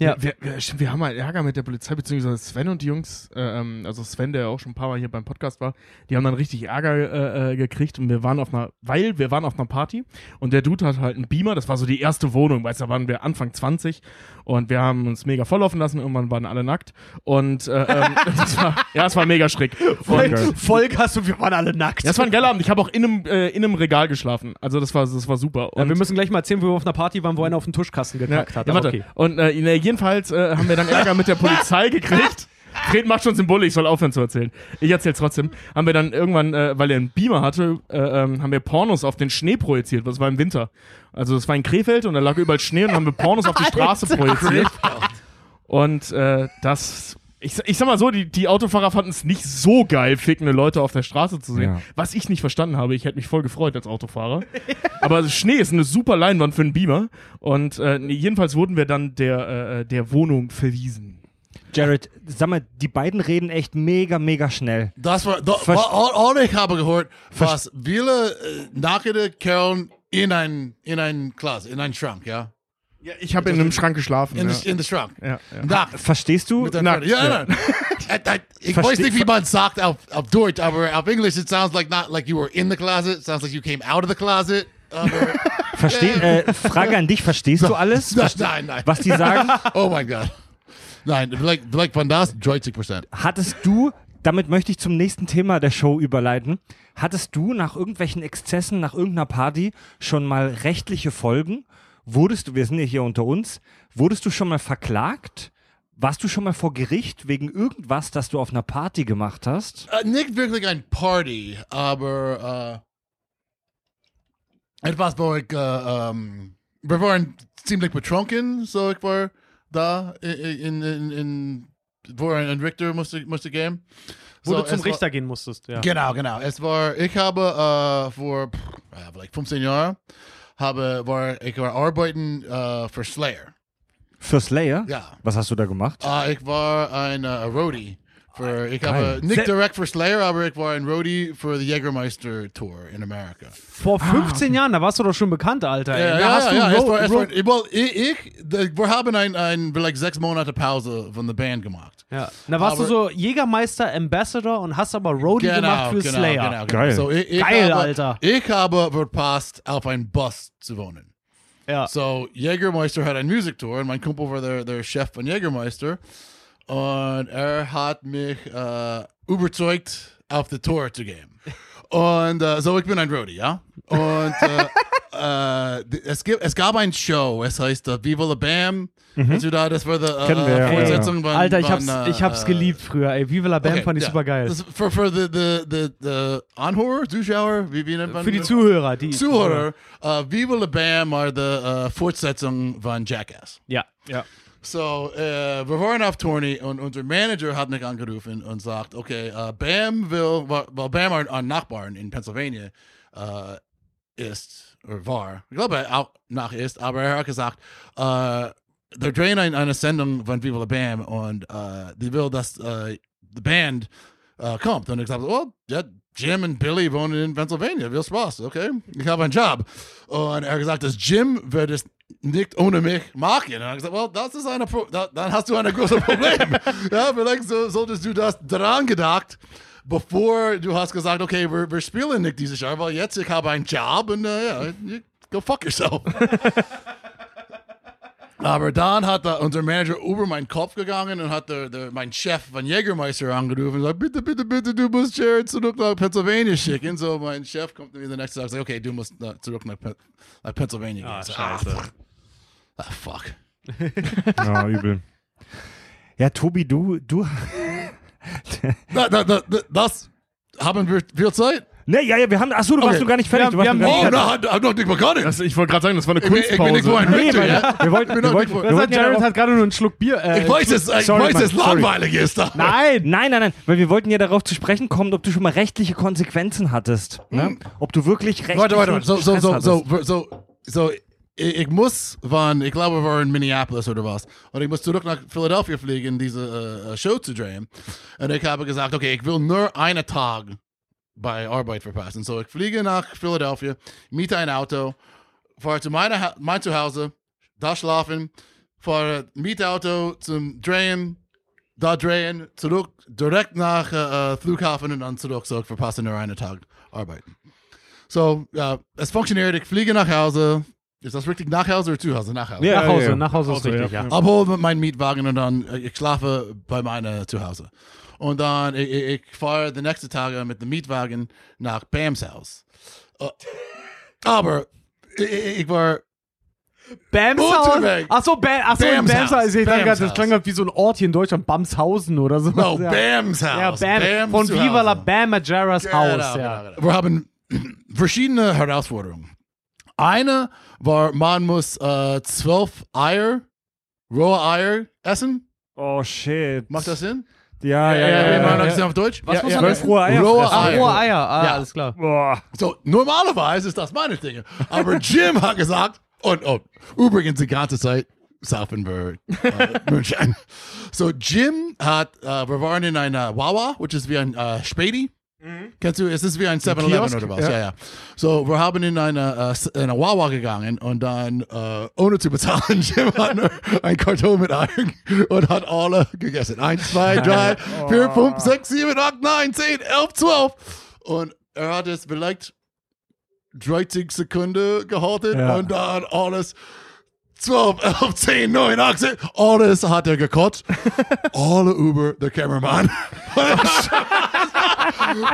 D: Ja.
C: Wir, wir, stimmt, wir haben mal Ärger mit der Polizei, beziehungsweise Sven und die Jungs, äh, ähm, also Sven, der auch schon ein paar Mal hier beim Podcast war, die haben dann richtig Ärger äh, äh, gekriegt und wir waren auf einer, weil wir waren auf einer Party und der Dude hat halt einen Beamer, das war so die erste Wohnung, weißt du, da waren wir Anfang 20 und wir haben uns mega volllaufen lassen, irgendwann waren alle nackt und äh, ähm, [laughs] das war, ja, es war mega schräg. Und,
D: [laughs] Vollgas und wir waren alle nackt.
C: das war ein geiler Abend, ich habe auch in einem, äh, in einem Regal geschlafen, also das war, das war super.
D: Ja,
C: Und-
D: wir müssen gleich mal erzählen, wo wir auf einer Party waren, wo einer auf den Tuschkasten gekackt hat.
C: ja,
D: Aber
C: warte.
D: okay.
C: Und äh, ne, jedenfalls äh, haben wir dann Ärger mit
D: [laughs]
C: der Polizei gekriegt. Fred macht schon Symbole, ich soll aufhören zu erzählen. Ich erzähl's trotzdem. Haben wir dann irgendwann, äh, weil er einen Beamer hatte, äh, ähm, haben wir Pornos auf den Schnee projiziert. Das war im Winter. Also das war in Krefeld und da lag überall Schnee und haben wir Pornos
D: [laughs]
C: auf die Straße projiziert. Und äh, das. Ich, sa- ich sag mal so, die, die Autofahrer fanden es nicht so geil, fickende Leute auf der Straße zu sehen.
A: Ja.
C: Was ich nicht verstanden habe. Ich hätte mich voll gefreut als Autofahrer. [laughs] Aber Schnee ist eine super Leinwand für einen Beamer. Und äh, nee, jedenfalls wurden wir dann der, äh, der Wohnung verwiesen.
A: Jared, sag mal, die beiden reden echt mega, mega schnell.
B: Das war, da,
A: Verst-
B: war all, all ich habe gehört, was viele äh, nackte Kerlen in ein, in ein Glas, in ein Schrank, ja?
C: Ja, ich habe in einem Schrank geschlafen.
B: In,
C: ja.
B: the, in the Schrank.
C: Ja, ja.
B: Nackt.
A: Verstehst du?
B: Mit der Nackt. Ja, [laughs] nein. I- I- ich weiß
A: Verste-
B: nicht, wie man sagt auf, auf Deutsch, aber auf Englisch, it sounds like not like you were in the closet, sounds like you came out of the closet. [laughs] Aber,
A: Versteh, äh, Frage an dich, verstehst du alles?
B: nein, nein.
A: Was die sagen?
B: Oh mein Gott. Nein, Black, Black Van Das, 30%.
A: Hattest du, damit möchte ich zum nächsten Thema der Show überleiten, hattest du nach irgendwelchen Exzessen, nach irgendeiner Party schon mal rechtliche Folgen? Wurdest du, wir sind ja hier unter uns, wurdest du schon mal verklagt? Warst du schon mal vor Gericht wegen irgendwas, das du auf einer Party gemacht hast?
B: Äh, nicht wirklich ein Party, eh, aber äh, etwas, wo ich, äh, ähm, wir waren ziemlich betrunken, so ich war da in, in, in, in wo ein ein Richter musste, musste gehen.
D: Wo
B: So,
D: du zum
B: es
D: Richter gehen musstest, ja.
B: War, genau, genau. Es war, ich habe äh, vor pff, ja, vielleicht 15 Jahren, habe, war, ich war arbeiten äh, für Slayer.
A: Für Slayer?
B: Ja.
A: Was hast du da gemacht?
B: Äh, ich war ein äh, Roadie.
D: Ah,
B: Für, ich
A: Geil.
B: habe nicht
A: Se-
B: direkt für Slayer, aber ich war ein Roadie für die Jägermeister Tour in Amerika.
D: Vor 15 Jahren, da warst du doch schon bekannt, Alter. ey.
B: Ja,
D: da
B: ja,
D: hast
B: ja,
D: du
B: es
D: Ro-
B: war, es
D: Ro-
B: war, well, ich, ich, da- wir haben ein, ein, vielleicht sechs Monate Pause von der Band gemacht.
D: Ja. Da warst du
B: Aber- Genau,
D: so Jägermeister, Ambassador und hast aber Roadie gemacht für Slayer.
A: Geil.
B: So, ich, ich
D: Geil,
B: habe,
D: Alter.
B: Ich habe verpasst, auf einen Bus zu wohnen.
D: Ja.
B: So, Jägermeister hat eine Musiktour und mein Kumpel war der, der Chef von Jägermeister. Und er hat mich äh, überzeugt, auf die Tour zu
D: [laughs]
B: gehen. Und äh, so, ich bin ein Roadie, ja? Und
D: [laughs]
B: äh, äh, d- es, gibt, es gab ein Show, es heißt äh, Viva la Bam.
D: Mhm.
B: Kennst du da? Das war die
A: Kennen wir, ja, ja,
B: äh,
A: ja.
B: Fortsetzung von.
D: Alter, ich
B: von,
D: hab's,
B: äh,
D: ich hab's
B: äh,
D: geliebt früher, ey. Viva la Bam
B: Okay,
D: fand ich
B: ja.
D: super geil.
B: Das- Für, für die, die, die, die Anhörer, Zuschauer, wie, wie nennt man
D: Für die Zuhörer, die.
B: Zuhörer, äh, Viva La Bam war die äh, Fortsetzung von Jackass.
D: Ja. Ah, ja.
B: So, äh, wir waren auf Tourney und unser Manager hat mich angerufen und sagt, okay, äh, Bam will, weil weil Bam ein, ein Nachbarn in Pennsylvania äh, ist, oder war, ich glaube er auch nach ist, aber er hat gesagt, äh, der drehen ein, eine Sendung von Viva La Bam und äh, die will, dass äh, die Band äh, kommt. Und ich sagte, oh, ja, Jim und Billy wohnen in Pennsylvania, viel Spaß, okay, ich habe einen Job. Und er hat gesagt, dass Jim wird es nicht ohne mich machen. Und er hat gesagt, well, das ist eine Pro da, dann hast du ein großes Problem. ja, vielleicht so, solltest du das daran gedacht, bevor du hast gesagt, okay, wir, wir spielen nicht dieses Jahr, weil jetzt ich habe einen Job und äh, ja, you- go fuck yourself. Uh, Aber dann hat da unser Manager über meinen Kopf gegangen und hat der, der, mein Chef von Jägermeister angerufen und gesagt, bitte, bitte, bitte, du musst Jared zurück nach Pennsylvania schicken. So, mein Chef kommt mir den nächsten Tag und sagt, okay, du musst nach, zurück nach, Pen- nach Pennsylvania gehen. so, Ah, pff. ah, fuck.
A: Ja, übel. Ja, Tobi, du, du.
B: Da, da, da, da, das haben wir viel Zeit.
A: Ne, ja, ja, wir haben. Achso, du warst
C: Okay.
A: noch gar nicht fertig.
D: Wir
A: du warst
D: haben-
A: noch gar
D: wir
A: nicht
B: Oh,
A: fertig.
B: da hat, hat noch nicht begonnen.
C: Das, ich wollte gerade sagen, das war eine
B: ich, bin, ich bin nicht so
C: Kunstpause.
B: ein Richter, ja.
A: Wir wollten, wir
B: noch
A: wollten,
B: nicht-
A: wir wollten ja
D: Jared
A: darauf,
D: hat gerade nur einen Schluck Bier. Äh,
B: Ich weiß, es, ich
A: Sorry,
B: weiß,
A: Mann,
B: es
A: sorry.
B: langweilig ist da.
D: Nein!
A: Nein, nein, nein, weil wir wollten ja darauf zu sprechen kommen, ob du schon mal rechtliche Konsequenzen hattest. Ne? Ob du wirklich rechtliche
B: Warte, warte, warte. So, so,
A: Stress
B: so,
A: hattest.
B: so, so, so, ich, ich muss von, ich glaube, wir waren in Minneapolis oder was. Und ich muss zurück nach Philadelphia fliegen, diese äh, äh, Show zu drehen. Und ich habe gesagt, okay, ich will nur einen Tag bei Arbeit verpassen. So, ich fliege nach Philadelphia, miete ein Auto, fahre zu meiner, Ha- mein Zuhause, da schlafen, fahre Mietauto zum Drehen, da drehen, zurück, direkt nach äh, äh, Flughafen und dann zurück. So, ich verpasse nur einen Tag arbeiten. So, ja, es funktioniert. Ich fliege nach Hause. Ist das richtig nach Hause oder zu Hause? Nach Hause.
A: Ja,
D: Nach
A: ja, ja.
D: Hause, nach Hause ist
C: Hause,
D: richtig,
C: ja.
D: ja.
B: Abhole mit meinem Mietwagen und dann äh, ich schlafe bei meiner zu Hause. Und dann ich, ich, ich fahre die nächsten Tage mit dem Mietwagen nach Bams Haus.
D: [laughs]
B: Äh, aber ich, ich ich war
D: Bamshaus?
B: Unterweg.
D: Achso, ba achso in
B: Bamshaus.
D: Bamshaus. Ich dachte gerade, das
B: Bamshaus.
D: klang gerade wie so ein Ort hier in Deutschland, Bamshausen oder so.
B: no
D: [laughs] ja.
B: Bams
D: Ja,
B: Haus.
D: Bam,
B: Bams
D: von
B: zu
D: Viva la
B: Hause.
D: Bama Jaras Haus.
B: Genau,
D: Ja.
B: genau, genau. Wir haben [clears throat] verschiedene Herausforderungen. Eine war, man muss äh, zwölf Eier, rohe Eier essen.
A: Oh shit.
B: Macht das Sinn?
A: Ja, ja, ja.
B: Wie
A: ja,
B: man
A: ja,
B: das auf Deutsch?
D: Äh, Was muss man
A: Zwölf
D: essen?
A: Uhr Eier.
B: Rohe
A: fressen.
D: Ah,
B: Eier.
D: rohe Eier. Ah,
B: Ja.
D: alles klar.
A: Boah.
B: So, normalerweise ist das meine Dinge. Aber
D: [laughs]
B: Jim hat gesagt, und oh, übrigens die ganze Zeit saufen wir
D: [laughs]
B: äh, München. So, Jim hat, äh, wir waren in einer Wawa, which ist wie ein äh, Späti. Kennst du, es ist wie ein 7-Eleven
C: Kiosk,
B: oder was?
C: ja.
B: Ja. ja, So, wir haben in eine, äh, s- in eine Wawa gegangen und dann, äh, ohne zu bezahlen, [laughs] Jim hat nur ein Karton mit Eiern und hat alle gegessen. Eins, zwei, drei, vier, fünf, sechs, sieben, acht, neun, zehn, elf, zwölf. Und er hat es vielleicht 30 Sekunden gehalten
A: Ja.
B: und dann alles 12, 11, 10, 9, 8, 7. Alles hat er gekotzt. Alle über der [laughs] Kameramann.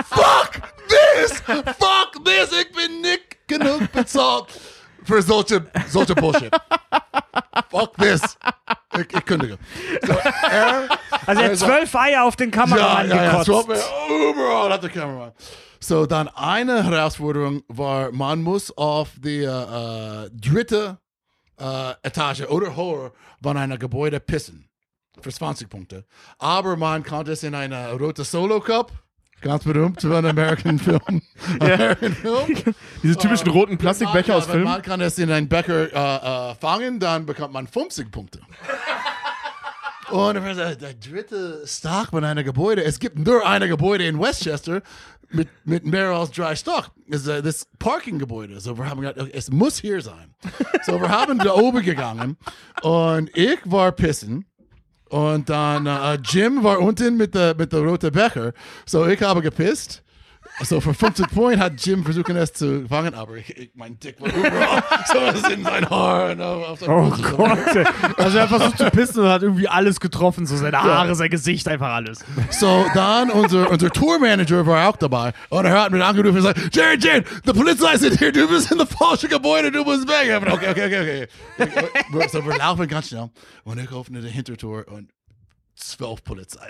B: fuck this! Fuck this! Ich bin nicht genug bezahlt für solche, solche Bullshit. fuck this! Ich, ich kündige. So, er
A: Also er hat
B: Also-
A: zwölf Eier auf den Kameramann gekotzt.
B: so hat man überall hat der Kameramann. So, dann eine Herausforderung war, man muss auf die äh, äh, dritte äh, Etage oder höher von einem Gebäude pissen. Für 20 Punkte. Aber man konnte es in einer roten Solo Cup. Ganz berühmt von American [laughs] Film. American Film.
C: Diese typischen roten Plastikbecher
B: Ja,
C: aus
B: wenn
C: Filmen.
B: Man kann es in einen Becher äh, äh, fangen, dann bekommt man 50 Punkte. [laughs] Und dann sagt er, der dritte Stock von einem Gebäude. Es gibt nur ein Gebäude in Westchester mit, mit mehr als drei Stock. Es ist äh, das Parkinggebäude. So, wir haben gedacht, okay, es muss hier sein. So, wir haben da oben gegangen und ich war pissen. Und dann äh, Jim war unten mit der, mit der roten Becher. So, ich habe gepisst. So, für 50 Point hat Jim versucht, es zu fangen, aber ich, ich, mein Dick war überall. So, es ist in sein Haar. Und auf, auf sein
A: Oh
B: Fuß.
A: Gott. [laughs]
D: Also er versucht zu pissen und hat irgendwie alles getroffen, so seine Haare, sein Gesicht, einfach alles.
B: So, dann unser, unser Tourmanager war auch dabei. Und er hat mich angerufen und gesagt, Jared, Jared, die Polizei sind hier, du bist in der falschen Gebäude, du musst weg. Ich hab gedacht, Okay, okay, okay, okay. Wir- So, wir laufen ganz schnell. Und ich öffne die Hintertür und zwölf Polizei.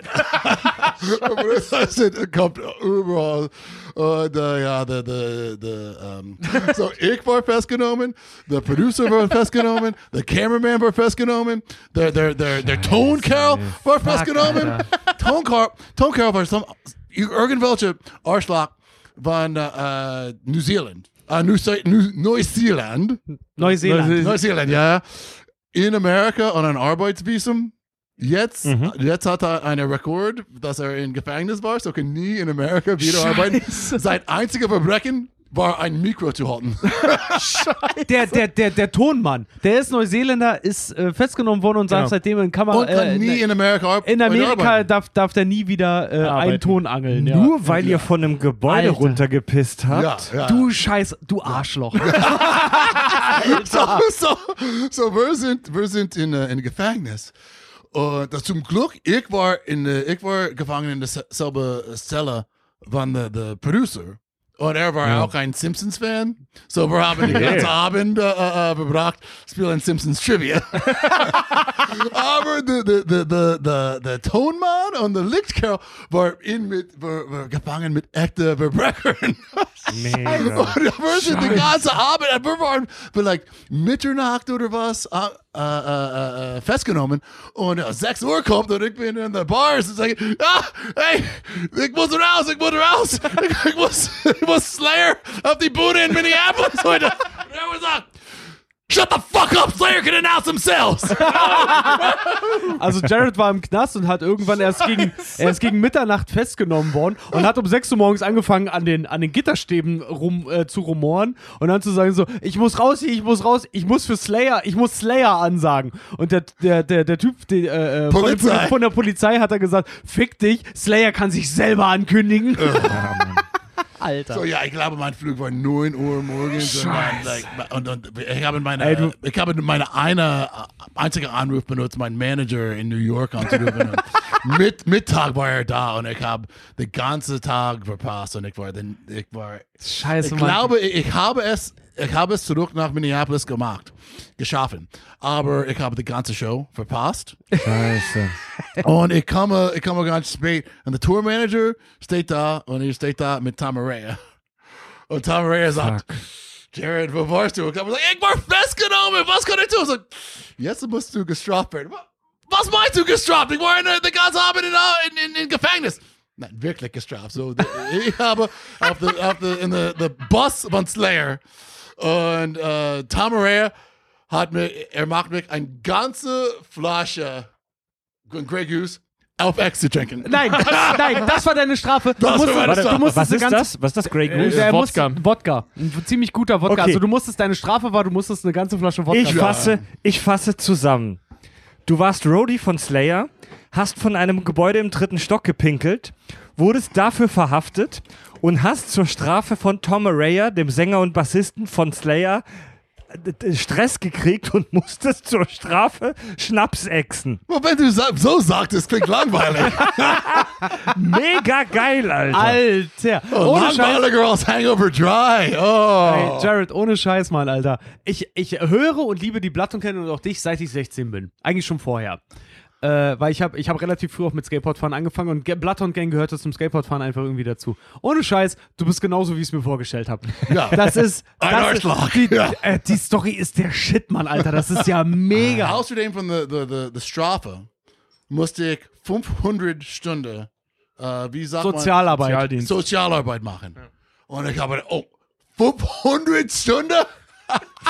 B: Und [laughs] Polizei sind, kommt überall. Und äh, ja, der, der, der, ähm, so ich war festgenommen, der Producer war festgenommen, der Cameraman war festgenommen, der, der, der, der Tonkerl war festgenommen. Tonkerl, Tonkerl war some, irgendwelche Arschloch von äh, New Zealand. Äh, New, New, Neuseeland.
D: Neuseeland.
B: Neuseeland, ja. In Amerika an ein Arbeitsvisum. Jetzt,
D: Mhm.
B: jetzt hat er einen Rekord, dass er im Gefängnis war, so kann nie in Amerika wieder arbeiten. Sein einziger Verbrechen war ein Mikro zu
D: [laughs]
B: halten.
D: Der, der, der, der Tonmann, der ist Neuseeländer, ist äh, festgenommen worden und
C: Genau.
D: sagt seitdem in Kamera.
B: Und kann
D: äh,
B: nie in Amerika ar- arbeiten.
D: in Amerika darf, darf der nie wieder äh, einen
C: Arbeiten.
D: Ton angeln. Ja.
A: Nur weil ihr von einem Gebäude
D: Alter.
A: runtergepisst
B: Ja,
A: habt.
B: ja.
D: Du Scheiß, du Arschloch.
B: [laughs] so, so, so wir sind, wir sind in, äh, in Gefängnis. Und das zum Glück, ich war, in, äh, ich war gefangen in derselben äh, Zelle von der, der Producer. Und er war auch ein Simpsons-Fan. So, wir haben den ganzen Abend äh, äh, verbracht, spielen Simpsons Trivia. Aber der de, de, de, de, de Tonmann und der Lichtkerl war, in mit, war, war gefangen mit echten Verbrechern.
A: Mega.
B: Und da waren sie die ganze Abend, wir waren vielleicht Mitternacht oder was äh, äh, äh, äh, festgenommen und äh, 6 Uhr kommt und ich bin in der Bars und sage, ah, hey, ich muss raus, ich muss raus, [laughs] ich, ich, muss, ich muss Slayer auf die Bude in Minneapolis [laughs] heute. Und er war sagt, Shut the fuck up, Slayer can announce themselves.
D: Also Jared war im Knast und hat irgendwann erst gegen, erst gegen Mitternacht festgenommen worden und hat um 6 Uhr morgens angefangen, an den, an den Gitterstäben rum, äh, zu rumoren und dann zu sagen so, ich muss raus hier, ich muss raus, ich muss für Slayer, ich muss Slayer ansagen. Und der, der, der, der Typ die, äh, äh, von, der,
B: Polizei.
D: von der Polizei hat er gesagt, fick dich, Slayer kann sich selber ankündigen. Alter.
B: So, ja, ich glaube, mein Flug war 9 Uhr morgens. Und, dann, like, und, und ich habe meine,
D: Ey, du-
B: ich habe meine eine, äh, einzige Anruf benutzt, meinen Manager in New York
D: [laughs]
B: anzurufen. und mit, Mittag war er da und ich habe den ganzen Tag verpasst und ich war, den, ich war
D: Scheiße,
B: ich
D: Mann.
B: glaube, ich, ich habe es, ich habe es zurück nach Minneapolis gemacht, geschaffen. Aber ich habe die ganze Show verpasst.
A: Scheiße.
B: Und ich komme, ich komme ganz spät. Und der Tourmanager steht da und ich steht da mit Tamaraya. Und Tamaraya sagt, Jared, wo warst du? Und ich habe gesagt, ich war festgenommen, was kann ich tun? Ich sag, jetzt musst du gestraft werden. Wa- Was meinst du gestraft? Ich war in der ganzen Abend in, in, in, in Gefängnis. Nein, wirklich gestraft. So, [laughs] de- ich habe auf der auf der- in der der Bus von Slayer und äh, Tamaraya hat mir, er macht mir eine ganze Flasche und Grey Goose auf Ex zu trinken.
D: Nein, nein, das war deine Strafe. Du
B: Das war
D: musstest,
B: meine Strafe.
D: du musstest
A: Was
D: eine
A: ist
D: ganze-
A: das? Was ist das, Grey Goose?
D: Der
C: Wodka.
D: Muss, Wodka. Ein ziemlich guter Wodka.
A: Äh, Okay.
D: Also du musstest, deine Strafe war, du musstest eine ganze Flasche Wodka.
A: Ich
D: trinken.
A: fasse, ich fasse zusammen. Du warst Roadie von Slayer, hast von einem Gebäude im dritten Stock gepinkelt, wurdest dafür verhaftet und hast zur Strafe von Tom Araya, dem Sänger und Bassisten von Slayer, äh, Stress gekriegt und [laughs] musstest zur Strafe Schnaps exen.
B: [laughs] Well, wenn du sa- so sagtest, klingt langweilig.
A: Mega geil, Alter.
D: Alter.
B: Oh,
D: Ohne Scheiß.
B: langweiliger als Hangover Dry. Oh.
D: Ey, Jared, ohne Scheiß, Mann, Alter. Ich, ich höre und liebe die Blattung kennen und auch dich, seit ich 16 bin. Eigentlich schon vorher. Äh, weil ich habe ich hab relativ früh auch mit Skateboardfahren angefangen und Ge- Bloodhound Gang gehörte zum Skateboardfahren einfach irgendwie dazu. Ohne Scheiß, du bist genauso, wie ich es mir vorgestellt habe.
B: Ja.
D: [laughs] Das ist.
B: Ein
D: das
B: Arschloch. [laughs]
D: Ist, die,
B: Ja.
D: äh, die Story ist der Shit, Mann, Alter. Das ist ja mega.
B: Außerdem von der, der, der, der Strafe musste ich 500 Stunden, äh, wie sagt
D: Sozialarbeit.
B: man,
C: Sozialdienst.
B: Sozialarbeit machen. Und ich habe, oh, 500 Stunden?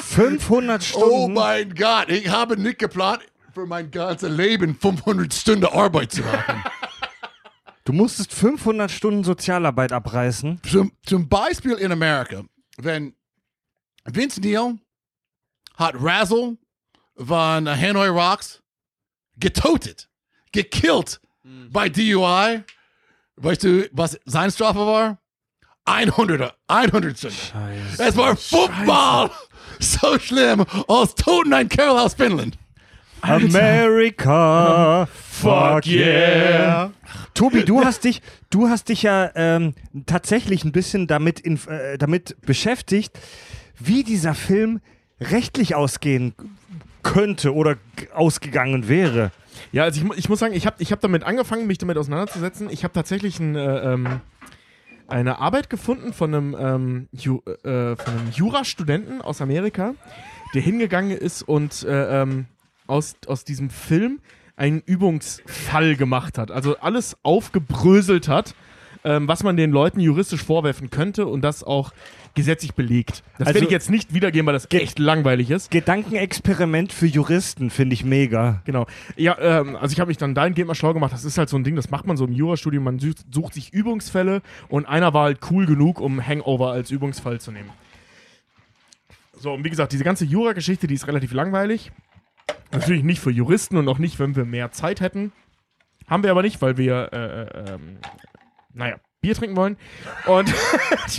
A: 500
B: Oh
A: Stunden.
B: mein Gott, ich habe nicht geplant, für mein ganzes Leben 500 Stunden Arbeit zu machen.
A: du musstest 500 Stunden Sozialarbeit abreißen.
B: zum, zum Beispiel in Amerika, wenn Vince Neil hat Razzle von uh, Hanoi Rocks getotet, gekillt bei DUI. Weißt du, was seine Strafe war? 100, 100 Stunden. Es war Football! So schlimm aus Toten ein Kerl aus Finnland.
A: America, fuck yeah. Tobi, du hast dich, du hast dich ja ähm, tatsächlich ein bisschen damit, in, äh, damit beschäftigt, wie dieser Film rechtlich ausgehen könnte oder g- ausgegangen wäre.
C: Ja, also ich, mu- ich muss sagen, ich habe ich hab damit angefangen, mich damit auseinanderzusetzen. Ich habe tatsächlich ein, äh, ähm, eine Arbeit gefunden von einem, ähm, Ju äh, von einem Jurastudenten aus Amerika, der hingegangen ist und äh, ähm, aus, aus diesem Film einen Übungsfall gemacht hat. Also alles aufgebröselt hat, ähm, was man den Leuten juristisch vorwerfen könnte und das auch gesetzlich belegt. Das
A: Also-
C: werde ich jetzt nicht wiedergeben, weil das echt langweilig ist.
A: Gedankenexperiment für Juristen finde ich mega.
C: Genau. Ja, ähm, also ich habe mich dann dahingehend mal schlau gemacht. Das ist halt so ein Ding, das macht man so im Jurastudium. Man sucht, sucht sich Übungsfälle und einer war halt cool genug, um Hangover als Übungsfall zu nehmen. So, und wie gesagt, diese ganze Jura-Geschichte, die ist relativ langweilig. Natürlich nicht für Juristen und auch nicht, wenn wir mehr Zeit hätten. Haben wir aber nicht, weil wir, äh, ähm, naja, Bier trinken wollen. Und [laughs]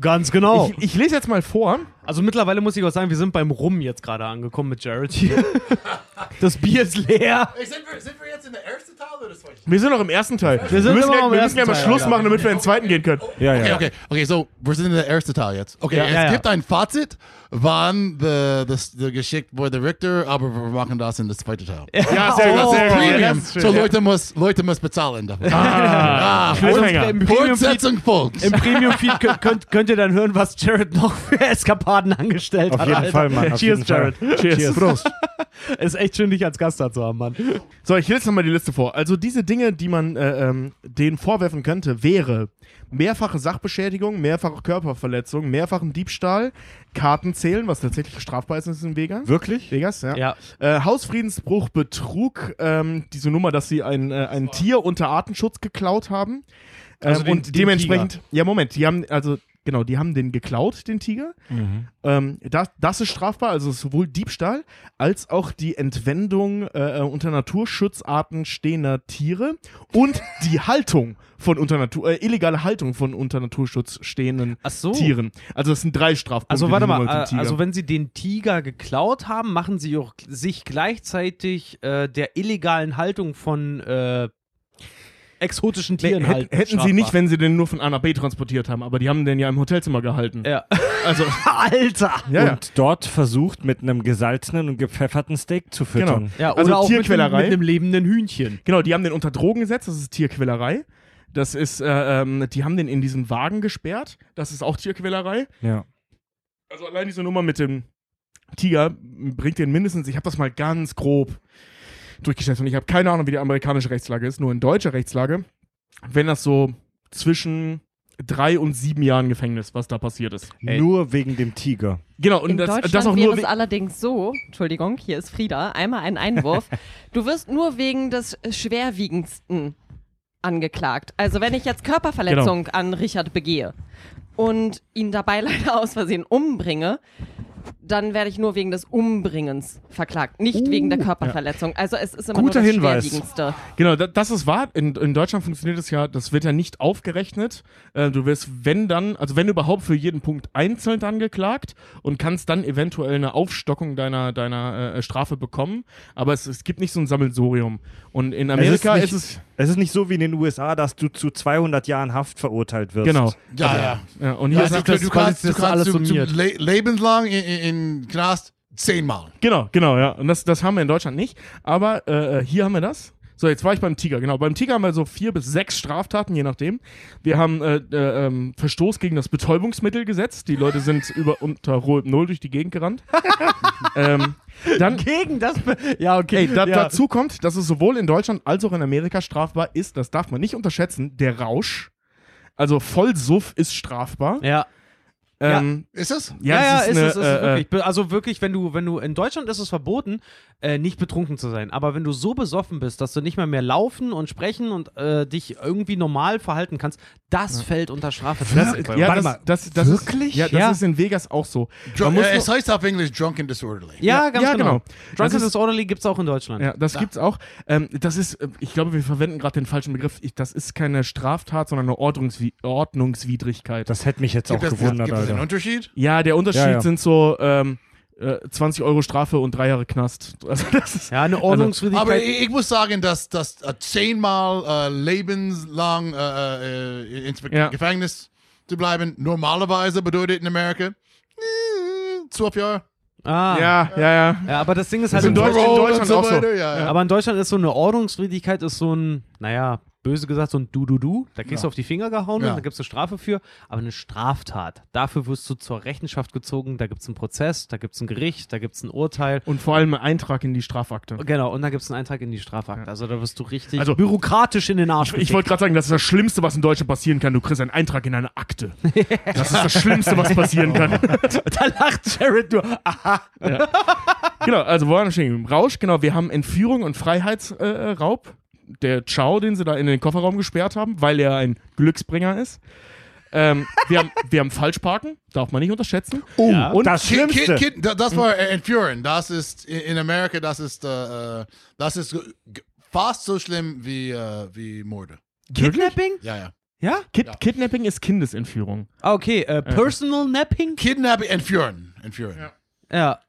D: Ganz genau.
C: ich, ich lese jetzt mal vor.
D: also mittlerweile muss ich auch sagen, wir sind beim Rum jetzt gerade angekommen mit Jared
C: [laughs]
D: hier. das Bier ist leer.
B: Sind wir, sind wir jetzt in der ersten Teil oder das
C: Wir sind noch im ersten Teil. Wir,
D: sind
C: müssen
D: immer noch
C: gleich-
D: im
C: wir
D: ersten
C: müssen gleich mal
D: Teil,
C: Schluss
D: Alter.
C: machen, damit wir in den zweiten gehen können.
A: Ja, ja.
B: Okay, okay, okay, so wir sind in der ersten Teil jetzt. Okay,
D: Ja,
B: es
D: ja, ja.
B: gibt ein Fazit, wann der das, der geschickt wurde Richter, aber wir machen das in der zweiten Teil. [laughs]
C: Ja, sehr
D: Oh,
C: gut, sehr gut.
B: Oh, Premium,
C: Ganz schön,
B: so
C: ja.
B: Leute muss Leute muss bezahlen dafür.
C: Ah, Cliffhanger.
D: Also Im Premium-Feed-
B: Fortsetzung folgt.
D: Im Premium-Feed kö- könnt, könnt ihr dann hören, was Jared noch für Eskapaden angestellt
A: Auf
D: hat.
A: jeden
D: Alter.
A: Fall, Mann. Auf
D: Cheers,
A: jeden
D: Jared.
A: Fall. Cheers. Prost.
D: Ist echt schön, dich als Gast da zu haben, Mann.
C: So, ich lese nochmal die Liste vor. Also diese Dinge, die man äh, ähm, denen vorwerfen könnte, wäre mehrfache Sachbeschädigung, mehrfache Körperverletzung, mehrfachen Diebstahl, Kartenzählen, was tatsächlich strafbar ist in Vegas.
A: Wirklich?
C: Vegas, ja. Äh, Hausfriedensbruch, Betrug, ähm, diese Nummer, dass sie ein, äh, ein Tier unter Artenschutz geklaut haben. Ähm,
D: Also den-
C: und
D: den
C: dementsprechend, ja, Moment, die haben, also, genau, die haben den geklaut, den Tiger. Ähm, das, das ist strafbar, also sowohl Diebstahl als auch die Entwendung äh, unter Naturschutzarten stehender Tiere und die Haltung von unter Natur, äh, illegale Haltung von unter Naturschutz stehenden
D: Ach so.
C: Tieren. Also, das sind drei Strafpunkte.
D: Oh. Also warte
C: die man
D: mal,
C: mit dem
D: äh,
C: Tiger-
D: also wenn sie den Tiger geklaut haben, machen sie auch sich gleichzeitig äh, der illegalen Haltung von äh, exotischen
C: Nee,
D: Tieren
C: hätt-
D: halt
C: hätten sie nicht,
D: strafbar.
C: wenn sie den nur von A nach B transportiert haben, aber die haben den ja im Hotelzimmer gehalten.
D: [laughs] Ja.
C: Also,
D: Alter!
C: ja, ja.
A: Und dort versucht, mit einem gesalzenen und gepfefferten Steak zu füttern.
C: Genau.
D: Ja, oder
C: Also
D: auch
C: Tierquälerei.
D: Mit, einem- mit einem lebenden Hühnchen.
C: Genau, die haben den unter Drogen gesetzt, das ist Tierquälerei. Das ist, äh, ähm, die haben den in diesen Wagen gesperrt, das ist auch Tierquälerei.
A: Ja.
C: Also allein diese Nummer mit dem Tiger bringt den mindestens, ich habe das mal ganz grob durchgeschätzt und ich habe keine Ahnung, wie die amerikanische Rechtslage ist, nur in deutscher Rechtslage, wenn das so zwischen drei und sieben Jahren Gefängnis, was da passiert ist.
A: Nur wegen dem Tiger.
C: Genau, und
E: In
C: das,
E: Deutschland
C: das auch
E: wäre
C: nur.
E: es
C: we-
E: allerdings so, Entschuldigung, hier ist Frieda, einmal
C: [laughs]
E: ein Einwurf. du wirst nur wegen des Schwerwiegendsten angeklagt. Also wenn ich jetzt
C: Genau.
E: [laughs] Körperverletzung an Richard begehe und ihn dabei leider aus Versehen umbringe, dann werde ich nur wegen des Umbringens verklagt, nicht wegen der Körperverletzung. Also es ist immer
C: Uh, Guter
E: nur das
C: Hinweis.
E: Schwerwiegendste.
C: Genau, da- das ist wahr. In, in Deutschland funktioniert es ja, das wird ja nicht aufgerechnet. Äh, Du wirst, wenn dann, also wenn überhaupt für jeden Punkt einzeln angeklagt und kannst dann eventuell eine Aufstockung deiner, deiner äh, Strafe bekommen. Aber es, es gibt nicht so ein Sammelsurium. Und in Amerika
A: es ist, nicht,
C: ist es.
A: es ist nicht so wie in den USA, dass du zu 200 Jahren Haft verurtelt wirst.
C: Genau.
B: Ja, ja.
C: Ja, und hier
B: Ja,
C: sagt
B: du,
C: das
B: du
C: quasi
B: kannst, du
C: das
B: kannst
C: alles
B: zu- zu
C: summiert.
B: le lebenslang in, in, in Knast zehnmal.
C: Genau, genau, ja. Und das, das haben wir in Deutschland nicht. Aber äh, hier haben wir das. So, jetzt war ich beim Tiger, genau. Beim Tiger haben wir so vier bis sechs Straftaten, je nachdem. Wir haben äh, äh, ähm, Verstoß gegen das Betäubungsmittelgesetz. Die Leute sind über unter Rot Null durch die
D: [laughs]
C: Gegend gerannt. ähm, dann,
D: Gegen das. Be ja, okay.
C: Ey, da,
D: ja.
C: dazu kommt, dass es sowohl in Deutschland als auch in Amerika strafbar ist, das darf man nicht unterschätzen, der Rausch. Also Vollsuff ist strafbar.
D: Ja.
C: Ähm,
B: Ist es?
D: Ja, ja,
C: das
D: ist,
C: eine,
D: es, ist
C: äh,
D: es
C: äh,
D: wirklich. Be- Also wirklich, wenn du, wenn du, in Deutschland ist es verboten, äh, nicht betrunken zu sein. Aber wenn du so besoffen bist, dass du nicht mehr mehr laufen und sprechen und äh, dich irgendwie normal verhalten kannst, das fällt unter Strafe.
C: Das, ja,
A: Warte
C: das,
A: mal,
C: das, das
D: wirklich?
C: Ist, ja, das
D: Ja.
C: ist in Vegas auch so.
B: Dr
C: muss
B: äh,
C: nur-
B: es heißt auf Englisch drunk and disorderly.
D: ja, ganz
C: ja,
D: genau.
C: genau. Das
D: Drunken
C: ist-
D: Disorderly gibt es auch in Deutschland.
C: Ja, das gibt's auch. Ähm, das ist, äh, ich glaube, wir verwenden gerade den falschen Begriff. Ich, das ist keine Straftat, sondern eine Ordnungswi Ordnungswidrigkeit.
A: Das hätte mich jetzt auch
B: das,
A: gewundert,
B: gibt es einen
A: Alter.
B: Unterschied?
C: ja, der Unterschied
A: Ja, ja.
C: sind so ähm, äh, 20 Euro Strafe und drei Jahre Knast. Also das ist
D: Ja, eine Ordnungswidrigkeit.
B: Aber ich, ich muss sagen, dass das äh, zehnmal äh, lebenslang äh, äh, ins Be
C: Ja.
B: Gefängnis zu bleiben normalerweise bedeutet in Amerika äh, zwölf Jahre.
D: ah. ja.
C: ja, ja, ja.
D: aber das Ding ist halt
C: in
D: in
C: Deutschland-
D: Deutschland.
C: in Deutschland auch so.
B: Ja, ja.
D: Aber in Deutschland ist so eine Ordnungswidrigkeit, ist so ein, naja, böse gesagt, so ein Du-Du-Du. Da kriegst du auf die Finger gehauen
B: Ja.
D: und da gibt es eine Strafe für. Aber eine Straftat, dafür wirst du zur Rechenschaft gezogen. Da gibt es einen Prozess, da gibt es ein Gericht, da gibt es ein Urteil.
C: Und vor allem ein Eintrag in die Strafakte.
D: Genau, und da gibt es einen Eintrag in die Strafakte. Also da wirst du richtig
C: Also-
D: bürokratisch in den Arsch.
C: Ich wollte gerade sagen, das ist das Schlimmste, was in Deutschland passieren kann. Du kriegst einen Eintrag in eine Akte. Das ist das Schlimmste, was passieren kann.
D: [laughs] da lacht Jared nur. Ah,
C: genau, also wo waren wir stehen? geblieben? Rausch, genau, wir haben Entführung und Freiheitsraub. Äh, Raub. der Chao, den sie da in den Kofferraum gesperrt haben, weil er ein Glücksbringer ist. Ähm, wir, haben, wir haben Falschparken, darf man nicht unterschätzen.
A: Oh,
D: Ja.
A: und das
B: Kind,
A: Schlimmste.
B: kind, kind, da-
D: Mm.
B: das war äh, entführen. Das ist in in Amerika, das ist, äh, äh, das ist g- g- fast so schlimm wie, äh, wie Morde.
D: Kidnapping?
B: Ja, ja.
D: Ja?
C: Kid Kidnapping ist Kindesentführung.
D: Ah, okay. Äh, Personal Napping?
B: Kidnapping, entführen. entführen.
D: Ja.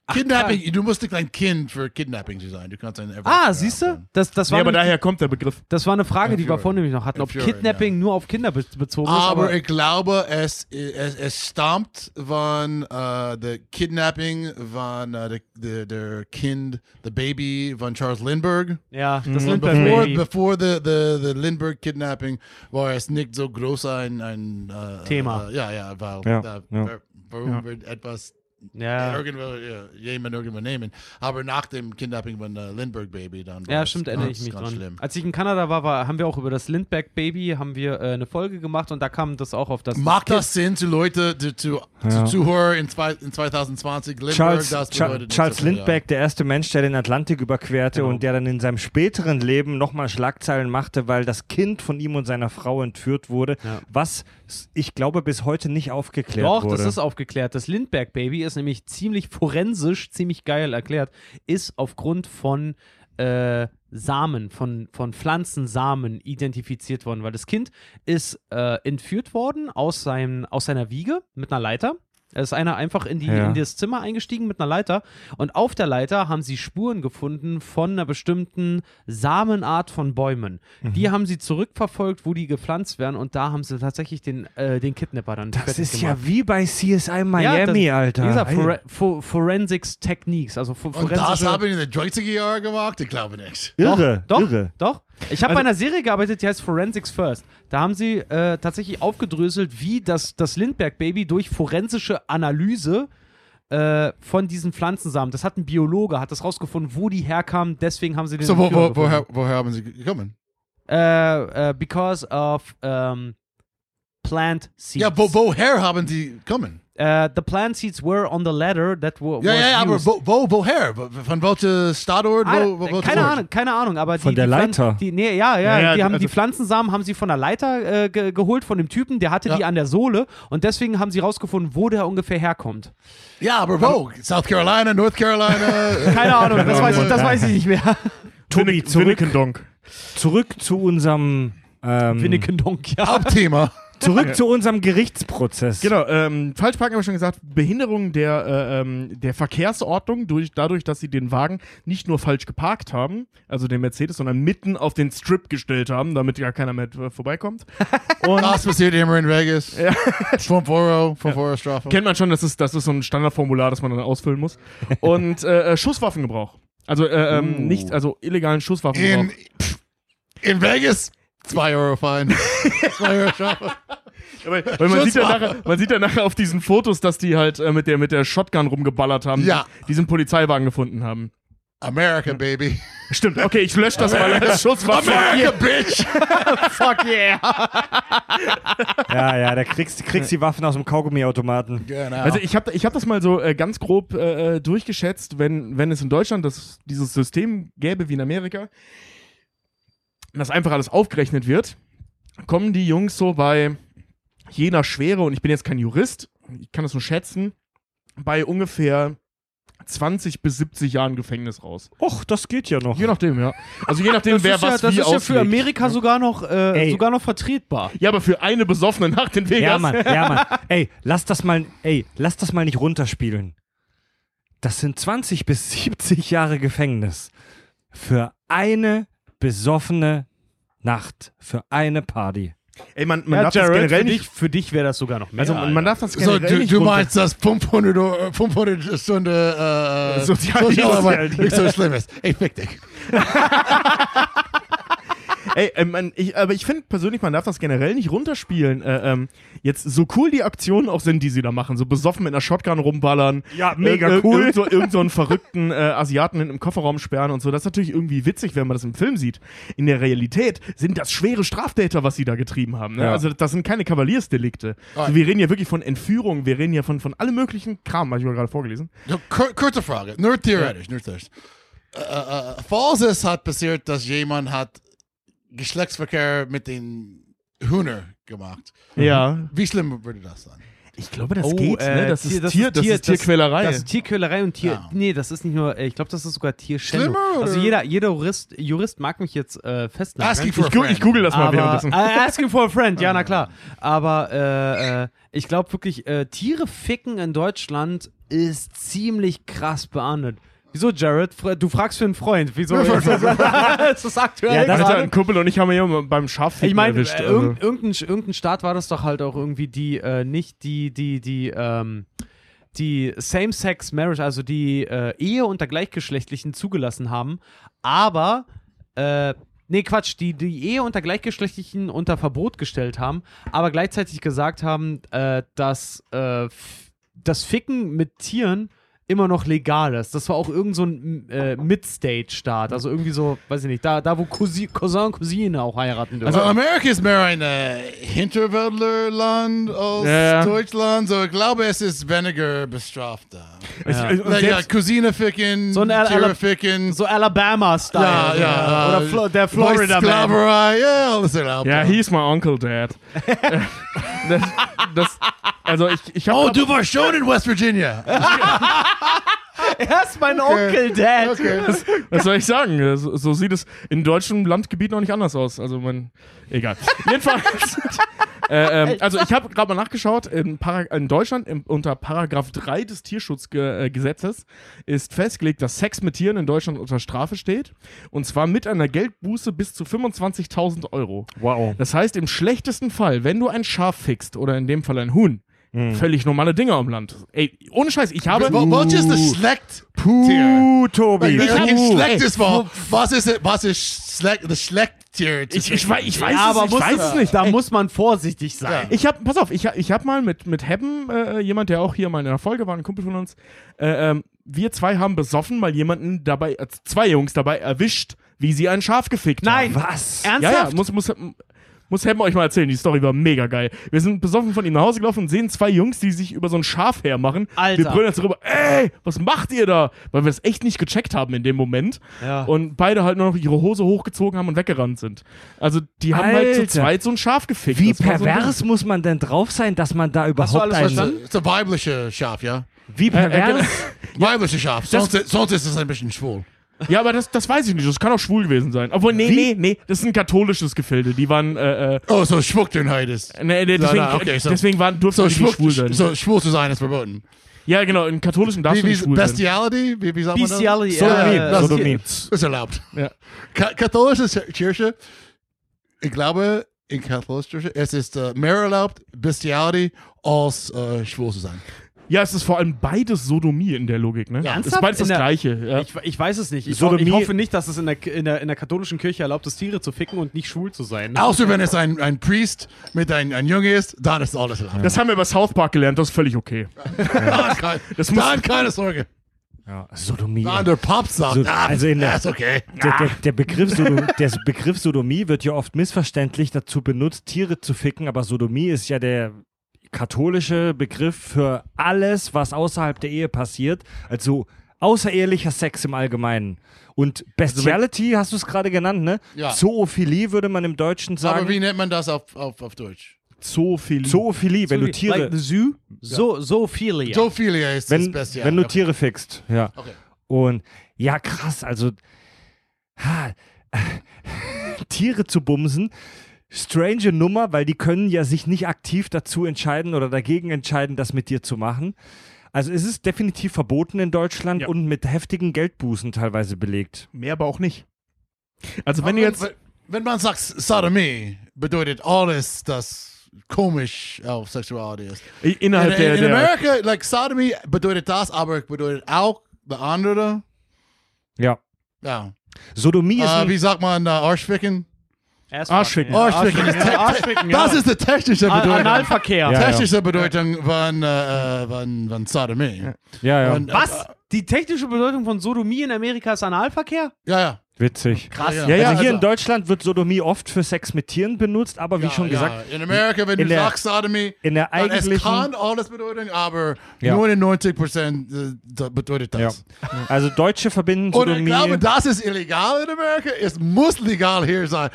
D: Ach,
B: Kidnapping, du musst nicht ein Kind für Kidnapping zu sein. Du kannst ein
D: Ah, ah siehst du? Das, das
C: Nee,
D: war
C: aber
D: nämlich-
C: daher kommt der Begriff.
D: Das war eine Frage, die wir
B: Entführung.
D: vorhin nämlich noch hatten, ob
B: Entführung,
D: Kidnapping nur auf Kinder be bezogen
B: Aber,
D: ist.
B: ich glaube, es, es, es stammt von äh, der Kidnapping von äh, der, der, der Kind, the Baby von Charles Lindbergh.
D: ja,
B: Mhm.
D: das
C: Und
D: nimmt das
B: Before,
D: Baby.
B: before the, the, the Lindbergh Kidnapping war es nicht so groß ein, ein äh,
D: Thema.
B: Äh, ja, ja, weil
A: Ja,
B: da,
A: ja.
B: wer- warum wird etwas
D: Ja.
B: irgendwo, ja, jemand irgendwo nehmen. Aber nach dem Kidnapping von äh, Lindbergh Baby dann war
D: Ja,
B: es
D: stimmt, erinnere
B: ganz,
D: ich mich
B: ganz
D: dran.
B: Schlimm.
D: Als ich in Kanada war, war, haben wir auch über das Lindbergh Baby haben wir äh, eine Folge gemacht und da kam das auch auf das.
B: Macht das Sinn zu Leute, zu, zu, zu Zuhörer in, zwei, in 2020? Lindbergh,
A: Charles,
B: das
A: Cha
B: bedeutet nicht
A: Charles
B: so viel,
A: Lindbergh, der erste Mensch, der den Atlantik überquerte
D: Genau.
A: und der dann in seinem späteren Leben nochmal Schlagzeilen machte, weil das Kind von ihm und seiner Frau entführt wurde,
D: Ja.
A: was s- ich glaube bis heute nicht aufgeklärt
D: Doch,
A: wurde.
D: das ist aufgeklärt. Das Lindbergh Baby ist nämlich ziemlich forensisch, ziemlich geil erklärt, ist aufgrund von äh, Samen, von, von Pflanzensamen identifiziert worden, weil das Kind ist äh, entführt worden aus, seinem, aus seiner Wiege mit einer Leiter. Da ist einer einfach in, die,
A: Ja.
D: in das Zimmer eingestiegen mit einer Leiter und auf der Leiter haben sie Spuren gefunden von einer bestimmten Samenart von Bäumen.
A: Mhm.
D: Die haben sie zurückverfolgt, wo die gepflanzt werden und da haben sie tatsächlich den, äh, den Kidnapper dann
A: das
D: fertig
A: ist
D: gemacht.
A: ja wie bei CSI Miami,
D: Ja, das-
A: Alter.
D: Wie gesagt,
A: Ey.
D: Fore Fo Forensics Techniques, also Fo
B: Und das
D: forensische-
B: haben wir in den 30er Jahren gemacht? Ich glaube nicht.
A: irre,
D: doch,
A: irre. Also
D: Doch. Ich habe bei einer Serie gearbeitet, die heißt Forensics First. Da haben sie äh, tatsächlich aufgedröselt, wie das, das Lindbergh-Baby durch forensische Analyse äh, von diesen Pflanzensamen, das hat ein Biologe, hat das rausgefunden, wo die herkamen, deswegen haben sie den
B: So, wo,
D: Entführer
B: wo,
D: gefunden.
B: woher, woher haben sie gekommen?
D: Äh, äh, because of ähm, plant seeds.
B: Ja, wo, woher haben sie gekommen?
D: äh, the plant seeds were on the ladder that were
B: Ja,
D: was
B: ja, ja, aber
D: used.
B: wo, wo, woher? Wo- Von welcher Stadtort?
D: Ah,
B: Wo, wo, wo,
D: keine Ahnung, keine Ahnung, aber die,
A: Von der
D: die Pflan-
A: Leiter.
D: Die, nee, ja, ja,
C: Ja, ja,
D: die haben
C: also-
D: die Pflanzensamen haben sie von der Leiter äh, ge geholt von dem Typen, der hatte
B: Ja.
D: die an der Sohle und deswegen haben sie rausgefunden, wo der ungefähr herkommt.
B: Ja, aber wo? South Carolina, North
D: [laughs]
B: Carolina? äh,
D: Keine Ahnung, das weiß ich, das weiß ich nicht mehr.
A: Tobi, zurück,
C: Winnekendonk.
A: zurück zu unserem
D: [laughs]
A: ähm,
D: Winnekendonk,
C: Hm.
D: ja.
B: Hauptthema.
A: zurück zu unserem Gerichtsprozess.
C: Genau, ähm, Falschparken haben wir schon gesagt, Behinderung der, äh, ähm, der Verkehrsordnung durch, dadurch, dass sie den Wagen nicht nur falsch geparkt haben, also den Mercedes, sondern mitten auf den Strip gestellt haben, damit ja keiner mehr äh, vorbeikommt. Und
B: Das passiert immer in Vegas. Ja. Von Foro, von Foro Strafe.
C: kennt man schon, das ist, das ist so ein Standardformular, das man dann ausfüllen muss. Und äh, äh, Schusswaffengebrauch. Also äh, ähm, nicht, also illegalen Schusswaffengebrauch.
B: Uh. In, pff, in Vegas? 2 Euro Fine. 2 Euro Strafe.
C: Weil, weil man, sieht ja
B: Schusswaffe.
C: nachher, man sieht ja nachher auf diesen Fotos, dass die halt äh, mit, der, mit der Shotgun rumgeballert haben,
B: Ja.
C: die diesen Polizeiwagen gefunden haben.
B: America, baby.
C: Stimmt, okay, ich lösche das mal als Schusswaffe.
B: [laughs] America, bitch.
C: Fuck yeah!
A: Ja, ja, da kriegst, kriegst die Waffen aus dem Kaugummiautomaten.
B: Genau.
C: Also ich habe ich hab das mal so äh, ganz grob äh, äh, durchgeschätzt, wenn, wenn es in Deutschland das, dieses System gäbe wie in Amerika, dass einfach alles aufgerechnet wird, kommen die Jungs so bei je nach Schwere, und ich bin jetzt kein Jurist, ich kann das nur schätzen, bei ungefähr 20 bis 70 Jahren Gefängnis raus.
A: Och, das geht ja noch.
C: Je nachdem, ja. Also je nachdem,
D: Das
C: wer
D: ist ja,
C: was
D: das
C: wie
D: ist ja für
C: auslegt. Hm.
D: Amerika sogar noch äh,
A: Ey.
D: sogar noch vertretbar.
C: Ja, aber für eine besoffene Nacht in Vegas.
A: Ja, Mann, ja, Mann. Ey, lass das mal, ey, lass das mal nicht runterspielen. Das sind 20 bis 70 Jahre Gefängnis. Für eine besoffene Nacht. Für eine Party.
C: Ey, man, man darf das
D: Jared,
C: generell
D: für
C: nicht.
D: dich, für dich wäre das sogar noch mehr.
C: Also man
D: Alter.
C: darf das
B: so,
C: generell
B: du,
C: nicht
B: du
C: runter-
B: meinst, dass 500, Euro- 500 Stunde äh,
C: Sozial-
B: Sozialarbeit nicht so schlimm ist. Ey, fick dich.
C: Ey, ähm, man, ich, aber ich finde persönlich, man darf das generell nicht runterspielen. Äh, ähm, jetzt, so cool die Aktionen auch sind, die sie da machen, so besoffen mit einer Shotgun rumballern.
A: Ja, mega
C: Irg- irg-
A: cool.
C: Irgend so, irgend so einen verrückten äh, Asiaten in einem Kofferraum sperren und so. Das ist natürlich irgendwie witzig, wenn man das im Film sieht. In der Realität sind das schwere Straftäter, was sie da getrieben haben. Ne?
A: Ja.
C: Also das sind keine Kavaliersdelikte. Also, wir reden ja wirklich von Entführung, wir reden ja von, von allem möglichen Kram, habe ich mal gerade vorgelesen.
B: Ja, kur kurze Frage, nur theoretisch, nur theoretisch. Äh, äh, äh, falls es hat passiert, dass jemand hat Geschlechtsverkehr mit den Hühner gemacht,
C: Ja.
B: wie schlimm würde das sein?
C: Ich glaube, das
D: Oh,
C: geht.
D: äh,
C: ne? das,
D: Tier-
C: ist Tier, das ist Tierquälerei.
D: Das ist Tierquälerei und Tier.
B: Ja.
D: Nee, das ist nicht nur, äh, ich glaube, das ist sogar Tierschändung.
B: Schlimmer, oder?
D: Also jeder, jeder Jurist, Jurist mag mich jetzt äh,
B: Asking
D: festnageln.
B: for
C: ich, gu
B: a
C: ich
B: friend.
C: google das mal
D: Aber,
C: währenddessen.
D: äh, asking for a friend, ja,
C: [laughs]
D: na klar. Aber äh, äh, ich glaube wirklich, äh, Tiere ficken in Deutschland ist ziemlich krass beahndet. Wieso, Jared? Fr- Du fragst für einen Freund.
C: [laughs]
D: Wieso ist das, [laughs] ist das aktuell?
A: Ja, das-
D: gerade?
C: Alter, ein Kumpel und ich haben ja immer beim Schaf
D: Ich meine,
C: erwischt.
D: äh,
C: also.
D: irgend, irgendein, irgendein Staat war das doch halt auch irgendwie die, äh, nicht die, die, die, ähm, die Same-Sex-Marriage, also die äh, Ehe unter Gleichgeschlechtlichen zugelassen haben, aber, äh, nee, Quatsch, die die Ehe unter Gleichgeschlechtlichen unter Verbot gestellt haben, aber gleichzeitig gesagt haben, äh, dass äh, f- das Ficken mit Tieren immer noch legal ist. Das war auch irgend so ein äh, Mid-State-Staat, also irgendwie so, weiß ich nicht, da, da wo Cousi Cousin, Cousine auch heiraten dürfen.
B: Also Amerika ist mehr ein äh, Hinterwäldlerland als
C: Ja.
B: Deutschland, so ich glaube, es ist weniger bestraft da.
C: Ich- ich- und
B: Ja, ja,
C: selbst-
B: Cousine ficken,
D: So ein Al-
B: Tiere
D: Al-
B: ficken,
D: So Alabama-Style.
B: ja, ja,
D: Oder
B: äh,
D: Flo der Florida-Man.
B: Sklaverei, ja, alles erlaubt.
C: ja, he's my
B: [laughs]
C: uncle, Dad. Äh, das, das, also ich, ich
B: Oh,
C: habe
B: du warst schon in West Virginia.
D: [laughs] Er ist mein Onkel, Dad.
B: Okay.
C: was soll ich sagen? Äh, So, so sieht es in deutschen Landgebieten auch nicht anders aus. Also man, egal. [laughs] Jedenfalls. Äh, ähm, also ich habe gerade mal nachgeschaut, in, Para in Deutschland im, unter Paragraph 3 des Tierschutzgesetzes ist festgelegt, dass Sex mit Tieren in Deutschland unter Strafe steht und zwar mit einer Geldbuße bis zu 25.000 Euro.
A: Wow.
C: Das heißt, im schlechtesten Fall, wenn du ein Schaf fickst oder in dem Fall ein Huhn,
D: Hm.
C: völlig normale Dinger am Land. Ey, ohne Scheiß, ich habe.
B: Wel- Welches ist das schlecht Tier?
A: Puh, Uh, Tobi.
B: Ich
A: puh.
B: ein schlechtes war. Was ist was ist schlecht das schlecht Tier? zu
C: Ich, ich, wei- ich weiß
D: Ja,
C: es,
D: aber
C: ich
D: muss,
C: weiß es nicht.
D: Da
C: Ey,
D: muss man vorsichtig sein.
C: ich hab, pass auf, ich, hab- ich hab mal mit, mit Hebben, äh, jemand, der auch hier mal in der Folge war, ein Kumpel von uns, äh, ähm, wir zwei haben besoffen mal jemanden dabei, äh, zwei Jungs dabei erwischt, wie sie ein Schaf gefickt
D: Nein.
C: haben.
A: Was?
C: Ja, ja,
D: Ernsthaft?
C: muss, muss, Muss Hemmer euch mal erzählen, die Story war mega geil. Wir sind besoffen von ihm nach Hause gelaufen und sehen zwei Jungs, die sich über so ein Schaf hermachen.
D: Alter.
C: Wir brüllen jetzt drüber, ey, was macht ihr da? Weil wir es echt nicht gecheckt haben in dem Moment.
D: Ja.
C: Und beide halt nur noch ihre Hose hochgezogen haben und weggerannt sind. Also die haben halt zu
A: Alter.
C: zweit so ein Schaf gefickt.
A: Wie
C: Das war so ein Ding.
A: pervers muss man denn drauf sein, dass man da überhaupt
D: alles
A: einen.
D: verstanden?
B: Das ist ein weibliches Schaf, ja?
C: Äh,
A: Wie pervers?
C: genau.
B: Weibliches Schaf. Sonst, sonst ist es ein bisschen schwul.
C: Ja, aber das, das weiß ich nicht. Das kann auch schwul gewesen sein. Obwohl, nee, nee, nee, das ist ein katholisches Gefilde. Die waren, äh, äh,
B: Oh, so Schwuchtelnheit ist.
C: nee, nee, deswegen,
B: Na, na, okay, so-
C: deswegen waren, durften
B: So
C: die nicht
B: schwul,
C: schwul sein.
B: so schwul zu sein ist verboten.
C: Ja, genau, in katholischen darfst
B: Wie,
C: du nicht
B: wie
C: schwul sein.
B: Bestiality? Wie, wie sagt man das?
D: Bestiality,
B: Sodomie.
D: äh,
B: Das
C: Sodomie.
B: ist erlaubt.
C: Ja.
B: Ka katholische Kirche, ich glaube, in katholischer Kirche, es ist äh, mehr erlaubt, Bestiality, als äh, schwul zu sein.
C: Ja, es ist vor allem beides Sodomie in der Logik, ne?
B: Ja.
C: Es ist
D: Ernsthaft?
C: beides
D: In
C: das
D: der-
C: Gleiche. Ja.
D: Ich, ich weiß es nicht. Ich, ho
C: Sodomie-
D: ich hoffe nicht, dass es in der, in, der, in der katholischen Kirche erlaubt ist, Tiere zu ficken und nicht schwul zu sein.
B: Außer wenn es ein, ein Priest mit einem ein Junge ist, dann ist alles erlaubt.
C: das haben wir bei South Park gelernt, das ist völlig okay.
B: Dann, kein,
C: Das muss-
B: dann keine Sorge.
A: Ja, Sodomie.
C: Ah,
B: Dann der Papst sagt,
A: So-
B: ah,
A: also in der-
B: ja, ist okay.
A: Der, der, der, Begriff
B: [laughs]
A: Sodom, der Begriff Sodomie wird ja oft missverständlich dazu benutzt, Tiere zu ficken, aber Sodomie ist ja der katholische Begriff für alles, was außerhalb der Ehe passiert. Also außerehelicher Sex im Allgemeinen. Und Bestiality hast du es gerade genannt, ne?
B: Also Ja.
A: Zoophilie würde man im Deutschen
B: Aber wie
A: sagen.
B: nennt man das auf, auf, auf Deutsch?
C: Zoophilie.
A: Zoophilie, wenn du Tiere,
D: Like the zoo? So, so viele. Ja.
B: Zoophilia ist
A: wenn,
B: das Bestiality.
A: wenn du
B: Okay.
A: Tiere fickst. Ja.
B: Okay.
A: Und ja, krass, also ha, [laughs] Tiere zu bumsen, strange Nummer, weil die können ja sich nicht aktiv dazu entscheiden oder dagegen entscheiden, das mit dir zu machen. Also es ist definitiv verboten in Deutschland
C: Ja.
A: und mit heftigen Geldbußen teilweise belegt.
C: Mehr aber auch nicht. Also wenn
B: Aber
C: du jetzt.
B: wenn, wenn man sagt Sodomie, bedeutet alles, das komisch auf Sexuality ist.
C: i- innerhalb
B: in,
C: der,
B: in, in
C: der
B: Amerika, like Sodomy bedeutet das, aber bedeutet auch der andere.
A: Ja.
B: Ja.
A: Sodomie ist
B: Äh,
A: ein,
B: wie sagt man äh, Arschficken?
C: Arschficken.
B: Arschficken ist te-
D: Arschficken, ja.
B: Das ist die technische
D: An-
B: Bedeutung.
D: Analverkehr.
A: Ah, nou- Ja, ja.
B: Technische Bedeutung von, äh, äh, von, von Sodomie.
A: ja, ja,
B: Und, äh,
D: Was? Die technische Bedeutung von Sodomie in Amerika ist Analverkehr?
B: Ja, ja.
A: witzig.
B: Krass.
A: Ja, ja, also hier in Deutschland wird Sodomie oft für Sex mit Tieren benutzt, aber wie schon gesagt,
B: In Amerika, wenn
A: in
B: du
A: der-
B: sagst Sodomie,
A: in der
B: dann es
A: eigentlichen
B: kann alles bedeuten, aber
A: Ja.
B: 99% äh, bedeutet das.
A: also Deutsche verbinden
B: Und ich
A: Sodomie.
B: glaube, das ist illegal in Amerika. Es muss legal hier sein.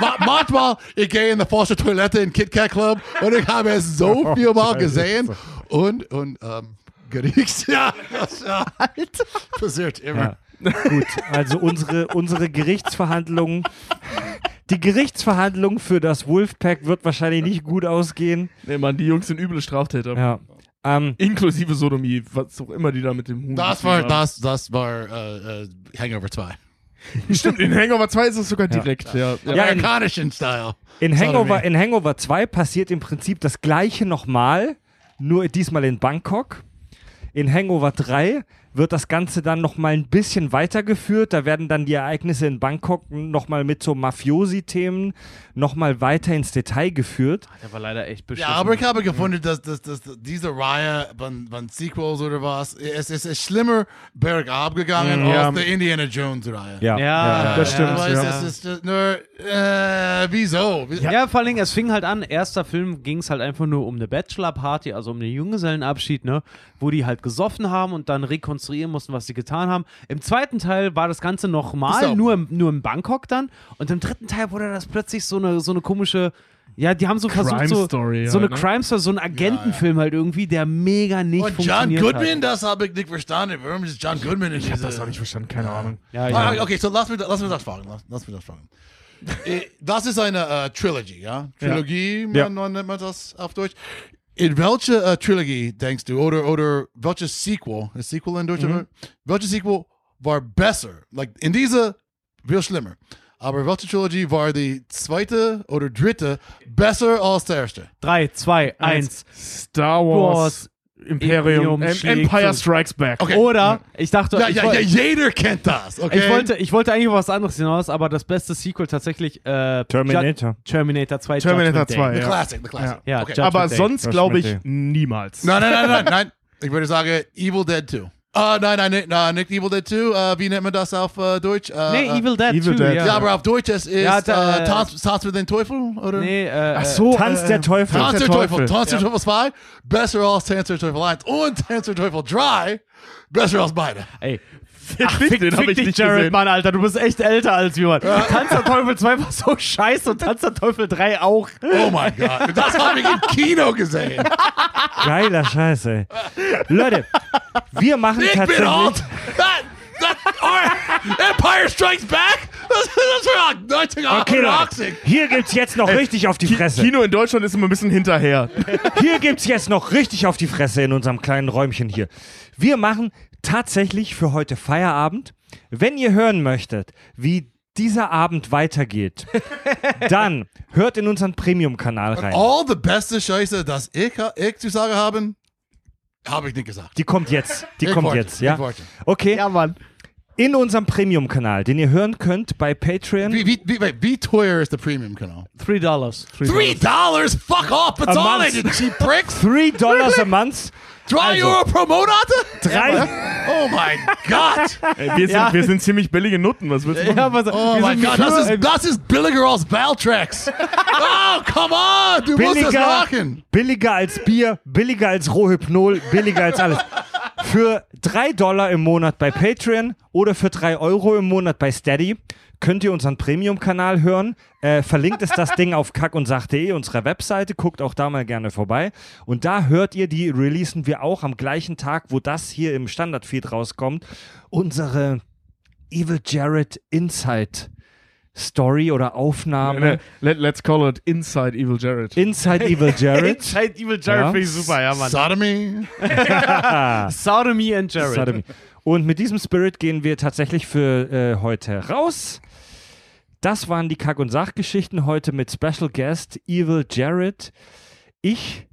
B: Ma- Manchmal, ich gehe in die falsche Toilette in Kit Kat Club und ich habe es so viel mal gesehen und, und ähm, geriecht. [laughs] Ja, das ja, passiert immer.
A: Ja. Gut, also unsere, unsere Gerichtsverhandlungen, die Gerichtsverhandlung für das Wolfpack wird wahrscheinlich nicht gut ausgehen.
C: Nee, Mann, die Jungs sind üble Straftäter.
A: Ja. Ähm,
C: Inklusive Sodomie, was auch immer die da mit dem Huhn.
B: Das
C: getrieben
B: war,
C: haben.
B: das, das war äh, äh, Hangover 2.
C: Stimmt, in Hangover 2 ist es sogar
A: Ja.
C: direkt. Ja. Ja.
A: Ja, in-
B: Amerikanischen Style.
A: in, Hangover,
B: Sodomie.
A: in Hangover 2 passiert im Prinzip das gleiche nochmal, nur diesmal in Bangkok. In Hangover 3 wird das Ganze dann nochmal ein bisschen weitergeführt. Da werden dann die Ereignisse in Bangkok nochmal mit so Mafiosi-Themen nochmal weiter ins Detail geführt.
D: Der war leider echt beschissen.
B: Ja, aber ich habe gefunden, dass, dass, dass diese Reihe von, von Sequels oder was, es, es ist schlimmer bergab gegangen
C: Mm, ja.
B: als die Indiana Jones Reihe.
A: Ja,
D: Ja,
C: das stimmt,
B: Aber es
C: ja.
B: ist- es ist nur, äh, wieso? Wie-
D: Ja. vor allen Dingen, es fing halt an, erster Film ging es halt einfach nur um eine Bachelor-Party, also um den Junggesellenabschied, ne, wo die halt gesoffen haben und dann rekonstruieren mussten, was sie getan haben. Im zweiten Teil war das Ganze
B: Ist
D: nochmal,
B: auch-
D: nur, im- nur in Bangkok dann. Und im dritten Teil wurde das plötzlich so eine, so eine komische, ja, die haben so versucht, so,
C: Crime-Story
D: so eine
C: halt, ne?
D: Crime-Story, so einen Agentenfilm halt irgendwie, der mega nicht
B: Und John
D: funktioniert
B: Goodman,
D: Hat.
B: das habe ich nicht verstanden. Warum ist John Goodman in Ich
C: hab das noch nicht verstanden, keine Ahnung.
D: Ja, ja.
B: Ah, okay, so lass mich, lass mich das fragen. Lass, lass mich das fragen. Äh, das ist eine äh, Trilogy, ja? Trilogie, Man,
A: Ja.
B: man nennt man das auf Deutsch. In welche äh, Trilogie denkst du, oder, oder welches Sequel, ist Sequel in Deutsch, mhm. welches Sequel war besser? Like, in dieser viel schlimmer. Aber welche Trilogie war die zweite oder dritte besser als der erste?
D: Drei, zwei, eins.
C: Star Wars,
D: Wars,
C: Imperium,
D: Imperium
C: Em-
D: schlägt
C: Empire
D: zurück.
C: Strikes Back. Oh,
B: Okay.
D: Oder, ich dachte,
B: Ja,
D: ich
B: ja,
D: woll-
B: ja, jeder kennt das, okay?
D: Ich wollte, ich wollte eigentlich auf was anderes hinaus, aber das beste Sequel tatsächlich äh,
A: Terminator.
D: Ju- Terminator 2.
C: Terminator
D: Judgment Day.
C: 2,
B: The
C: ja.
B: Classic, the Classic.
D: Ja,
B: okay.
D: Judgment
C: Aber
D: Day.
C: sonst glaube ich
A: Judgment
D: [laughs]
C: niemals.
B: Nein, nein, nein, nein, nein. Ich würde sagen, Evil Dead 2. Ah, nein, nein, nein, nein, nicht Evil Dead 2. äh, wie nennt man das auf äh, Deutsch? Äh,
D: Nee,
B: äh,
D: Evil Dead
C: Evil
D: 2.
C: Dead.
D: Ja.
B: Ja, aber auf Deutsch es ist
D: Ja, da-
B: äh, Tanz, Tanz mit dem Teufel, oder?
D: Nee, äh,
C: Ach so,
A: Tanz
C: äh,
A: der Teufel.
B: Tanz der
C: der
B: Teufel.
C: Teufel.
B: Tanz der Teufel 2, besser als Tanz der Teufel 1 und Tanz der Teufel 3, besser als beide.
D: äh, Ey.
C: Ach, fick, den hab ich nicht
D: Jared,
C: gesehen.
D: Mann, Alter, du bist echt älter als wir, Mann. Tanz der Teufel 2 war so scheiße und Tanz der Teufel 3 auch.
B: Oh mein Gott,
D: [laughs]
B: das habe ich im Kino gesehen.
A: Geiler Scheiß, ey. Leute, wir machen
B: Ich
A: tatsächlich.
B: bin alt. That, that, or, Empire Strikes Back, das, das war 1988.
A: Leute, hier gibt's jetzt noch richtig auf die
C: Ki-
A: Fresse.
C: Kino in Deutschland ist immer ein bisschen hinterher.
A: Hier gibt's jetzt noch richtig auf die Fresse in unserem kleinen Räumchen hier. Wir machen tatsächlich für heute Feierabend. Wenn ihr hören möchtet, wie dieser Abend weitergeht, dann hört in unseren Premium-Kanal rein.
B: All the beste Scheiße, das ich, ha- ich zu sagen habe, habe ich nicht gesagt.
A: Die kommt jetzt. Die
B: Ich
A: kommt
B: wollte,
A: jetzt, ja?
B: ich wollte.
A: Okay,
C: Mann.
A: in unserem Premium-Kanal, den ihr hören könnt bei Patreon.
B: Wie, wie, wie, wait, wie teuer ist der Premium-Kanal?
D: 3 Dollars.
B: Three dollars? Fuck off, bezahl
A: month.
B: ich, you cheap pricks.
A: Three Dollars a month.
B: Drei
A: Also.
B: Euro pro Monat?
A: Drei.
B: Oh mein Gott.
C: Ey, wir, sind,
D: Ja.
C: wir sind ziemlich billige Nutten, was willst du machen?
D: Ja,
B: [laughs]
D: was,
B: Oh
D: wir
B: mein
D: sind
B: Gott,
D: nicht-
B: das ist, das ist billiger als [laughs] Valtrex. Oh, come on, du musst das
A: Billiger,
B: machen.
A: billiger als Bier, billiger als Rohhypnol, billiger als alles. Für 3 Dollar im Monat bei Patreon oder für 3 Euro im Monat bei Steady könnt ihr unseren Premium-Kanal hören. Äh, verlinkt ist das Ding auf kackundsach.de, unserer Webseite. Guckt auch da mal gerne vorbei. Und da hört ihr, die releasen wir auch am gleichen Tag, wo das hier im Standardfeed rauskommt. Unsere Evil Jared Insight Story oder Aufnahme.
C: Ne, Let, let's call it Inside Evil Jared.
A: Inside Evil Jared.
D: [laughs] Inside Evil Jared
A: Ja.
D: finde ich super, ja, Mann.
B: Sodomy.
D: Sodomy and Jared.
A: Ah, Sodomy. Und mit diesem Spirit gehen wir tatsächlich für äh, heute raus. Das waren die Kack- und Sachgeschichten heute mit Special Guest Evil Jared. Ich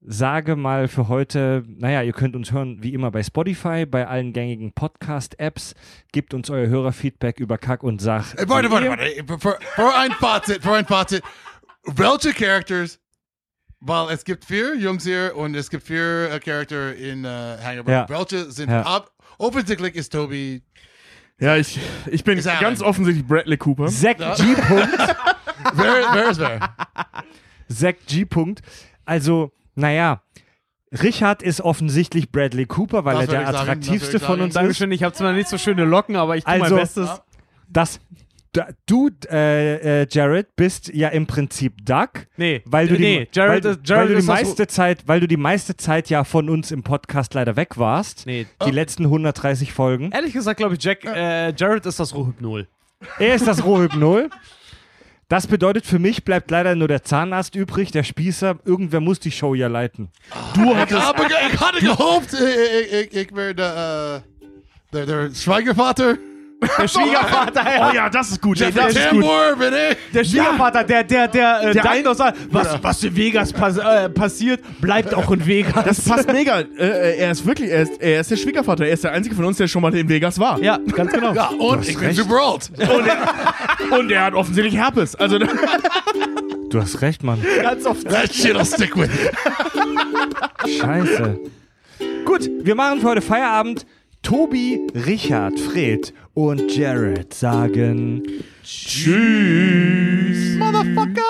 A: sage mal für heute, naja, ihr könnt uns hören wie immer bei Spotify, bei allen gängigen Podcast-Apps. Gebt uns euer Hörerfeedback über Kack und Sach.
B: Ey, Warte, warte, warte. ey, Für, für ein Fazit, für ein Fazit. Welche Characters? Weil es gibt vier Jungs hier und es gibt vier äh, Charakter in äh, Hangover.
A: Ja.
B: Welche sind
A: Ja.
B: ab? Offensichtlich ist Toby.
C: Ja, ich, ich bin
B: Ist er
C: ganz
B: rein.
C: offensichtlich Bradley Cooper.
A: Zack G. Punkt.
B: Wer, wer ist wer?
A: Zack G. Punkt. Also, naja, Richard ist offensichtlich Bradley Cooper, weil
B: Das
A: er der
B: würde ich sagen, das würde
A: attraktivste
B: ich
A: von
B: sagen.
A: uns ist.
D: Dankeschön, ich habe zwar nicht so schöne Locken, aber ich tue
A: Also-
D: mein Bestes.
A: dass da, du, äh, äh, Jared, bist ja im Prinzip Duck,
D: Nee,
A: weil du
D: nee,
A: die,
D: Jared,
A: weil, du-
D: ist- Jared
A: weil du die
D: ist das-
A: meiste Zeit, weil du die meiste Zeit ja von uns im Podcast leider weg warst.
D: Nee. Oh.
A: Die letzten 130 Folgen.
D: Ehrlich gesagt, glaube ich, Jack, äh, Jared ist das Rohhypnol.
A: Er ist das Rohhypnol. Das bedeutet, für mich bleibt leider nur der Zahnarzt übrig, der Spießer. Irgendwer muss die Show ja leiten.
B: Du hattest. Aber ge- ich hatte gehofft, ich, ich, ich, ich werde äh, der, der Schweigervater.
D: Der Schwiegervater,
C: Oh
D: ja.
C: ja, das ist gut.
B: Jeffrey
C: das ist gut.
B: Tambor bin ich.
D: Der Schwiegervater, der, der, der, äh,
C: Der
D: dann
C: ein-
D: noch sagt, was, was in Vegas pass, äh, passiert, bleibt auch in Vegas.
C: Das passt mega. Äh, er ist wirklich, er ist, er ist der Schwiegervater. Er ist der einzige von uns, der schon mal in Vegas war.
D: ja, ganz genau.
B: Ja, und ich bin super alt.
C: Und er hat offensichtlich Herpes. [laughs] Also,
A: Du hast recht, Mann.
D: Ganz oft.
B: That shit'll stick with you.
A: Scheiße. Gut, wir machen für heute Feierabend. Tobi, Richard, Fred und Jared sagen.
C: tschüss.
B: Motherfucker.